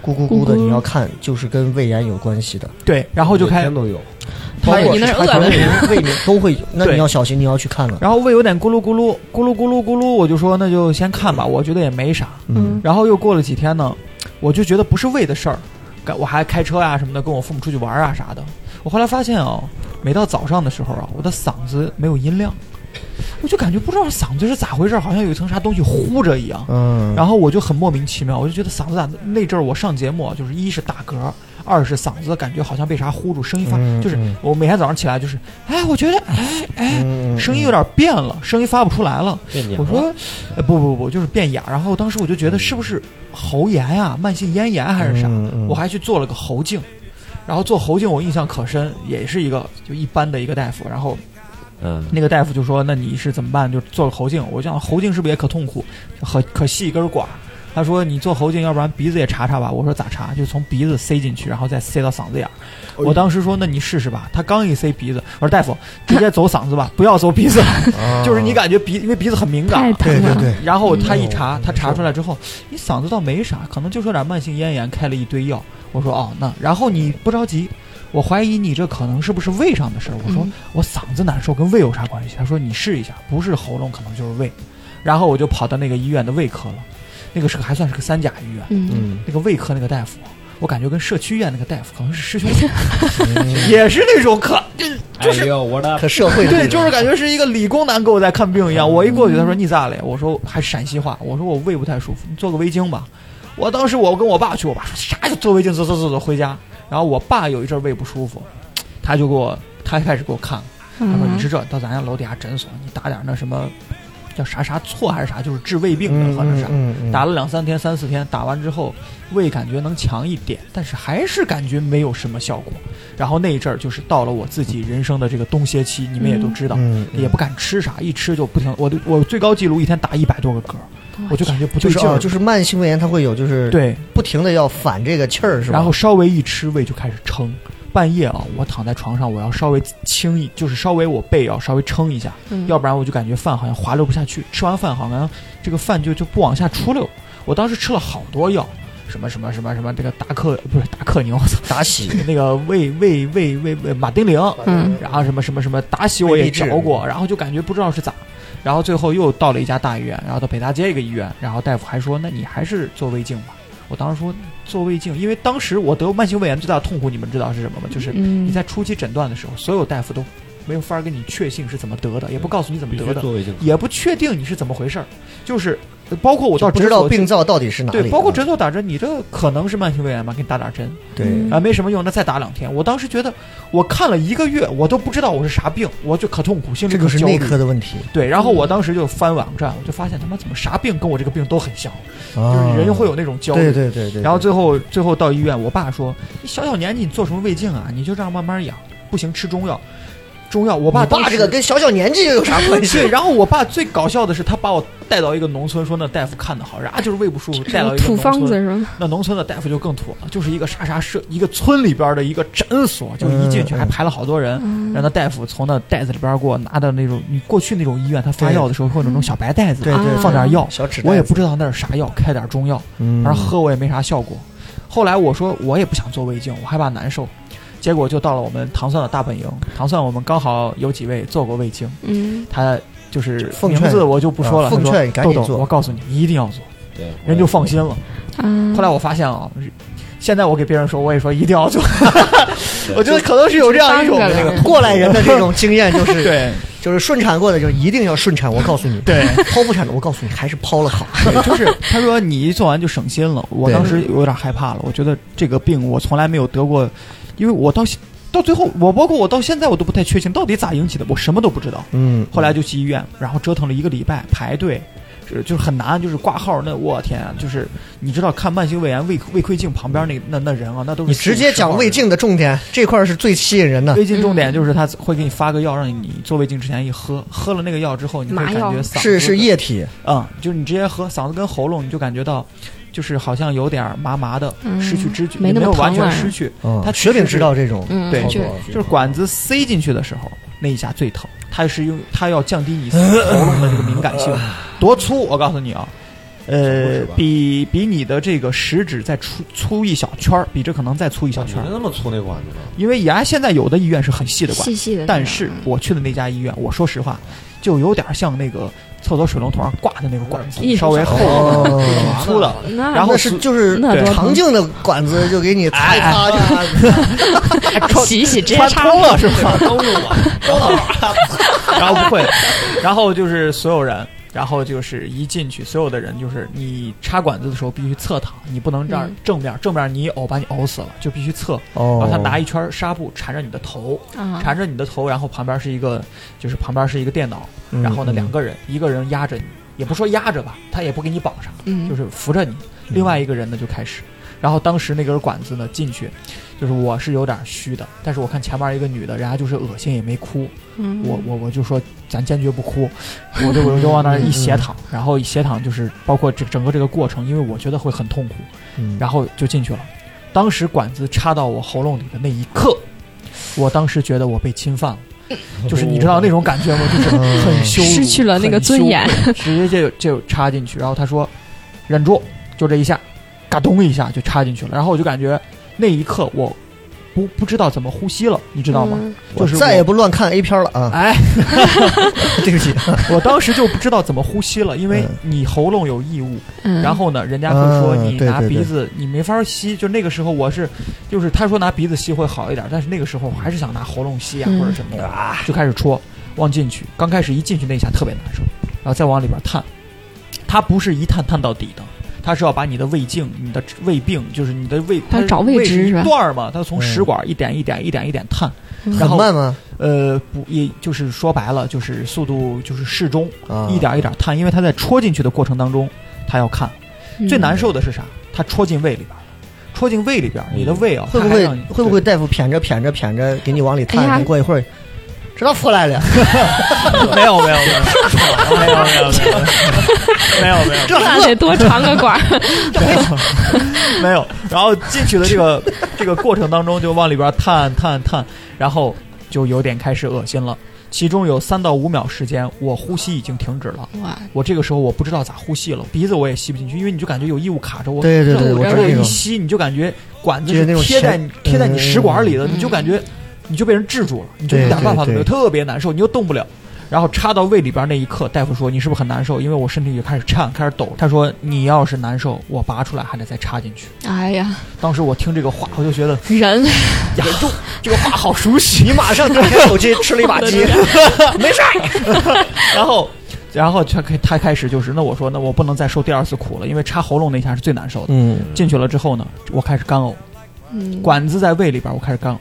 Speaker 4: 咕咕咕的，
Speaker 6: 咕咕
Speaker 4: 你要看，就是跟胃炎有关系的，
Speaker 5: 对，然后就开，
Speaker 7: 每天都有，
Speaker 5: 他
Speaker 4: 包括
Speaker 6: 你那
Speaker 4: 是
Speaker 6: 饿
Speaker 4: 肠
Speaker 6: 了
Speaker 4: 胃炎、胃炎都会，那
Speaker 5: 对
Speaker 4: 你要小心，你要去看了。
Speaker 5: 然后胃有点咕噜咕噜咕噜咕噜咕噜，我就说那就先看吧，我觉得也没啥。
Speaker 4: 嗯，
Speaker 5: 然后又过了几天呢，我就觉得不是胃的事儿，感我还开车啊什么的，跟我父母出去玩啊啥的。我后来发现啊，每到早上的时候啊，我的嗓子没有音量，我就感觉不知道嗓子是咋回事儿，好像有一层啥东西糊着一样。
Speaker 4: 嗯，
Speaker 5: 然后我就很莫名其妙，我就觉得嗓子咋那阵儿我上节目啊，就是一是打嗝，二是嗓子感觉好像被啥呼住，声音发，
Speaker 4: 嗯
Speaker 5: 就是
Speaker 4: 嗯
Speaker 5: 我每天早上起来就是，哎，我觉得哎哎，
Speaker 4: 嗯
Speaker 5: 声音有点变了，声音发不出来了。
Speaker 7: 变娘
Speaker 5: 我
Speaker 7: 了
Speaker 5: 说，呃不不不，就是变哑。然后当时我就觉得是不是喉炎呀、慢性咽炎啊还是啥
Speaker 4: 嗯嗯？
Speaker 5: 我还去做了个喉镜，然后做喉镜我印象可深，也是一个就一般的一个大夫，然后
Speaker 7: 嗯，
Speaker 5: 那个大夫就说：“那你是怎么办？就做了喉镜。”我想喉镜是不是也可痛苦，可可细一根管儿？他说：“你做喉镜，要不然鼻子也查查吧。”我说：“咋查？就从鼻子塞进去，然后再塞到嗓子眼儿。”我当时说：“那你试试吧。”他刚一塞鼻子，我说：“大夫，直接走嗓子吧，不要走鼻子了。
Speaker 4: 啊
Speaker 5: 就是你感觉鼻，因为鼻子很敏
Speaker 6: 太
Speaker 5: 感。啊
Speaker 6: 疼
Speaker 4: 对对
Speaker 6: 了。
Speaker 4: 对，
Speaker 5: 然后他一
Speaker 6: 嗯
Speaker 5: 查，他查出来之后，你嗓子倒没啥，可能就是有点慢性咽炎，开了一堆药。我说哦，那然后你不着急，我怀疑你这可能是不是胃上的事儿。我说、
Speaker 6: 嗯
Speaker 5: 我嗓子难受跟胃有啥关系？他说你试一下，不是喉咙可能就是胃。然后我就跑到那个医院的胃科了，那个是个还算是个三甲医院，
Speaker 6: 嗯，
Speaker 4: 嗯，
Speaker 5: 那个胃科那个大夫。我感觉跟社区医院那个大夫可能是师 兄弟，也是那种可就是
Speaker 7: 哎呦，我 的
Speaker 4: 可社会
Speaker 5: 对，就是感觉是一个理工男给我在看病一样。我一过去，他说你咋了？我说还陕西话，我说我胃不太舒服，你做个胃镜吧。我当时我跟我爸去，我爸说啥就做胃镜，走走走走回家。然后我爸有一阵胃不舒服，他就给我他开始给我看，他说你是这到咱家楼底下诊所，你打点那什么叫啥啥错还是啥，就是治胃病的或者啥。
Speaker 4: 嗯嗯嗯
Speaker 5: 打了两三天、三四天，打完之后胃感觉能强一点，但是还是感觉没有什么效果。然后那一阵儿就是到了我自己人生的这个冬歇期，你们也都知道，
Speaker 4: 嗯嗯
Speaker 5: 也不敢吃啥，一吃就不停。我的我最高记录一天打一百多个嗝，嗯我就感觉不
Speaker 4: 就
Speaker 5: 对
Speaker 4: 是
Speaker 5: 劲
Speaker 4: 啊，
Speaker 5: 儿，
Speaker 4: 就是慢性胃炎，它会有就是
Speaker 5: 对，
Speaker 4: 不停的要反这个气儿，是吧？
Speaker 5: 然后稍微一吃胃就开始撑。半夜啊，我躺在床上，我要稍微轻一，就是稍微我背要稍微撑一下，
Speaker 6: 嗯
Speaker 5: 要不然我就感觉饭好像滑溜不下去，吃完饭好像这个饭就就不往下出溜。我当时吃了好多药，什么什么什么什么，这个达克呃不是达克宁，我操，
Speaker 4: 打喜，
Speaker 5: 那个胃胃胃胃胃马丁啉，
Speaker 6: 嗯
Speaker 5: 然后什么什么什么达喜我也嚼过，然后就感觉不知道是咋，然后最后又到了一家大医院，然后到北大街一个医院，然后大夫还说，那你还是做胃镜吧。我当时说做胃镜，因为当时我得慢性胃炎最大的痛苦，你们知道是什么吗？就是
Speaker 6: 嗯
Speaker 5: 你在初期诊断的时候，所有大夫都没有法儿跟你确信是怎么得
Speaker 4: 嗯
Speaker 5: 的，也不告诉你怎么
Speaker 7: 必
Speaker 5: 得
Speaker 7: 须
Speaker 5: 的，
Speaker 7: 做胃镜。
Speaker 5: 也不确定你是怎么回事儿，就是呃包括我到
Speaker 4: 不
Speaker 5: 诊
Speaker 4: 知道
Speaker 5: 所去
Speaker 4: 病灶到底是哪里啊。
Speaker 5: 对，包括诊所打针，你这可能是慢性胃炎吧，给你打打针
Speaker 4: 对
Speaker 5: 啊、没什么用，那再打两天。我当时觉得，我看了一个月，我都不知道我是啥病，我就可痛苦，心里
Speaker 4: 这就
Speaker 5: 可
Speaker 4: 是
Speaker 5: 焦
Speaker 4: 内
Speaker 5: 虑
Speaker 4: 科的嗯问题，
Speaker 5: 对，然后我当时就翻网站，我就发现他妈怎么啥病跟我这个病都很像，就是
Speaker 4: 啊
Speaker 5: 人会有那种焦虑。
Speaker 4: 对对对对，
Speaker 5: 然后最后最后到医院，我爸说：“你小小年纪你做什么胃镜
Speaker 4: 嗯
Speaker 5: 啊？你就这样慢慢养，不行吃中药。”中药，我
Speaker 4: 我
Speaker 5: 爸当
Speaker 4: 爸
Speaker 5: 时啊
Speaker 4: 这个跟小小年纪又有啥关系？
Speaker 5: 对，然后我爸最搞笑的是，他把我带到一个农村，说那大夫看的好，然后就是胃不舒服，带到一个
Speaker 6: 土
Speaker 5: 农
Speaker 6: 方子
Speaker 5: 村。
Speaker 6: 是吧？
Speaker 5: 那农村的大夫就更土了，就是一个啥啥社，一个村里边的一个诊
Speaker 4: 嗯
Speaker 5: 所，就一进去还排了好多人，
Speaker 6: 嗯
Speaker 5: 让那大夫从那袋子里边给我拿的那种，你过去那种医院，他发药的时候会有那种小白袋子，
Speaker 4: 对对
Speaker 5: 放点药，
Speaker 4: 小纸袋子
Speaker 5: 我也不知道那是啥药，开点中药，
Speaker 4: 嗯
Speaker 5: 反正 喝我也没啥效果。后来我说我也不想做胃镜，我害怕难受，结果就到了我们糖蒜的大本营，糖蒜我们刚好有几位做过胃镜，
Speaker 6: 嗯，
Speaker 5: 他就是
Speaker 4: 奉
Speaker 5: 名
Speaker 4: 劝
Speaker 5: 字我就不说了，
Speaker 4: 啊奉
Speaker 5: 他说
Speaker 4: 劝你赶紧
Speaker 5: 豆豆
Speaker 4: 做
Speaker 5: 我告诉你，你一定要做，
Speaker 7: 对，
Speaker 5: 人就放心了。
Speaker 6: 啊，
Speaker 5: 后来我发现啊，现在我给别人说，我也说一定要做，我觉得可能是有这样一种
Speaker 6: 这个
Speaker 4: 过来人的这种经验就是，
Speaker 5: 对
Speaker 4: 就是顺产过的就一定要顺产，我告诉你，
Speaker 5: 对，
Speaker 4: 剖腹产的我告诉你还是剖 了好。
Speaker 5: 对就是他说你一做完就省心了，我
Speaker 4: 对
Speaker 5: 当时有点害怕了，我觉得这个病我从来没有得过，因为我到现到最后，我包括我到现在我都不太确信到底咋引起的，我什么都不知道。
Speaker 4: 嗯，
Speaker 5: 后来就去医院，然后折腾了一个礼拜排队，是就是很难，就是挂号那我天啊，就是你知道看慢性胃炎胃胃窥镜旁边那那那人啊，那都是
Speaker 4: 你直接讲胃
Speaker 5: 胃
Speaker 4: 镜的重点这块儿是最吸引人的，
Speaker 5: 胃镜重点就是他会给你发个药，让你做胃镜之前一喝，喝了那个药之后，你会
Speaker 6: 麻
Speaker 5: 感
Speaker 6: 药
Speaker 5: 觉嗓子
Speaker 4: 是是液体，
Speaker 5: 嗯，就是你直接喝，嗓子跟喉咙你就感觉到，就是好像有点麻麻的，
Speaker 6: 嗯
Speaker 5: 失去知觉，
Speaker 6: 没
Speaker 5: 也
Speaker 6: 那
Speaker 5: 没
Speaker 6: 么
Speaker 5: 有完
Speaker 6: 疼啊
Speaker 5: 全
Speaker 6: 了
Speaker 5: 失去。
Speaker 4: 嗯
Speaker 5: 它，
Speaker 4: 雪饼知道这种，
Speaker 6: 嗯
Speaker 5: 对
Speaker 4: 操
Speaker 6: 就
Speaker 4: 作
Speaker 6: 是
Speaker 5: 就是管子塞进去的时候，那一下最疼。它是用它要降低你喉咙的这个敏感性，多粗？我告诉你啊，呃
Speaker 7: 是吧，
Speaker 5: 比比你的这个食指再粗粗一小圈儿，比这可能再粗一小
Speaker 7: 你
Speaker 5: 圈
Speaker 7: 们
Speaker 5: 儿。
Speaker 7: 那么粗那管子呢？
Speaker 5: 因为牙现在有的医院是很细的管，
Speaker 6: 细细的那种，
Speaker 5: 但是我去的那家医院，我说实话，就有点像那个厕所水龙头上挂的那个管子，
Speaker 6: 一
Speaker 5: 稍微 厚
Speaker 4: 哦
Speaker 5: 一点，挺粗的。
Speaker 6: 那
Speaker 5: 嗯 然后
Speaker 4: 那是就是
Speaker 6: 那多疼
Speaker 4: 肠镜的管子就给你擦
Speaker 5: 哎
Speaker 4: 一擦，就
Speaker 6: 啊洗一洗直接
Speaker 5: 穿
Speaker 6: 插
Speaker 5: 通了是吧？都是 我，然后不会，然后就是所有人，然后就是一进去，所有的人就是你插管子的时候必须侧躺，你不能这样
Speaker 6: 嗯
Speaker 5: 正面，正面你一呕把你呕死了，就必须侧。然
Speaker 4: 哦
Speaker 5: 后他拿一圈纱布缠着你的头，
Speaker 6: 啊，
Speaker 5: 缠着你的头，然后旁边是一个，就是旁边是一个电脑，
Speaker 4: 嗯
Speaker 5: 然后呢
Speaker 4: 嗯
Speaker 5: 两个人，一个人压着你，也不说压着吧，他也不给你绑上，
Speaker 6: 嗯
Speaker 5: 就是扶着你，另外一个人呢就开始。然后当时那根管子呢进去，就是我是有点虚的，但是我看前面一个女的，人家就是恶心也没哭，
Speaker 6: 嗯
Speaker 5: 我我我就说咱坚决不哭，我就我就往那儿一斜躺，然后一斜躺就是包括这整个这个过程，因为我觉得会很痛苦，
Speaker 4: 嗯
Speaker 5: 然后就进去了。当时管子插到我喉咙里的那一刻，我当时觉得我被侵犯了， 就是你知道那种感觉吗？就是
Speaker 6: 嗯
Speaker 5: 很羞辱，
Speaker 6: 哎失去了那个尊严
Speaker 5: 很羞愧，直接就就插进去。然后他说：“忍住，就这一下，嘎咚一下就插进去了。”然后我就感觉那一刻我不不知道怎么呼吸了，你知道吗？
Speaker 6: 嗯
Speaker 5: 就是
Speaker 4: 再
Speaker 5: 我
Speaker 4: 也不乱看 A 片了啊！
Speaker 5: 哎，
Speaker 4: 对 不起，
Speaker 5: 我当时就不知道怎么呼吸了，因为你喉咙有异物，
Speaker 6: 嗯，
Speaker 5: 然后呢，人家会说
Speaker 4: 嗯
Speaker 5: 你
Speaker 4: 对
Speaker 5: 拿
Speaker 4: 对对
Speaker 5: 鼻子，你没法吸。就那个时候我是，就是他说拿鼻子吸会好一点，但是那个时候我还是想拿喉咙吸啊
Speaker 6: 嗯
Speaker 5: 或者什么的，就开始戳，往进去。刚开始一进去那一下特别难受，然后再往里边探，它不是一探探到底的。它是要把你的胃镜、你的胃病，就是你的胃，
Speaker 6: 它
Speaker 5: 它
Speaker 6: 找
Speaker 5: 胃
Speaker 6: 位置
Speaker 5: 一
Speaker 6: 是吧
Speaker 5: 段儿嘛，它从
Speaker 4: 嗯
Speaker 5: 食管一点一点、一点一点探，
Speaker 6: 嗯
Speaker 5: 然
Speaker 4: 很
Speaker 5: 后
Speaker 4: 慢吗？
Speaker 5: 呃，不，也就是说白了，就是速度就是适中，
Speaker 4: 啊，
Speaker 5: 一点一点探，因为它在戳进去的过程当中，它要看。最难受的是啥？它戳进胃里边儿了，戳进胃里边儿，你的胃啊，
Speaker 4: 嗯会不
Speaker 5: 它还
Speaker 4: 会
Speaker 5: 让你
Speaker 4: 会不会大夫舔着舔着舔着给你往里
Speaker 6: 哎呀
Speaker 4: 探？你过一会儿，知道出来 了，啊
Speaker 5: 对 没有没有没有没有没有没有没有没有
Speaker 4: 这
Speaker 6: 那得嗯多长个管儿，
Speaker 5: 没有， 然后进去的这个这个过程当中，就往里边探探探，然后就有点开始恶心了。其中有三到五秒时间，我呼吸已经停止了。
Speaker 6: 哇，
Speaker 5: 我这个时候我不知道咋呼吸了，鼻子我也吸不进去，因为你就感觉有异物卡着我。
Speaker 4: 对对对，
Speaker 6: 我
Speaker 4: 我知
Speaker 5: 然
Speaker 4: 道
Speaker 5: 后
Speaker 4: 那
Speaker 5: 一
Speaker 4: 种。
Speaker 5: 吸你就感觉管子
Speaker 4: 就是那
Speaker 5: 是
Speaker 4: 种
Speaker 5: 贴在
Speaker 4: 绳
Speaker 5: 你贴在你食管里的，
Speaker 6: 嗯
Speaker 5: 你就感觉你就被人制住了，你就
Speaker 4: 对
Speaker 5: 一点办法都没有，
Speaker 4: 对
Speaker 5: 特别难受，你又动不了。然后插到胃里边那一刻，大夫说你是不是很难受？因为我身体就开始颤，开始抖。他说你要是难受，我拔出来还得再插进去。
Speaker 6: 哎呀，
Speaker 5: 当时我听这个话，我就觉得
Speaker 6: 人
Speaker 5: 呀，这个话好熟悉。
Speaker 4: 你马上打开手机吃了一把 鸡，没事儿。
Speaker 5: 然后，然后他开他开始就是，那我说那我不能再受第二次苦了，因为插喉咙那一下是最难受的。
Speaker 4: 嗯，
Speaker 5: 进去了之后呢，我开始干呕，
Speaker 6: 嗯
Speaker 5: 管子在胃里边，我开始干呕，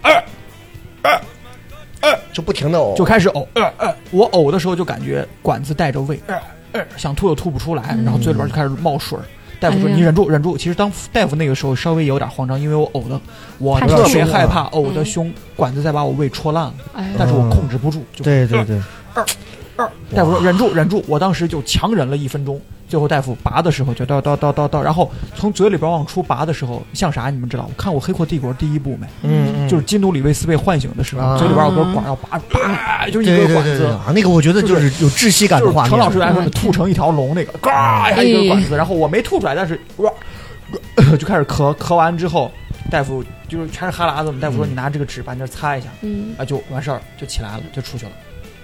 Speaker 4: 就不停的呕，
Speaker 5: 就开始呕，呃呃，我呕的时候就感觉管子带着胃，呃呃，想吐又吐不出来，然后嘴里边就开始冒水儿。大夫说：“
Speaker 6: 哎呀
Speaker 5: 你忍住，忍住。”其实当大夫那个时候稍微有点慌张，因为我呕的，我
Speaker 6: 怕
Speaker 5: 特
Speaker 4: 凶
Speaker 5: 别
Speaker 4: 啊
Speaker 5: 害怕呕的凶，管子再把我胃戳烂了，
Speaker 6: 哎呀，
Speaker 5: 但是我控制不住，就
Speaker 4: 对 对对，
Speaker 5: 大夫说忍住，忍住。我当时就强忍了一分钟，最后大夫拔的时候就叨叨叨叨叨，然后从嘴里边往出拔的时候像啥？你们知道？我看过《黑客帝国》第一部没？
Speaker 4: 嗯嗯，
Speaker 5: 就是基努里维斯被唤醒的时候，
Speaker 4: 啊
Speaker 5: 嘴里边有根管要拔，啪，就一
Speaker 4: 对
Speaker 5: 根
Speaker 4: 对
Speaker 5: 管
Speaker 4: 对对
Speaker 5: 子。
Speaker 4: 啊，那个我觉得就是有窒息感
Speaker 5: 就
Speaker 4: 的
Speaker 5: 是
Speaker 4: 画面。嗯
Speaker 5: 程老师来说，吐成一条龙那个，嘎一根管子，然后我没吐出来，但是哇，就开始咳，咳完之后，大夫就是全是哈喇子，我们大夫
Speaker 4: 嗯
Speaker 5: 说你拿这个纸把你这擦一下，
Speaker 6: 嗯，
Speaker 5: 啊就完事儿，就起来了，就出去了。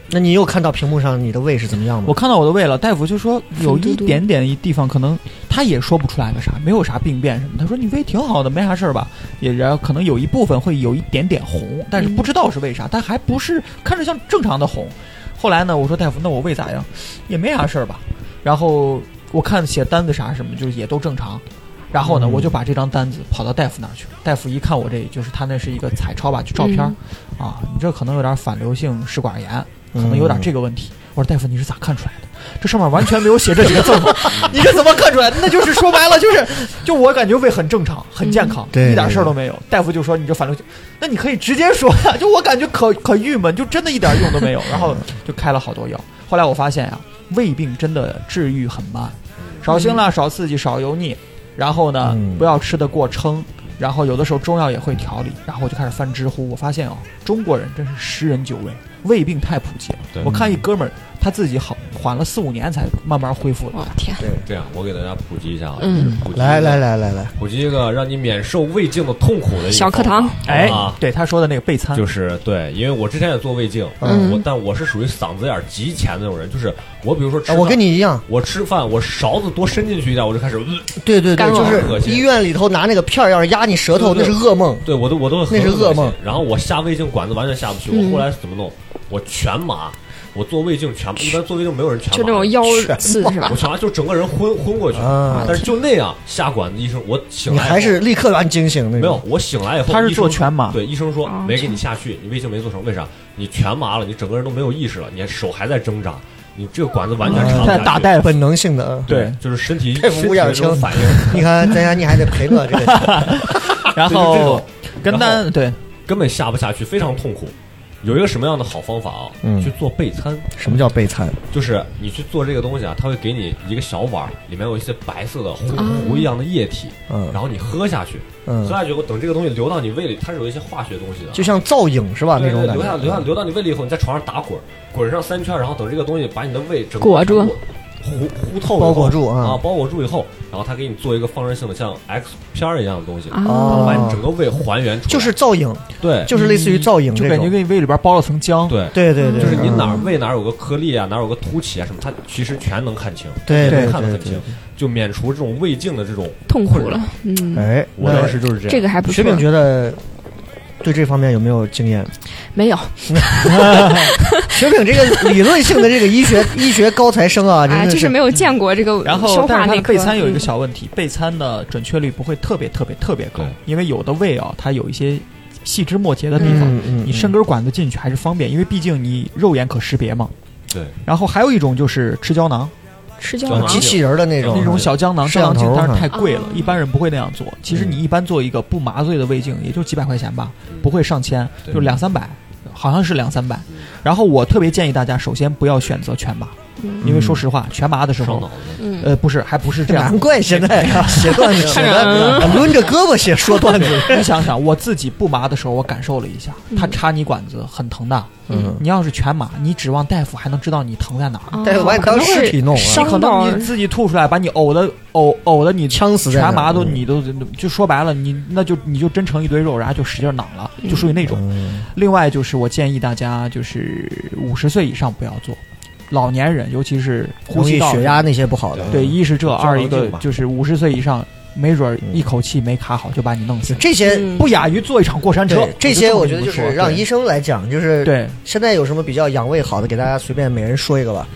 Speaker 4: 那你又看到屏幕上你的胃是怎么样吗？
Speaker 5: 我看到我的胃了，大夫就说有
Speaker 6: 嘟
Speaker 5: 一
Speaker 6: 嘟
Speaker 5: 点点一地方可能他也说不出来个啥，没有啥病变什么。他说你胃挺好的，没啥事儿吧？也然后可能有一部分会有一点点红，但是不知道是为啥，但还不是看着像正常的红。后来呢，我说大夫，那我胃咋样？也没啥事儿吧。然后我看写单子啥什么，就是也都正常。然后呢，
Speaker 4: 嗯
Speaker 5: 我就把这张单子跑到大夫那儿去。大夫一看我这，就是他那是一个彩超吧，就照片儿、
Speaker 4: 嗯
Speaker 5: 啊，你这可能有点反流性食管炎，可能有点这个问题。我说大夫，你是咋看出来的？这上面完全没有写这几个字 母， 你这怎么看出来的？那就是说白了，就是就我感觉胃很正常，很健康，
Speaker 4: 嗯对
Speaker 5: 一点事儿都没有。大夫就说你这反流性，那你可以直接说呀，就我感觉可可郁闷，就真的一点用都没有。然
Speaker 4: 嗯
Speaker 5: 后就开了好多药。后来我发现呀、胃病真的治愈很慢，少辛辣、少刺激、少油腻，然后呢，
Speaker 4: 嗯
Speaker 5: 不要吃的过撑。然后有的时候中药也会调理，然后我就开始翻知乎，我发现哦，中国人真是十人九胃，胃病太普及了
Speaker 7: 对。
Speaker 5: 我看一哥们儿，他自己好缓了四五年才慢慢恢复的。
Speaker 6: 我天，
Speaker 7: 这样，我给大家普及一下啊，
Speaker 6: 嗯
Speaker 7: 普及一个
Speaker 4: 来来，来来来，
Speaker 7: 普及一个让你免受胃镜的痛苦的一个
Speaker 6: 小课
Speaker 7: 方
Speaker 6: 堂
Speaker 7: 法
Speaker 5: 哎
Speaker 7: 啊，，
Speaker 5: 对他说的那个备餐，
Speaker 7: 就是对，因为我之前也做胃镜，
Speaker 6: 嗯
Speaker 7: 我但我是属于嗓子眼儿极前的那种人，就是我比如说吃
Speaker 4: 啊
Speaker 7: 饭，
Speaker 4: 我跟你一样，
Speaker 7: 我吃饭，我勺子多伸进去一点，我就开始，呃
Speaker 4: 对对对，
Speaker 6: 干
Speaker 4: 就
Speaker 6: 呕
Speaker 7: 恶
Speaker 4: 是
Speaker 7: 心
Speaker 4: 医院里头拿那个片儿要是压你舌头，
Speaker 7: 对
Speaker 4: 那是
Speaker 7: 对
Speaker 4: 噩梦。
Speaker 7: 对我都我都很
Speaker 4: 那是噩梦
Speaker 7: 恶心然后我下胃镜管子完全下不去，
Speaker 6: 嗯
Speaker 7: 我后来是怎么弄？我全麻，我做胃镜全，一般做胃镜没有人全麻的，
Speaker 6: 就那种腰刺是吧
Speaker 7: 我？全麻就整个人昏昏过去，
Speaker 4: 啊
Speaker 7: 但是就那样下管子，医生我醒
Speaker 4: 你
Speaker 7: 来以后
Speaker 4: 还是立刻把你惊醒那
Speaker 7: 没有
Speaker 4: 种。，
Speaker 7: 我醒来以后，
Speaker 5: 他是
Speaker 7: 医生
Speaker 5: 做全麻
Speaker 7: 对，医生说
Speaker 6: 哦
Speaker 7: 没给你下去，你胃镜没做成，为啥？你全麻了，你整个人都没有意识了，你手还在挣扎，你这个管子完
Speaker 4: 嗯啊
Speaker 7: 全插不下
Speaker 5: 在
Speaker 7: 去
Speaker 5: 打大夫，
Speaker 4: 本能性的，啊。
Speaker 7: 对，就是身体
Speaker 4: 佩服
Speaker 7: 身体
Speaker 4: 五眼
Speaker 7: 的这种
Speaker 4: 青
Speaker 7: 反应，
Speaker 4: 你看咱家你还得陪我这个，
Speaker 5: 然
Speaker 7: 对就这
Speaker 5: 后
Speaker 7: 种
Speaker 5: 跟
Speaker 7: 然
Speaker 5: 单对
Speaker 7: 根本下不下去，非常痛苦。有一个什么样的好方法啊？
Speaker 4: 嗯
Speaker 7: 去做备餐，
Speaker 4: 什么叫备餐？
Speaker 7: 就是你去做这个东西啊，它会给你一个小碗儿，里面有一些白色的糊糊一样的液体，
Speaker 4: 嗯
Speaker 7: 然后你喝下去，喝
Speaker 4: 嗯，
Speaker 7: 下去以后，等这个东西流到你胃里，它是有一些化学东西的，
Speaker 4: 就像造影是吧？啊那
Speaker 7: 对
Speaker 4: 种
Speaker 7: 对，
Speaker 4: 感
Speaker 7: 留下留下
Speaker 4: 觉。
Speaker 7: 留到你胃里以后，你在床上打滚，滚上三圈，然后等这个东西把你的胃整个
Speaker 6: 裹住
Speaker 7: 糊糊透以后
Speaker 4: 包裹住啊
Speaker 7: 啊，包裹住以后，然后他给你做一个放射性的像 X 片儿一样的东西，
Speaker 6: 啊，
Speaker 7: 把你
Speaker 4: 哦
Speaker 7: 整，个胃还原出来，
Speaker 4: 就是造影，
Speaker 7: 对
Speaker 4: 就是类似于造影
Speaker 5: 就
Speaker 4: 这
Speaker 5: 感觉
Speaker 4: 种。
Speaker 5: 给你胃里边包了层浆。
Speaker 7: 对。
Speaker 4: 对对对，
Speaker 7: 就是你
Speaker 4: 嗯
Speaker 7: 哪儿胃哪儿有个颗粒啊，哪儿有个凸起啊什么，它其实全能看清，
Speaker 4: 对
Speaker 7: 能
Speaker 4: 对
Speaker 7: 看得
Speaker 4: 对
Speaker 7: 很清，就免除这种胃镜的这种。
Speaker 6: 痛苦了，嗯，
Speaker 4: 哎，
Speaker 7: 我
Speaker 4: 那
Speaker 7: 当时就是这样，
Speaker 6: 这个还不
Speaker 4: 雪
Speaker 6: 错，
Speaker 4: 饼觉得对这方面有没有经验？
Speaker 6: 没
Speaker 5: 啊
Speaker 6: 有
Speaker 4: 雪饼这个理论性的这个医学 医学高材生啊，真
Speaker 6: 啊，
Speaker 4: 的
Speaker 6: 就是没有见过这个
Speaker 5: 嗯然
Speaker 6: 消
Speaker 5: 后，但
Speaker 6: 化
Speaker 5: 是它
Speaker 6: 那
Speaker 5: 的
Speaker 6: 科
Speaker 5: 备餐有一个
Speaker 6: 嗯
Speaker 5: 小问题，备餐的准确率不会特别特别特别高
Speaker 7: 对，
Speaker 5: 因为有的胃啊，它有一些细枝末节的地方，
Speaker 4: 嗯嗯，
Speaker 5: 你伸根管子进去还是方便，因为毕竟你肉眼可识别嘛。
Speaker 7: 对。
Speaker 5: 然后还有一种就是吃胶囊，
Speaker 6: 嗯吃胶
Speaker 7: 胶
Speaker 6: 囊
Speaker 7: 囊
Speaker 4: 机器人的那种
Speaker 5: 那种小胶囊，
Speaker 4: 摄像
Speaker 5: 胶囊镜
Speaker 4: 头
Speaker 5: 当
Speaker 4: 哈
Speaker 5: 然太贵了
Speaker 6: 啊，
Speaker 5: 一般人不会那样做。其实你一般做一个不麻醉的胃镜，也就几百块钱吧，不会上千，
Speaker 7: 对
Speaker 5: 就两三百，好像是两三百。然后我特别建议大家，首先不要选择全麻，
Speaker 6: 嗯
Speaker 5: 因为说实话，全麻的时
Speaker 7: 伤
Speaker 5: 候
Speaker 7: 脑，子。
Speaker 6: 嗯，
Speaker 5: 呃，不是，还不是这样
Speaker 4: 难。怪现在啊写段子写的
Speaker 6: 嗯
Speaker 4: 抡着胳膊写说 段子，
Speaker 5: 你想想，我自己不麻的时候，我感受了一下，他插你管子很疼的。
Speaker 4: 嗯，
Speaker 5: 你要是全麻，你指望大夫还能知道你疼在哪儿？
Speaker 6: 啊
Speaker 4: 大夫把你当尸体弄了
Speaker 6: 可
Speaker 5: 你
Speaker 6: 能会
Speaker 5: 可
Speaker 6: 伤到
Speaker 5: 啊能你自己吐出来，把你呕的呕呕的你
Speaker 4: 呛死在那儿嗯
Speaker 5: 全麻都你都就说白了，你那就你就真成一堆肉，然后就使劲攮了，
Speaker 4: 嗯
Speaker 5: 就属于那种。另外就是我建议大家，就是五十岁以上不要做，老年人，尤其是呼
Speaker 4: 容
Speaker 5: 吸
Speaker 4: 易
Speaker 5: 道
Speaker 4: 血压那些不好的。
Speaker 5: 对，
Speaker 4: 嗯
Speaker 5: 一是这，
Speaker 7: 嗯
Speaker 5: 二一
Speaker 7: 胶
Speaker 5: 个
Speaker 7: 囊症吧
Speaker 5: 就是五十岁以上，没准儿
Speaker 4: 嗯
Speaker 5: 一口气没卡好就把你弄死
Speaker 4: 就，这些
Speaker 6: 嗯
Speaker 5: 不亚于坐一场过山车
Speaker 4: 对。这些，我觉得
Speaker 5: 就
Speaker 4: 就
Speaker 5: 这么
Speaker 4: 是
Speaker 5: 说
Speaker 4: 让
Speaker 5: 对
Speaker 4: 医生来讲，就是
Speaker 5: 对
Speaker 4: 现在有什么比较养胃好的，给大家随便每人说一个吧。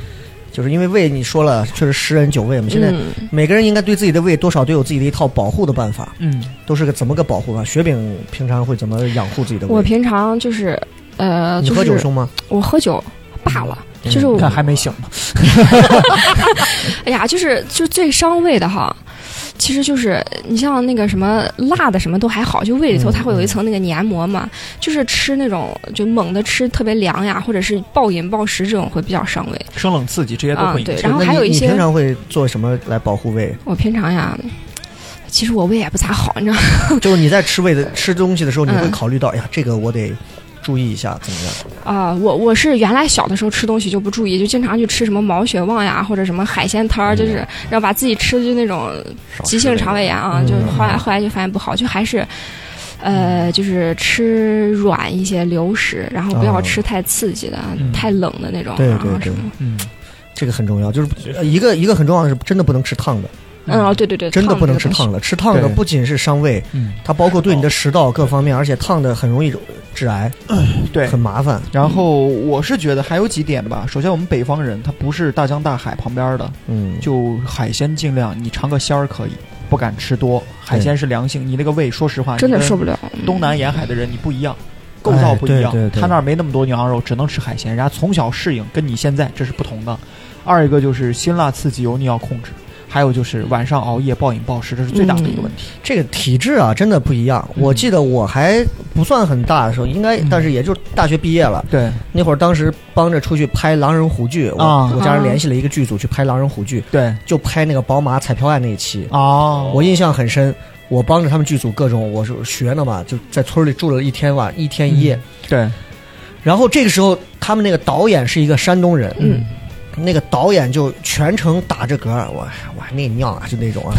Speaker 4: 就是因为胃，你说了，确实十人九胃嘛。现在
Speaker 6: 嗯
Speaker 4: 每个人应该对自己的胃多少都有自己的一套保护的办法，
Speaker 5: 嗯，
Speaker 4: 都是个怎么个保护法？雪饼平常会怎么养护自己的
Speaker 6: 我
Speaker 4: 胃？
Speaker 6: 平常就是呃，
Speaker 4: 你
Speaker 6: 就
Speaker 4: 喝酒
Speaker 6: 是
Speaker 4: 凶吗？嗯
Speaker 6: 我喝酒罢了，就是
Speaker 5: 你
Speaker 6: 我
Speaker 5: 看还没醒呢。
Speaker 6: 哎呀，就是就是最伤胃的哈。其实就是你像那个什么辣的什么都还好，就
Speaker 4: 嗯
Speaker 6: 胃里头它会有一层那个黏膜嘛，就是吃那种就猛的吃特别凉呀，或者是暴饮暴食这种会比较伤胃。
Speaker 4: 嗯
Speaker 5: 生冷刺激这些都
Speaker 6: 啊
Speaker 5: 会影
Speaker 6: 对
Speaker 5: 响。
Speaker 6: 然后
Speaker 4: 那
Speaker 6: 还
Speaker 4: 你
Speaker 6: 有一
Speaker 4: 你
Speaker 6: 些
Speaker 4: 平常会做什么来保护 胃？
Speaker 6: 我平常呀，其实我胃也不咋好，你知道吗，
Speaker 4: 就是你在吃胃的吃东西的时候，你会
Speaker 6: 嗯
Speaker 4: 考虑到，哎呀，这个我得注意一下，怎么样？
Speaker 6: 啊、我我是原来小的时候吃东西就不注意，就经常去吃什么毛血旺呀，或者什么海鲜摊儿，就是然后把自己吃的就那种
Speaker 7: 少吃
Speaker 6: 急性
Speaker 7: 那个
Speaker 6: 肠胃炎啊，就后来后来就发现不好，就还是。呃，就是吃软一些流食，然后不要
Speaker 4: 哦
Speaker 6: 吃太刺激的、
Speaker 5: 嗯
Speaker 6: 太冷的那种，
Speaker 4: 对
Speaker 6: 然后
Speaker 4: 对
Speaker 6: 什
Speaker 4: 对
Speaker 6: 么，
Speaker 5: 嗯，
Speaker 4: 这个很重要。就是呃一个一个很重要的是，真的不能吃烫的，
Speaker 6: 嗯，哦，对对对，
Speaker 4: 真的
Speaker 6: 烫
Speaker 4: 不能
Speaker 6: 这
Speaker 4: 吃
Speaker 6: 个东
Speaker 4: 烫的。吃烫的
Speaker 5: 对
Speaker 4: 不仅是伤胃，
Speaker 5: 嗯，
Speaker 4: 它包括对你的食道各方面，而且烫的很容易致癌，
Speaker 5: 对
Speaker 4: 很。麻烦。
Speaker 5: 然后我是觉得还有几点吧。首先，我们北方人他不是大江大海旁边的，
Speaker 4: 嗯，
Speaker 5: 就海鲜尽量你尝个鲜儿可以，不敢吃多。海鲜是良性，你那个胃，说实话，
Speaker 6: 西真的
Speaker 5: 你跟
Speaker 6: 受不了。嗯
Speaker 5: 东南沿海的人你不一样，构造不一样，
Speaker 4: 哎对对对
Speaker 5: 他那儿没那么多牛羊肉，只能吃海鲜，人家从小适应，跟你现在这是不同的。二一个就是辛辣刺激油腻要控制，还有就是晚上熬夜暴饮暴食，这是最大的一个问题。
Speaker 4: 这个体质啊，真的不一样。
Speaker 5: 嗯
Speaker 4: 我记得我还不算很大的时候，应该
Speaker 5: 嗯
Speaker 4: 但是也就大学毕业了。
Speaker 5: 对
Speaker 4: 那会儿当时帮着出去拍狼人虎剧，我、
Speaker 5: 啊
Speaker 4: 我家人联系了一个剧组去拍狼人虎剧，
Speaker 5: 对
Speaker 4: 就拍那个宝马彩票案那一期，
Speaker 5: 哦，
Speaker 4: 我印象很深。我帮着他们剧组各种，我是学呢嘛，就在村里住了一天晚一天
Speaker 5: 嗯
Speaker 4: 一夜。
Speaker 5: 对
Speaker 4: 然后这个时候，他们那个导演是一个山东人，
Speaker 5: 嗯，
Speaker 4: 那个导演就全程打着嗝，我我还那尿啊，就那种 啊，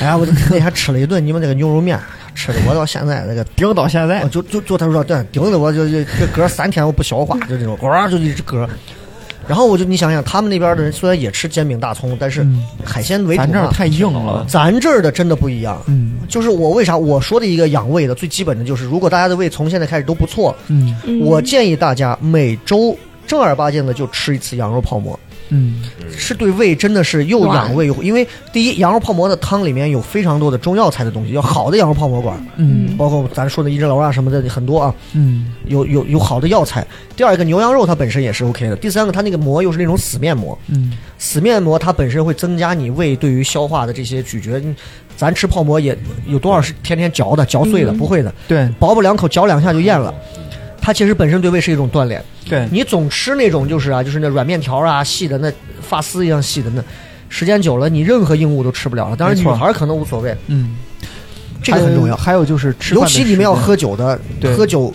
Speaker 4: 哎呀，我那还吃了一顿你们那个牛肉面，吃的我到现在那个
Speaker 5: 顶到现
Speaker 4: 我，就就就他说对，顶的我就就这嗝三天我不消化，就这种，呱就一直嗝。然后我就你想想，他们那边的人虽然也吃煎饼大葱，但是
Speaker 5: 嗯
Speaker 4: 海鲜为主
Speaker 5: 咱这儿
Speaker 4: 嘛，
Speaker 5: 太硬了，
Speaker 4: 咱这儿的真的不一样。
Speaker 5: 嗯
Speaker 4: 就是我为啥我说的一个养胃的最基本的就是，如果大家的胃从现在开始都不错，
Speaker 5: 嗯
Speaker 6: 嗯
Speaker 4: 我建议大家每周正儿八经的就吃一次羊肉泡馍，
Speaker 5: 嗯
Speaker 4: 是对胃真的是又
Speaker 6: 哇
Speaker 4: 养胃又，因为第一，羊肉泡馍的汤里面有非常多的中药材的东西，要好的羊肉泡馍馆，
Speaker 5: 嗯
Speaker 4: 包括咱说的一枝楼啊什么的很多啊，
Speaker 5: 嗯
Speaker 4: 有有有好的药材。第二个，牛羊肉它本身也是 OK 的。第三个，它那个馍又是那种死面馍，
Speaker 5: 嗯，
Speaker 4: 死面馍它本身会增加你胃对于消化的这些咀嚼。你咱吃泡馍也有多少是天天嚼的、嚼碎的？不会的，
Speaker 5: 对
Speaker 4: 薄不两口嚼两下就咽了。它其实本身对胃是一种锻炼。
Speaker 5: 对，
Speaker 4: 你总吃那种就是啊，就是那软面条啊，细的那发丝一样细的那，时间久了你任何硬物都吃不了了。当然
Speaker 5: 没
Speaker 4: 女
Speaker 5: 错
Speaker 4: 孩儿可能无所谓，
Speaker 5: 嗯，
Speaker 4: 这个很重要。
Speaker 5: 还有就是吃，
Speaker 4: 尤其你们要喝酒的，
Speaker 5: 对
Speaker 4: 喝酒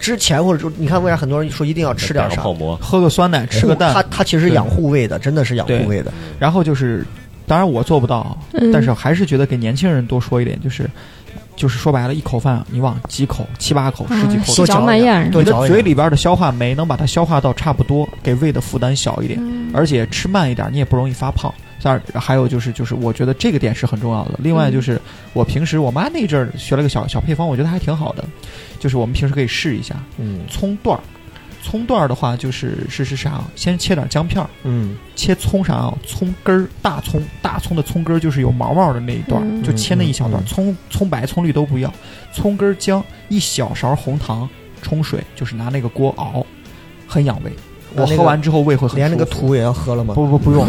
Speaker 4: 之前或者就你看为啥很多人说一定要吃点啥
Speaker 7: 泡？馍，
Speaker 5: 喝个酸奶，吃个蛋
Speaker 4: 它，它其实养护胃的，真的是养护胃的。
Speaker 5: 然后就是，当然我做不到，
Speaker 6: 嗯
Speaker 5: 但是还是觉得给年轻人多说一点，就是，就是说白了，一口饭你往几口、七八口、十几
Speaker 6: 啊
Speaker 5: 口
Speaker 6: 细
Speaker 5: 都
Speaker 4: 多嚼
Speaker 6: 嚼慢
Speaker 4: 一点
Speaker 6: 咽，
Speaker 4: 多
Speaker 5: 嗯你
Speaker 4: 嚼
Speaker 5: 的
Speaker 4: 一
Speaker 5: 嘴
Speaker 4: 点
Speaker 5: 里边的消化酶能把它消化到差不多，给胃的负担小一点，
Speaker 6: 嗯
Speaker 5: 而且吃慢一点，你也不容易发胖。当然，还有就是，就是我觉得这个点是很重要的。另外就是，我平时我妈那阵儿学了个小小配方，我觉得还挺好的，就是我们平时可以试一下
Speaker 4: 嗯
Speaker 5: 葱段儿。葱段儿的话，就是是是啥啊？先切点姜片儿，
Speaker 4: 嗯，
Speaker 5: 切葱啥啊？葱根儿，大葱，大葱的葱根儿就是有毛毛的那一段儿，
Speaker 6: 嗯
Speaker 5: 就切那一小段儿。
Speaker 4: 嗯嗯
Speaker 5: 葱葱白、葱绿都不要，葱根儿姜，一小勺红糖，冲水，就是拿那个锅熬，很养胃。
Speaker 4: 那
Speaker 5: 我
Speaker 4: 那个
Speaker 5: 喝完之后胃会很
Speaker 4: 连那个
Speaker 5: 舒服
Speaker 4: 土也要喝了吗？
Speaker 5: 不 不不用，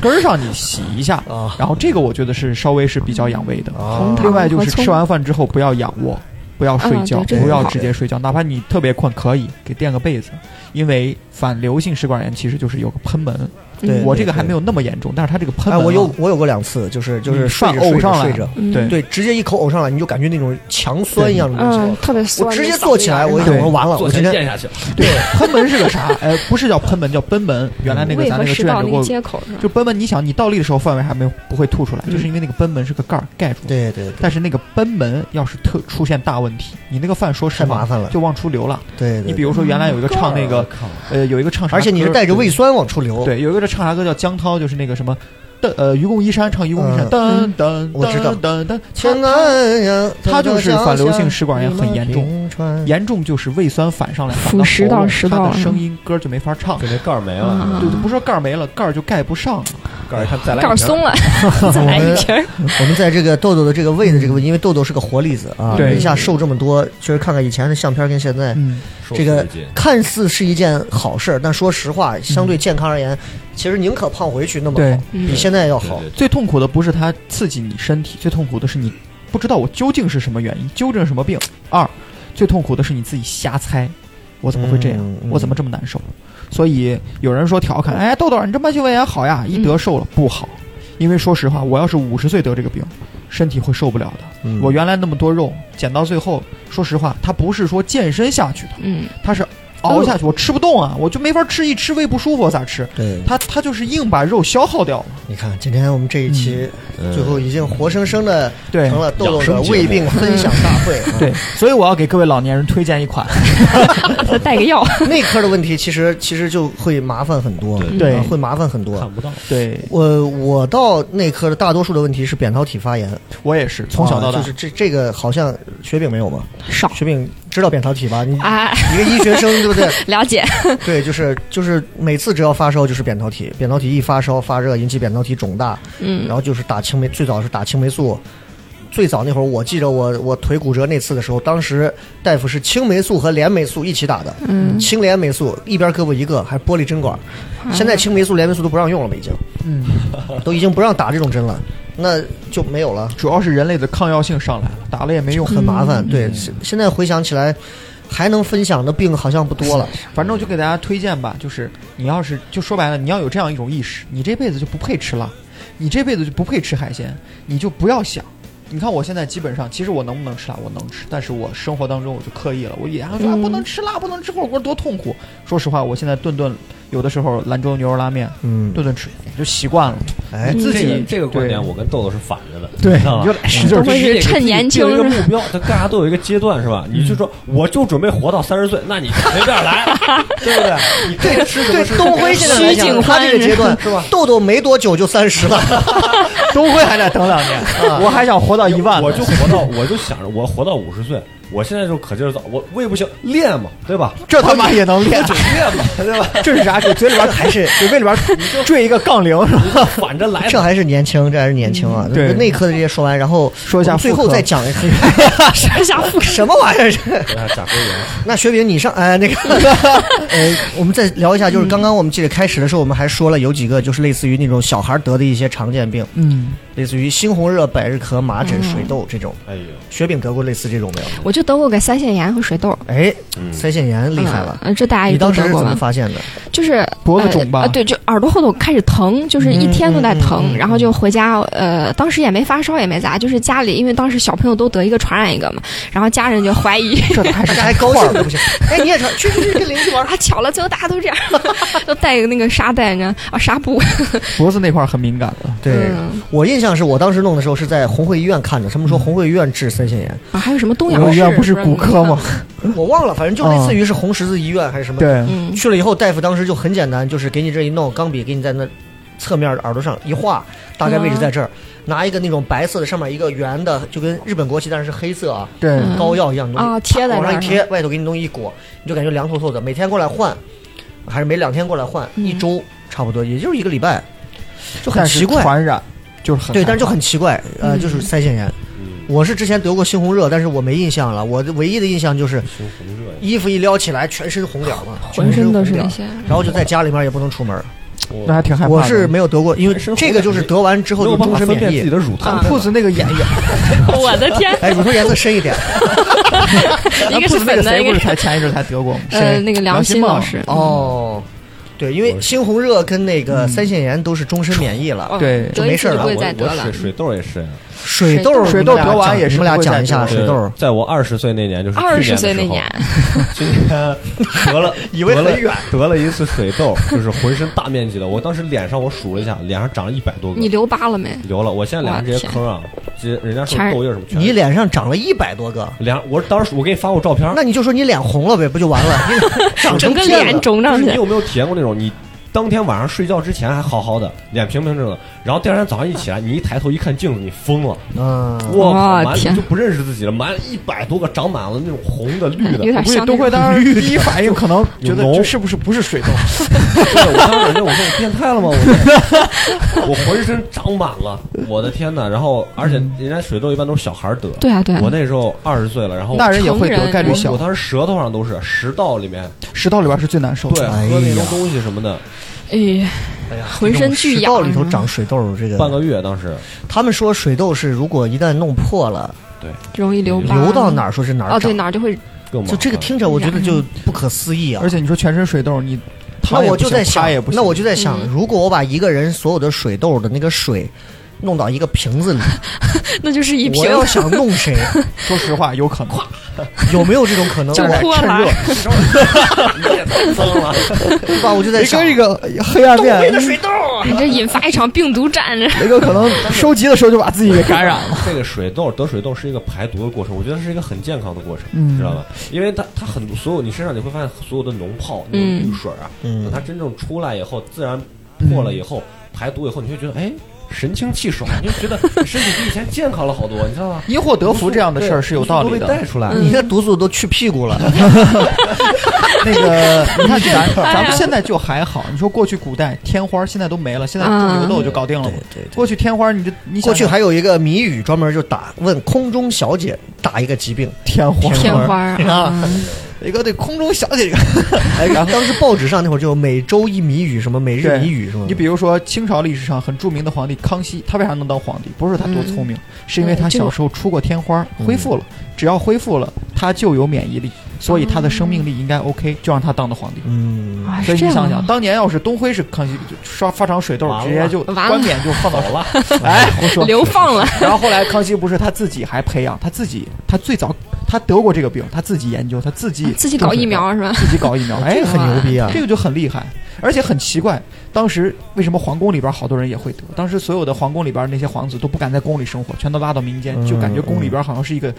Speaker 5: 根儿上你洗一下，
Speaker 4: 啊，
Speaker 5: 然后这个我觉得是稍微是比较养胃的。
Speaker 4: 啊
Speaker 5: 另外就
Speaker 6: 嗯
Speaker 5: 是
Speaker 6: 和葱
Speaker 5: 吃完饭之后不要仰卧，不要睡觉，
Speaker 6: 啊对这个
Speaker 5: 不要
Speaker 6: 好
Speaker 5: 直接睡觉，哪怕你特别困可以给垫个被子，因为反流性食管炎其实就是有个喷门，
Speaker 4: 对
Speaker 5: 我这个还没有那么严重，但是他这个喷
Speaker 4: 哎，
Speaker 5: 啊完了，
Speaker 4: 我有我有过两次，就是就是睡
Speaker 5: 你涮
Speaker 4: 着
Speaker 5: 呕
Speaker 4: 睡
Speaker 5: 上
Speaker 4: 着
Speaker 5: 来
Speaker 4: 睡
Speaker 5: 了
Speaker 4: 着，
Speaker 6: 嗯
Speaker 5: 对
Speaker 4: 对，直接一口呕上来，你就感觉那种强酸一样的东西。
Speaker 6: 嗯，特别酸。
Speaker 4: 我直
Speaker 6: 那
Speaker 4: 接
Speaker 6: 嗓子
Speaker 4: 坐起
Speaker 6: 眼
Speaker 4: 来，
Speaker 6: 儿
Speaker 4: 我就
Speaker 5: 对
Speaker 4: 想说完了，
Speaker 7: 坐
Speaker 4: 我
Speaker 7: 下
Speaker 4: 今天
Speaker 7: 垫下去了，
Speaker 5: 对喷门是个 啥？哎，不是叫喷门，叫贲门。原来那个
Speaker 6: 胃
Speaker 5: 咱
Speaker 6: 和
Speaker 5: 那个志
Speaker 6: 食
Speaker 5: 愿
Speaker 6: 道
Speaker 5: 者
Speaker 6: 那
Speaker 5: 给我
Speaker 6: 个接嗯口是吧？
Speaker 5: 就贲门，你想你倒立的时候范围还没有不会吐出来，就是因为那个贲门是个盖儿盖住。。
Speaker 4: 对对对
Speaker 5: 但是那个贲门要是特出现大问题，你那个饭说实
Speaker 4: 太麻
Speaker 5: 话
Speaker 4: 烦了
Speaker 5: 就往出流了。
Speaker 4: 对对，，Oh
Speaker 5: 你比如说原来有一个唱那
Speaker 7: 啊
Speaker 5: 个，呃，有一个唱啥歌，
Speaker 4: 而且你是带着胃酸往出流，
Speaker 5: 对，有一个唱啥歌叫江涛，就是那个什么。的呃，愚公移山唱愚公移山，噔噔，
Speaker 4: 嗯
Speaker 6: 嗯
Speaker 4: 我知道
Speaker 5: 噔噔，
Speaker 4: 千
Speaker 5: 他
Speaker 4: 安呀，
Speaker 5: 他就是反流性食管炎很严重
Speaker 4: 重
Speaker 5: 严重就是胃酸反上来，反
Speaker 6: 腐
Speaker 5: 到
Speaker 6: 蚀
Speaker 5: 喉
Speaker 6: 到
Speaker 5: 咙
Speaker 6: 食
Speaker 5: 他
Speaker 6: 道嗯
Speaker 5: 的
Speaker 6: 了
Speaker 5: 声音歌就没法唱
Speaker 7: 就。那盖儿没了，
Speaker 5: 对，不说盖儿没了，盖儿就盖不上了。
Speaker 7: 盖儿看再来
Speaker 6: 啊盖
Speaker 7: 一
Speaker 6: 儿
Speaker 7: 瓶
Speaker 6: 松了，再来一瓶儿。
Speaker 4: 我们在这个豆豆的这个胃的这个问题，因为豆豆是个活例子啊，
Speaker 5: 嗯对
Speaker 4: 一下瘦这么多，其实看看以前的相片跟现在，
Speaker 5: 嗯，
Speaker 7: 瘦
Speaker 4: 这个
Speaker 7: 十斤
Speaker 4: 看似是一件好事儿，但说实话，相对健康而言，其实宁可胖回去那么
Speaker 5: 嗯对
Speaker 4: 好，
Speaker 6: 嗯
Speaker 4: 比现在要
Speaker 7: 对
Speaker 4: 好。
Speaker 7: 对对
Speaker 5: 最痛苦的不是它刺激你身体，最痛苦的是你不知道我究竟是什么原因，究竟是什么病。二，最痛苦的是你自己瞎猜，我怎么会这样？
Speaker 4: 嗯嗯
Speaker 5: 我怎么这么难受？所以有人说调侃，哎，豆豆，你这慢性胃炎好
Speaker 4: 嗯
Speaker 5: 呀，一得瘦了、不好，因为说实话，我要是五十岁得这个病，身体会受不了的。
Speaker 4: 嗯
Speaker 5: 我原来那么多肉，减到最后，说实话，它不是说健身下去的，
Speaker 6: 嗯，
Speaker 5: 它是熬下去，我吃不动啊，我就没法吃，一吃胃不舒服，我咋吃？
Speaker 4: 对，
Speaker 5: 它它就是硬把肉消耗掉了。
Speaker 4: 你看今天我们这一期
Speaker 7: 嗯
Speaker 4: 最后已经活生生的
Speaker 5: 对
Speaker 4: 成了豆豆的胃病分享大 会。啊
Speaker 5: 对，所以我要给各位老年人推荐一 款，
Speaker 6: 再带个药。
Speaker 4: 内科的问题，其实其实就会麻烦很多，
Speaker 7: 对
Speaker 5: 对
Speaker 4: 啊会麻烦很多
Speaker 7: 看。不到，
Speaker 5: 对
Speaker 4: 我我到内科的大多数的问题是扁桃体发炎，
Speaker 5: 我也是从小到大，
Speaker 4: 啊就是这这个好像雪饼没有吗？
Speaker 6: 少
Speaker 4: 雪饼知道扁桃体吧？你
Speaker 6: 哎，
Speaker 4: 一个医学生对不对？
Speaker 6: 了解。
Speaker 4: 对，就是就是每次只要发烧就是扁桃体，扁桃体一发烧发热引起扁桃体肿大，
Speaker 6: 嗯
Speaker 4: 然后就是打青霉，最早是打青霉素。最早那会儿，我记着我我腿骨折那次的时候，当时大夫是青霉素和链霉素一起打的，
Speaker 6: 嗯，
Speaker 4: 青联霉素一边胳膊一个，还玻璃针管。现在青霉素、联霉素都不让用了吧？已经
Speaker 5: 嗯，
Speaker 4: 都已经不让打这种针了，那就没有了，
Speaker 5: 主要是人类的抗药性上来了，打了也没用，
Speaker 4: 很麻
Speaker 5: 嗯
Speaker 4: 烦。对，现现在回想起来，还能分享的病好像不多了。
Speaker 5: 反正就给大家推荐吧，就是你要是就说白了，你要有这样一种意识，你这辈子就不配吃辣，你这辈子就不配吃海鲜，你就不要想。你看我现在基本上，其实我能不能吃辣，我能吃，但是我生活当中我就刻意了，我也还说、啊、
Speaker 6: 嗯
Speaker 5: 不能吃辣，不能吃火锅，多痛苦。说实话，我现在顿顿有的时候兰州牛肉拉面，
Speaker 4: 嗯
Speaker 5: 顿顿吃就习惯了。
Speaker 4: 哎
Speaker 5: 你自己
Speaker 7: 这个这个观点
Speaker 5: 对
Speaker 7: 我跟豆豆是反着的，
Speaker 5: 对，
Speaker 7: 你知道
Speaker 5: 你
Speaker 7: 吧
Speaker 5: 就？来使
Speaker 6: 都
Speaker 5: 劲儿
Speaker 6: 会是
Speaker 5: 吃。
Speaker 6: 趁年轻
Speaker 7: 有一个目标，他干啥都有一个阶段是吧？你就说我就准备活到三十岁，那你随便来，对不对？你该吃什么
Speaker 4: 对
Speaker 7: 吃什么
Speaker 4: 东辉现在来
Speaker 6: 徐
Speaker 4: 讲，
Speaker 6: 景
Speaker 4: 他
Speaker 6: 欢
Speaker 4: 这个阶段
Speaker 5: 是吧
Speaker 4: 豆豆没多久就三十了，
Speaker 5: 东辉还得等两 年，啊我还想活到一万呢。
Speaker 7: 我就活到，我就想着我活到五十岁，我现在就可劲儿造，我胃不行，练嘛，对吧？
Speaker 5: 这他妈也能练，
Speaker 7: 练嘛，对吧？
Speaker 5: 这是 啥？这嘴里边还是嘴胃里 边坠一个杠铃是吧？
Speaker 7: 反着来
Speaker 4: 这还是年轻，这还是年轻啊！
Speaker 5: 嗯对
Speaker 4: 内科的这些说完，然后
Speaker 5: 说一下
Speaker 4: 我们最
Speaker 5: 妇科
Speaker 4: 后再讲一下
Speaker 6: 说一下妇科。
Speaker 4: 什么玩意儿这。
Speaker 7: 啊，贾飞人，
Speaker 4: 那雪饼，你上哎那个呃，我们再聊一下，就是刚刚我们记得开始的时候，我们还说了有几个就是类似于那种小孩得的一些常见病，
Speaker 5: 嗯，
Speaker 4: 类似于猩红热、百日咳、麻疹、水痘这种。
Speaker 7: 哎呦，
Speaker 4: 雪饼得过类似这种没有？
Speaker 6: 我就得过个腮腺炎和水痘，
Speaker 4: 哎，
Speaker 7: 嗯
Speaker 4: 腮腺炎厉害了。
Speaker 6: 嗯，嗯这大家
Speaker 4: 你
Speaker 6: 也都
Speaker 4: 当时
Speaker 6: 得
Speaker 4: 是
Speaker 6: 过
Speaker 4: 怎么
Speaker 6: 吧？
Speaker 4: 发现的？
Speaker 6: 就是
Speaker 5: 脖子肿吧
Speaker 6: 呃呃对，就耳朵后头开始疼，就是一天都在疼，
Speaker 4: 嗯嗯嗯
Speaker 6: 然后就回家，呃，当时也没发烧，也没咋，就是家里因为当时小朋友都得一个传染一个嘛，然后家人就怀疑。
Speaker 5: 这
Speaker 4: 大
Speaker 5: 还是
Speaker 4: 家还高兴的不行。哎，你也成，去去去，跟邻居玩。
Speaker 6: 啊，巧了，最 后大家都这样，都带个那个纱带呢，啊，纱布，
Speaker 5: 脖子那块儿很敏感的，
Speaker 4: 对
Speaker 6: 嗯
Speaker 4: 我印象是我当时弄的时候是在红会医院看的，他们说红会医院治腮腺炎，
Speaker 6: 啊，还有什么东
Speaker 5: 我
Speaker 6: 阳
Speaker 5: 医
Speaker 6: 市
Speaker 5: 院不是骨科吗？？
Speaker 4: 我忘了，反正就类似于是红十字医院还是什么。
Speaker 5: 对，
Speaker 6: 嗯，
Speaker 4: 去了以后，大夫当时就很简单，就是给你这一弄，钢笔给你在那侧面耳朵上一画，大概位置在这儿，
Speaker 6: 嗯
Speaker 4: 拿一个那种白色的，上面一个圆的，就跟日本国旗但是是黑色啊，
Speaker 5: 对，
Speaker 6: 嗯
Speaker 4: 膏药一样的东西
Speaker 6: 啊贴在
Speaker 4: 往上一
Speaker 6: 那儿
Speaker 4: 贴，外头给你弄一裹，你就感觉凉透透的。每天过来换，还是每两天过来换，
Speaker 6: 嗯
Speaker 4: 一周差不多，也就是一个礼拜，就很
Speaker 5: 但是
Speaker 4: 奇怪。
Speaker 5: 传染就是很
Speaker 4: 对，但是就很奇怪，呃，
Speaker 6: 嗯
Speaker 4: 就是腮腺炎。
Speaker 7: 嗯，
Speaker 4: 我是之前得过猩红热，但是我没印象了。我的唯一的印象就是
Speaker 7: 胸红热呀，
Speaker 4: 衣服一撩起来，全身红点儿嘛，
Speaker 6: 浑哦身都是
Speaker 4: 全红点
Speaker 6: 那
Speaker 4: 儿
Speaker 6: 些，
Speaker 4: 然后就在家里面也不能出门儿。
Speaker 5: 那还挺害怕的。
Speaker 4: 我是没有得过，因为这个就是得完之后
Speaker 7: 没
Speaker 4: 就
Speaker 7: 有办
Speaker 4: 终
Speaker 7: 法
Speaker 4: 身
Speaker 7: 分辨
Speaker 4: 免
Speaker 7: 自己
Speaker 4: 疫。
Speaker 7: 的乳糖
Speaker 5: 俺。铺子那个 眼眼，
Speaker 6: 我的天，
Speaker 4: 哎，乳头颜色深一点。
Speaker 6: 一
Speaker 5: 俺
Speaker 6: 个
Speaker 5: 铺
Speaker 6: 是
Speaker 5: 子那个
Speaker 6: 粉的，
Speaker 5: 谁
Speaker 6: 一
Speaker 5: 不
Speaker 6: 个
Speaker 5: 是
Speaker 6: 是
Speaker 5: 才前一阵才得过吗？
Speaker 6: 呃那个
Speaker 5: 良
Speaker 6: 梁
Speaker 5: 心
Speaker 6: 心
Speaker 5: 嘛
Speaker 6: 老师，
Speaker 4: 哦，对，因为
Speaker 7: 我
Speaker 4: 猩红热跟那
Speaker 5: 嗯
Speaker 4: 个腮腺炎都是终身免疫了，
Speaker 6: 哦
Speaker 5: 对
Speaker 6: 得
Speaker 4: 就没
Speaker 6: 一
Speaker 4: 事
Speaker 6: 次
Speaker 4: 了
Speaker 6: 就不会
Speaker 7: 我
Speaker 6: 再得
Speaker 7: 我
Speaker 6: 了
Speaker 7: 水。水痘也是呀，
Speaker 4: 水痘儿
Speaker 5: 水
Speaker 4: 你们
Speaker 5: 痘
Speaker 4: 俩
Speaker 5: 得完
Speaker 4: 讲
Speaker 5: 也是
Speaker 4: 你们俩
Speaker 5: 不会
Speaker 4: 讲一
Speaker 5: 再
Speaker 4: 下
Speaker 5: 得
Speaker 4: 水
Speaker 7: 呃
Speaker 4: 痘儿。
Speaker 7: 在我二十岁那年，就是去
Speaker 6: 二
Speaker 7: 年
Speaker 6: 十
Speaker 7: 的
Speaker 6: 岁那
Speaker 7: 时候
Speaker 6: 年，
Speaker 7: 今天 得了，
Speaker 5: 以为
Speaker 7: 得了
Speaker 5: 很远
Speaker 7: 得了一次水痘，就是浑身大面积的。我当时脸上我数了一下，脸上长了一百多个
Speaker 6: 你，留疤了没？
Speaker 7: 留了。我现在脸上这些坑啊，这人家说
Speaker 6: 全是
Speaker 7: 痘印儿什么全
Speaker 4: 你
Speaker 7: 是。
Speaker 4: 脸上长了一百多个，
Speaker 7: 脸，我当时我给你发过照片儿，
Speaker 4: 那你就说你脸红了呗，不就完了？你长成
Speaker 6: 整个
Speaker 4: 片
Speaker 6: 脸
Speaker 4: 了。
Speaker 6: 肿
Speaker 7: 就
Speaker 6: 上
Speaker 7: 是你
Speaker 6: 去，
Speaker 7: 有没有体验过那种你？当天晚上睡觉之前还好好的，脸平平整整，然后第二天早上一起来，你一抬头一看镜子，你疯了，
Speaker 4: 嗯，
Speaker 7: 我
Speaker 6: 哇
Speaker 7: 满
Speaker 6: 天
Speaker 7: 就不认识自己了，满一百多个，长满了那种红的、绿的
Speaker 6: 有，点
Speaker 5: 估计
Speaker 6: 像
Speaker 5: 都
Speaker 6: 那
Speaker 5: 会，
Speaker 6: 个
Speaker 5: 当时第一反应可能觉
Speaker 7: 有
Speaker 5: 得
Speaker 7: 脓
Speaker 5: 这是不是不是水痘？
Speaker 7: 对，我当时感觉我说我变态了吗？我我浑身长满了，我的天呐！然后而且人家水痘一般都是小孩儿得，
Speaker 6: 对啊对啊
Speaker 7: 我那时候二十岁了，然后
Speaker 5: 大人也会得，概率
Speaker 7: 我
Speaker 5: 小
Speaker 7: 我。当时舌头上都是，食道里面
Speaker 5: 食道里边是最难受
Speaker 7: 对
Speaker 5: 的。
Speaker 4: 哎
Speaker 7: 喝那
Speaker 4: 呀
Speaker 7: 种东西什么的，
Speaker 6: 哎，浑身巨
Speaker 4: 食道
Speaker 6: 痒，
Speaker 4: 里头长水痘，这
Speaker 7: 半
Speaker 4: 个
Speaker 7: 个月当时
Speaker 4: 他们说水痘是如果一旦弄破了，
Speaker 6: 容易留疤，
Speaker 4: 流到哪儿说是哪
Speaker 6: 哦，
Speaker 4: 儿
Speaker 6: 对，
Speaker 4: 长。
Speaker 6: 哪儿就会
Speaker 7: 更麻烦
Speaker 4: 就这个听着，我觉得就不可思议啊
Speaker 5: 而！且你说全身水痘，你
Speaker 4: 那
Speaker 5: 躺也
Speaker 4: 我
Speaker 5: 不
Speaker 4: 就
Speaker 5: 行
Speaker 4: 在想
Speaker 5: 趴也不，行
Speaker 4: 那我就在想，
Speaker 6: 嗯
Speaker 4: 如果我把一个人所有的水痘的那个水弄到一个瓶子里，
Speaker 6: 那就是 一瓶
Speaker 4: 我。要想弄 谁，
Speaker 5: 说实话有可能。
Speaker 4: 有没有这种可能？
Speaker 6: 就
Speaker 4: 我
Speaker 6: 泼了，
Speaker 4: 对吧？我就在
Speaker 5: 雷
Speaker 4: 想
Speaker 5: 哥，这个黑暗面，
Speaker 6: 你这引发一场病毒战，这
Speaker 5: 雷哥可能收集的时候就把自己给感染了。
Speaker 7: 这个水痘得水痘是一个排毒的过程，我觉得是一个很健康的过程，
Speaker 5: 嗯
Speaker 7: 知道吧？因为它它很所有你身上你会发现所有的脓泡、那种
Speaker 6: 嗯
Speaker 7: 绿水啊，
Speaker 4: 嗯
Speaker 7: 等它真正出来以后，自然破了以后、
Speaker 5: 嗯
Speaker 7: 排毒以后，你会觉得哎神清气爽，你就觉得身体比以前健康了好多，你知道吧？
Speaker 5: 因祸得福这样的事儿是有道理
Speaker 7: 都被带
Speaker 5: 的。
Speaker 7: 出来。
Speaker 4: 你的毒素都去屁股了，
Speaker 5: 嗯那 个，你看咱咱们现在就还好，你说过去古代天花现在都没了，现在种牛痘就搞定了嘛。
Speaker 4: 对对
Speaker 5: 过去天花，你这你想
Speaker 4: 过去还有一个谜语，专门就打问空中小姐打一个疾病，
Speaker 5: 天花
Speaker 6: 天花
Speaker 4: 啊
Speaker 6: 啊，嗯
Speaker 5: 雷哥对空中小姐， 哎，然后
Speaker 4: 当时报纸上那会儿就有每周一谜语，什么每日
Speaker 5: 对
Speaker 4: 谜语什么的。
Speaker 5: 你比如说清朝历史上很著名的皇帝康熙，他为啥能当皇帝？不是他多
Speaker 6: 嗯
Speaker 5: 聪明，是因为他小时候出过天花，
Speaker 4: 嗯
Speaker 5: 恢复了。只要恢复了，他就有免疫力，所以他的生命力应该 OK，就让他当的皇帝。
Speaker 4: 嗯，
Speaker 6: 哦啊，是
Speaker 5: 所以
Speaker 6: 这样
Speaker 5: 你想
Speaker 6: 啊
Speaker 5: 想，，当年要是东辉是康熙，就刷发场水痘
Speaker 7: 完，了
Speaker 5: 直接就
Speaker 6: 完了
Speaker 5: 冠冕就放到
Speaker 7: 好了，
Speaker 4: 啊
Speaker 5: 哎，胡说。
Speaker 6: 流放了，
Speaker 5: 然后后来康熙不是他自己还培养他自己，他最早他得过这个病，他自己研究，他自己
Speaker 6: 啊自己搞疫苗是吧？
Speaker 5: 自己搞 疫苗，哎，
Speaker 4: 这很牛逼啊！
Speaker 5: 这个就很厉害，而且很奇怪，当时为什么皇宫里边好多人也会得？当时所有的皇宫里边那些皇子都不敢在宫里生活，全都拉到民间，
Speaker 4: 嗯
Speaker 5: 就感觉宫里边好像是一个，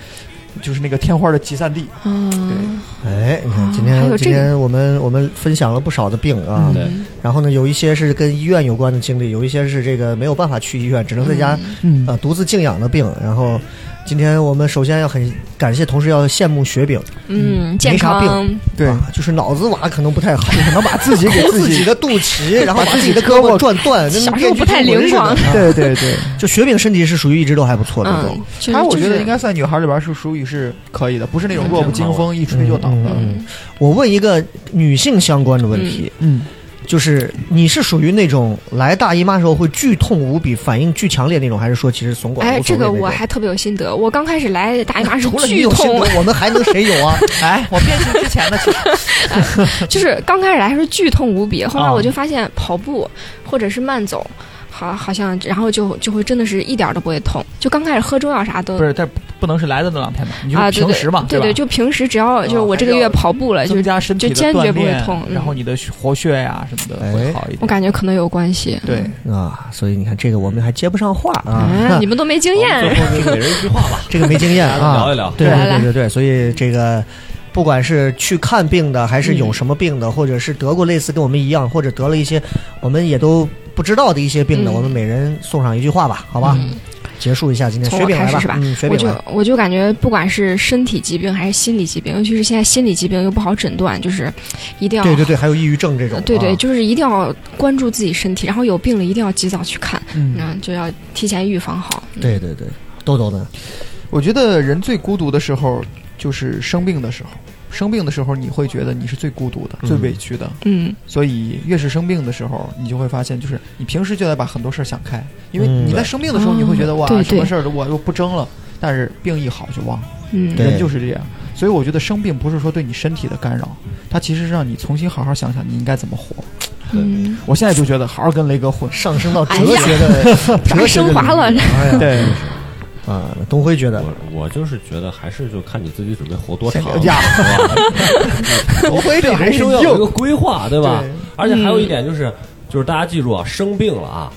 Speaker 5: 就是那个天花的集散地。
Speaker 6: 嗯，
Speaker 4: 哎，你看今
Speaker 6: 还
Speaker 4: 天、
Speaker 6: 有这个
Speaker 4: 今天我们我们分享了不少的病啊，
Speaker 7: 对，
Speaker 4: 然后呢，有一些是跟医院有关的经历，有一些是这个没有办法去医院，只能在家、
Speaker 5: 嗯
Speaker 4: 呃独自静养的病。然后今天我们首先要很感谢，同时要羡慕雪饼，
Speaker 6: 嗯，健
Speaker 4: 没啥
Speaker 6: 康，
Speaker 5: 对
Speaker 4: 啊，就是脑子瓦可能不 太好，可能把
Speaker 5: 自己给
Speaker 4: 抠
Speaker 5: 自
Speaker 4: 自
Speaker 5: 己
Speaker 4: 己的肚脐，然后
Speaker 5: 把
Speaker 4: 把
Speaker 5: 自
Speaker 4: 自
Speaker 5: 己
Speaker 4: 己的
Speaker 5: 胳
Speaker 4: 胳
Speaker 5: 膊
Speaker 4: 膊转断，那
Speaker 6: 小
Speaker 4: 那
Speaker 6: 时候
Speaker 4: 变
Speaker 6: 不太灵光
Speaker 4: 啊
Speaker 5: 对对 对，
Speaker 4: 就雪饼身体是属于一直都还不错的，
Speaker 6: 嗯，确实
Speaker 5: 她我
Speaker 6: 就
Speaker 5: 觉得
Speaker 6: 是
Speaker 5: 应该算女孩里边是属于是可以的，不是那种弱不禁风一
Speaker 4: 都
Speaker 5: 吹就倒
Speaker 4: 嗯
Speaker 5: 的。
Speaker 4: 嗯嗯我问一个女性相关的问题，
Speaker 5: 嗯，
Speaker 4: 就是你是属于那种来大姨妈时候会剧痛无比、反应巨强烈那种，还是说其实怂管？
Speaker 6: 哎，
Speaker 4: 无所
Speaker 6: 这
Speaker 4: 谓那
Speaker 6: 个
Speaker 4: 种
Speaker 6: 我还特别有心得。我刚开始来大姨哎妈是
Speaker 4: 除了你
Speaker 6: 巨
Speaker 4: 有心
Speaker 6: 痛，
Speaker 4: 得，我们还能谁有 啊？
Speaker 5: 哎，我变性之前的其实
Speaker 6: 就是刚开始来是巨痛无比，后来
Speaker 5: 啊
Speaker 6: 我就发现跑步或者是慢走，好好像然后就就会真的是一点儿都不会痛。就刚开始喝中药啥都
Speaker 5: 不是，但不能是来的那两天吧？你就
Speaker 6: 啊，对
Speaker 5: 平时嘛，
Speaker 6: 对
Speaker 5: 吧？哦
Speaker 6: 就平时只要就是我这个
Speaker 5: 还是
Speaker 6: 月
Speaker 5: 要
Speaker 6: 跑步了，就
Speaker 5: 增加身体的
Speaker 6: 就坚
Speaker 5: 锻
Speaker 6: 决不会
Speaker 5: 炼
Speaker 6: 痛嗯
Speaker 5: 然后你的活血呀什么的会
Speaker 4: 哎
Speaker 5: 好一点。
Speaker 6: 我感觉嗯可能有关 系。
Speaker 5: 对，
Speaker 4: 啊，所以你看这个我们还接不上话啊，
Speaker 6: 啊，你们都没经
Speaker 5: 哦
Speaker 7: 我们
Speaker 6: 验，
Speaker 7: 最后就每人一句话吧，
Speaker 4: 这个没经验啊，
Speaker 7: 聊一聊
Speaker 4: 对
Speaker 6: 来
Speaker 4: 对
Speaker 6: 来
Speaker 4: 对对对，所以这个。不管是去看病的，还是有
Speaker 6: 嗯
Speaker 4: 什么病的，或者是得过类似跟我们一样，或者得了一些我们也都不知道的一些病的，
Speaker 6: 嗯
Speaker 4: 我们每人送上一句话吧，好吧？结束一下今天
Speaker 6: 从
Speaker 4: 雪
Speaker 6: 我
Speaker 4: 饼
Speaker 6: 开
Speaker 4: 来
Speaker 6: 始是吧
Speaker 4: 嗯，雪
Speaker 6: 我
Speaker 4: 饼
Speaker 6: 就
Speaker 4: 来，
Speaker 6: 我就感觉，不管是身体疾病还是心理疾病，尤其是现在心理疾病又不好诊断，就是一定要呃
Speaker 4: 对对对，还有抑郁症这种，
Speaker 6: 对对，
Speaker 4: 啊
Speaker 6: 就是一定要关注自己身体，然后有病了一定要及早去看，
Speaker 5: 嗯
Speaker 6: 那就要提前预防好。嗯，
Speaker 4: 对对对，豆豆呢？
Speaker 5: 我觉得人最孤独的时候就是生病的时候。生病的时候，你会觉得你是最孤独的、
Speaker 4: 嗯
Speaker 5: 最委屈的，
Speaker 6: 嗯，
Speaker 5: 所以越是生病的时候，你就会发现，就是你平时就得把很多事儿想开，因为
Speaker 4: 嗯
Speaker 5: 你在生病的时候，
Speaker 6: 对
Speaker 5: 你会觉得哇
Speaker 6: 对，
Speaker 5: 什么
Speaker 6: 对
Speaker 5: 事儿都我又不争了，但是病一好就忘了，
Speaker 6: 嗯，
Speaker 4: 对
Speaker 5: 人就是这样。所以我觉得生病不是说对你身体的干扰，它其实是让你重新好好想想你应该怎么活。
Speaker 6: 嗯，
Speaker 5: 我现在就觉得好好跟雷哥混。
Speaker 4: 上升到
Speaker 6: 哎
Speaker 4: 哲
Speaker 6: 呀
Speaker 4: 学的哲学
Speaker 6: 升华了
Speaker 4: 领域哎呀
Speaker 5: 对，
Speaker 4: 啊，东辉觉得
Speaker 7: 我我就是觉得还是就看你自己准备活多长
Speaker 5: 先，聊价
Speaker 7: 是吧
Speaker 4: 东辉这
Speaker 7: 人
Speaker 4: 人
Speaker 7: 生
Speaker 4: 生
Speaker 7: 要有一个
Speaker 4: 硬，
Speaker 7: 规划，对吧
Speaker 4: 对？嗯
Speaker 7: 而且还有一点就是，就是大家记住啊，生病了啊，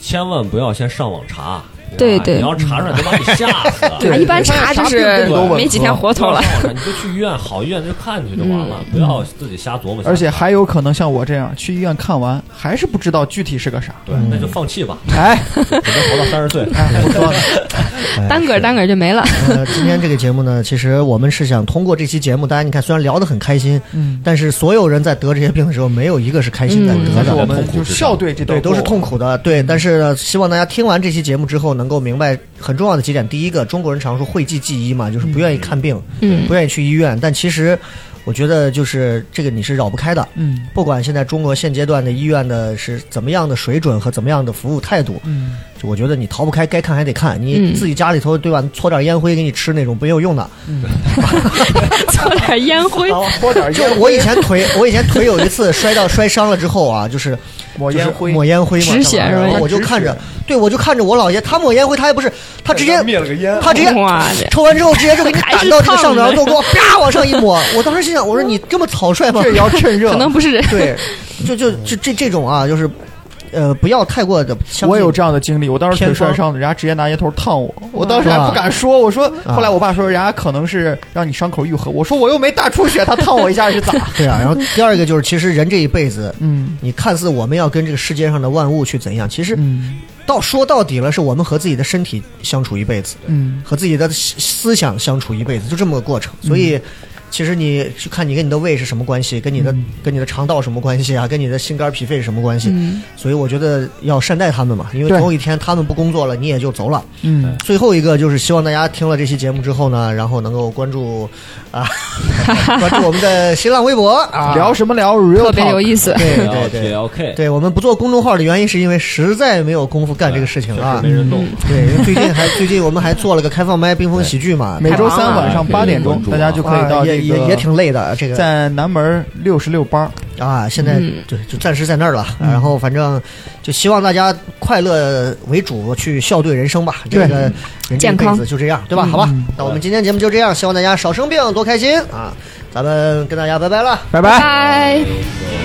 Speaker 7: 千万不要先上网查，
Speaker 6: 对
Speaker 7: 吧
Speaker 6: 对
Speaker 7: 你要查出来能把你吓 死的。
Speaker 6: 啊一般查就是没几天活头了
Speaker 7: 不。要上网查你就去医院好医院就看去就完了，
Speaker 4: 嗯
Speaker 7: 不要自己瞎琢磨。
Speaker 5: 而且还有可能像我这样去医院看完，还是不知道具体是个啥。
Speaker 7: 对，那就 放弃吧，
Speaker 5: 哎，
Speaker 7: 只能活到三十岁。
Speaker 4: 哎，不说了。哎
Speaker 6: 单个儿单个儿就没了，
Speaker 4: 呃，今天这个节目呢，其实我们是想通过这期节目，大家你看，虽然聊得很开心，
Speaker 5: 嗯，
Speaker 4: 但是所有人在得这些病的时候，没有一个是开心在
Speaker 6: 嗯
Speaker 4: 得
Speaker 5: 但是
Speaker 4: 的。
Speaker 5: 我们嗯就笑对这
Speaker 4: 对，都是痛
Speaker 5: 苦。
Speaker 4: 苦的，对。但是呢，希望大家听完这期节目之后，能够明白很重要的几点。第一个，中国人常说讳疾忌医嘛，就是不愿意看病，
Speaker 6: 嗯
Speaker 4: 不愿意去医院。但其实，我觉得就是这个你是绕不开的。
Speaker 5: 嗯
Speaker 4: 不管现在中国现阶段的医院的是怎么样的水准和怎么样的服务态度，
Speaker 5: 嗯，
Speaker 4: 就我觉得你逃不开，该看还得看。你
Speaker 6: 嗯
Speaker 4: 自己家里头对吧，搓点烟灰给你吃那种没有用的。
Speaker 6: 搓点烟灰，
Speaker 5: 泼点
Speaker 4: 就我以前腿，我以前腿有一次摔到摔伤了之后啊，就是
Speaker 5: 抹
Speaker 4: 就
Speaker 5: 烟
Speaker 4: 是
Speaker 5: 灰
Speaker 4: 抹烟灰嘛，
Speaker 6: 止血
Speaker 4: 然
Speaker 6: 是
Speaker 4: 后
Speaker 6: 吧
Speaker 4: 我就
Speaker 5: 止血
Speaker 4: 看着，对我就看着我姥爷，他抹烟灰，他也不是，他直接
Speaker 3: 灭了个烟，
Speaker 4: 他直接
Speaker 6: 哇这
Speaker 4: 抽完之后，直接就给你
Speaker 6: 还
Speaker 4: 打
Speaker 6: 是
Speaker 4: 到这个上面，
Speaker 6: 烫的
Speaker 4: 然后 给我啪往上一抹。我当时心想，我说你这么草率吗？
Speaker 5: 这也要趁热。
Speaker 6: 可能不是人。
Speaker 4: 对，就就就这这种啊，就是呃，不要太过的。
Speaker 5: 我有这样的经历，我当时腿
Speaker 4: 偏方
Speaker 5: 摔伤了，人家直接拿烟头烫我，我当时还
Speaker 4: 啊
Speaker 5: 不敢说。我说，
Speaker 4: 啊
Speaker 5: 后来我爸说，人家可能是让你伤口愈合。我说我又没大出血，他烫我一下是咋？
Speaker 4: 对啊。然后第二个就是，其实人这一辈子，
Speaker 5: 嗯
Speaker 4: 你看似我们要跟这个世界上的万物去怎样，其实
Speaker 5: 嗯
Speaker 4: 到说到底了，是我们和自己的身体相处一辈子。
Speaker 5: 嗯，
Speaker 4: 和自己的思思想相处一辈子，就这么个过程。所以，
Speaker 5: 嗯
Speaker 4: 其实你去看你跟你的胃是什么关系，跟你
Speaker 5: 嗯
Speaker 4: 的、跟你的肠道什么关系啊，跟你的心肝脾肺是什么关系。
Speaker 6: 嗯
Speaker 4: 所以我觉得要善待他们嘛，因为
Speaker 5: 对
Speaker 4: 总有一天他们不工作了，你也就走了。
Speaker 5: 嗯，
Speaker 4: 最后一个就是希望大家听了这期节目之后呢，然后能够关注 啊，关注我们的新浪微博啊，
Speaker 5: 聊什么聊？real
Speaker 6: 特别有
Speaker 5: talk
Speaker 6: 意思。
Speaker 4: 对对对
Speaker 7: L T
Speaker 4: 对。
Speaker 7: L K，
Speaker 4: 对我们不做公众号的原因，是因为实在没有功夫干这个事情啊
Speaker 7: 确实。没人动。
Speaker 4: 对，因为最近还最近我们还做了个开放麦冰封喜剧嘛，
Speaker 5: 每周三晚上
Speaker 7: 太忙了
Speaker 5: 八点钟
Speaker 7: 可以关，注
Speaker 5: 大家就可以到
Speaker 4: 啊啊也
Speaker 5: 这个
Speaker 4: 也也挺累的，这个
Speaker 5: 在南门六十六班。
Speaker 4: 啊，现在
Speaker 6: 嗯
Speaker 4: 对就暂时在那儿了。啊然
Speaker 5: 嗯
Speaker 4: 后反正就希望大家快乐为主，去笑对人生吧。这
Speaker 5: 对嗯
Speaker 4: 个人这一
Speaker 6: 健
Speaker 4: 辈
Speaker 6: 康
Speaker 4: 子就这样，对吧？好吧，那我们今天节目就这样，希望大家少生病，多开心啊！咱们跟大家拜拜了。
Speaker 5: 拜
Speaker 6: 拜
Speaker 5: 拜。
Speaker 6: 拜。
Speaker 7: 对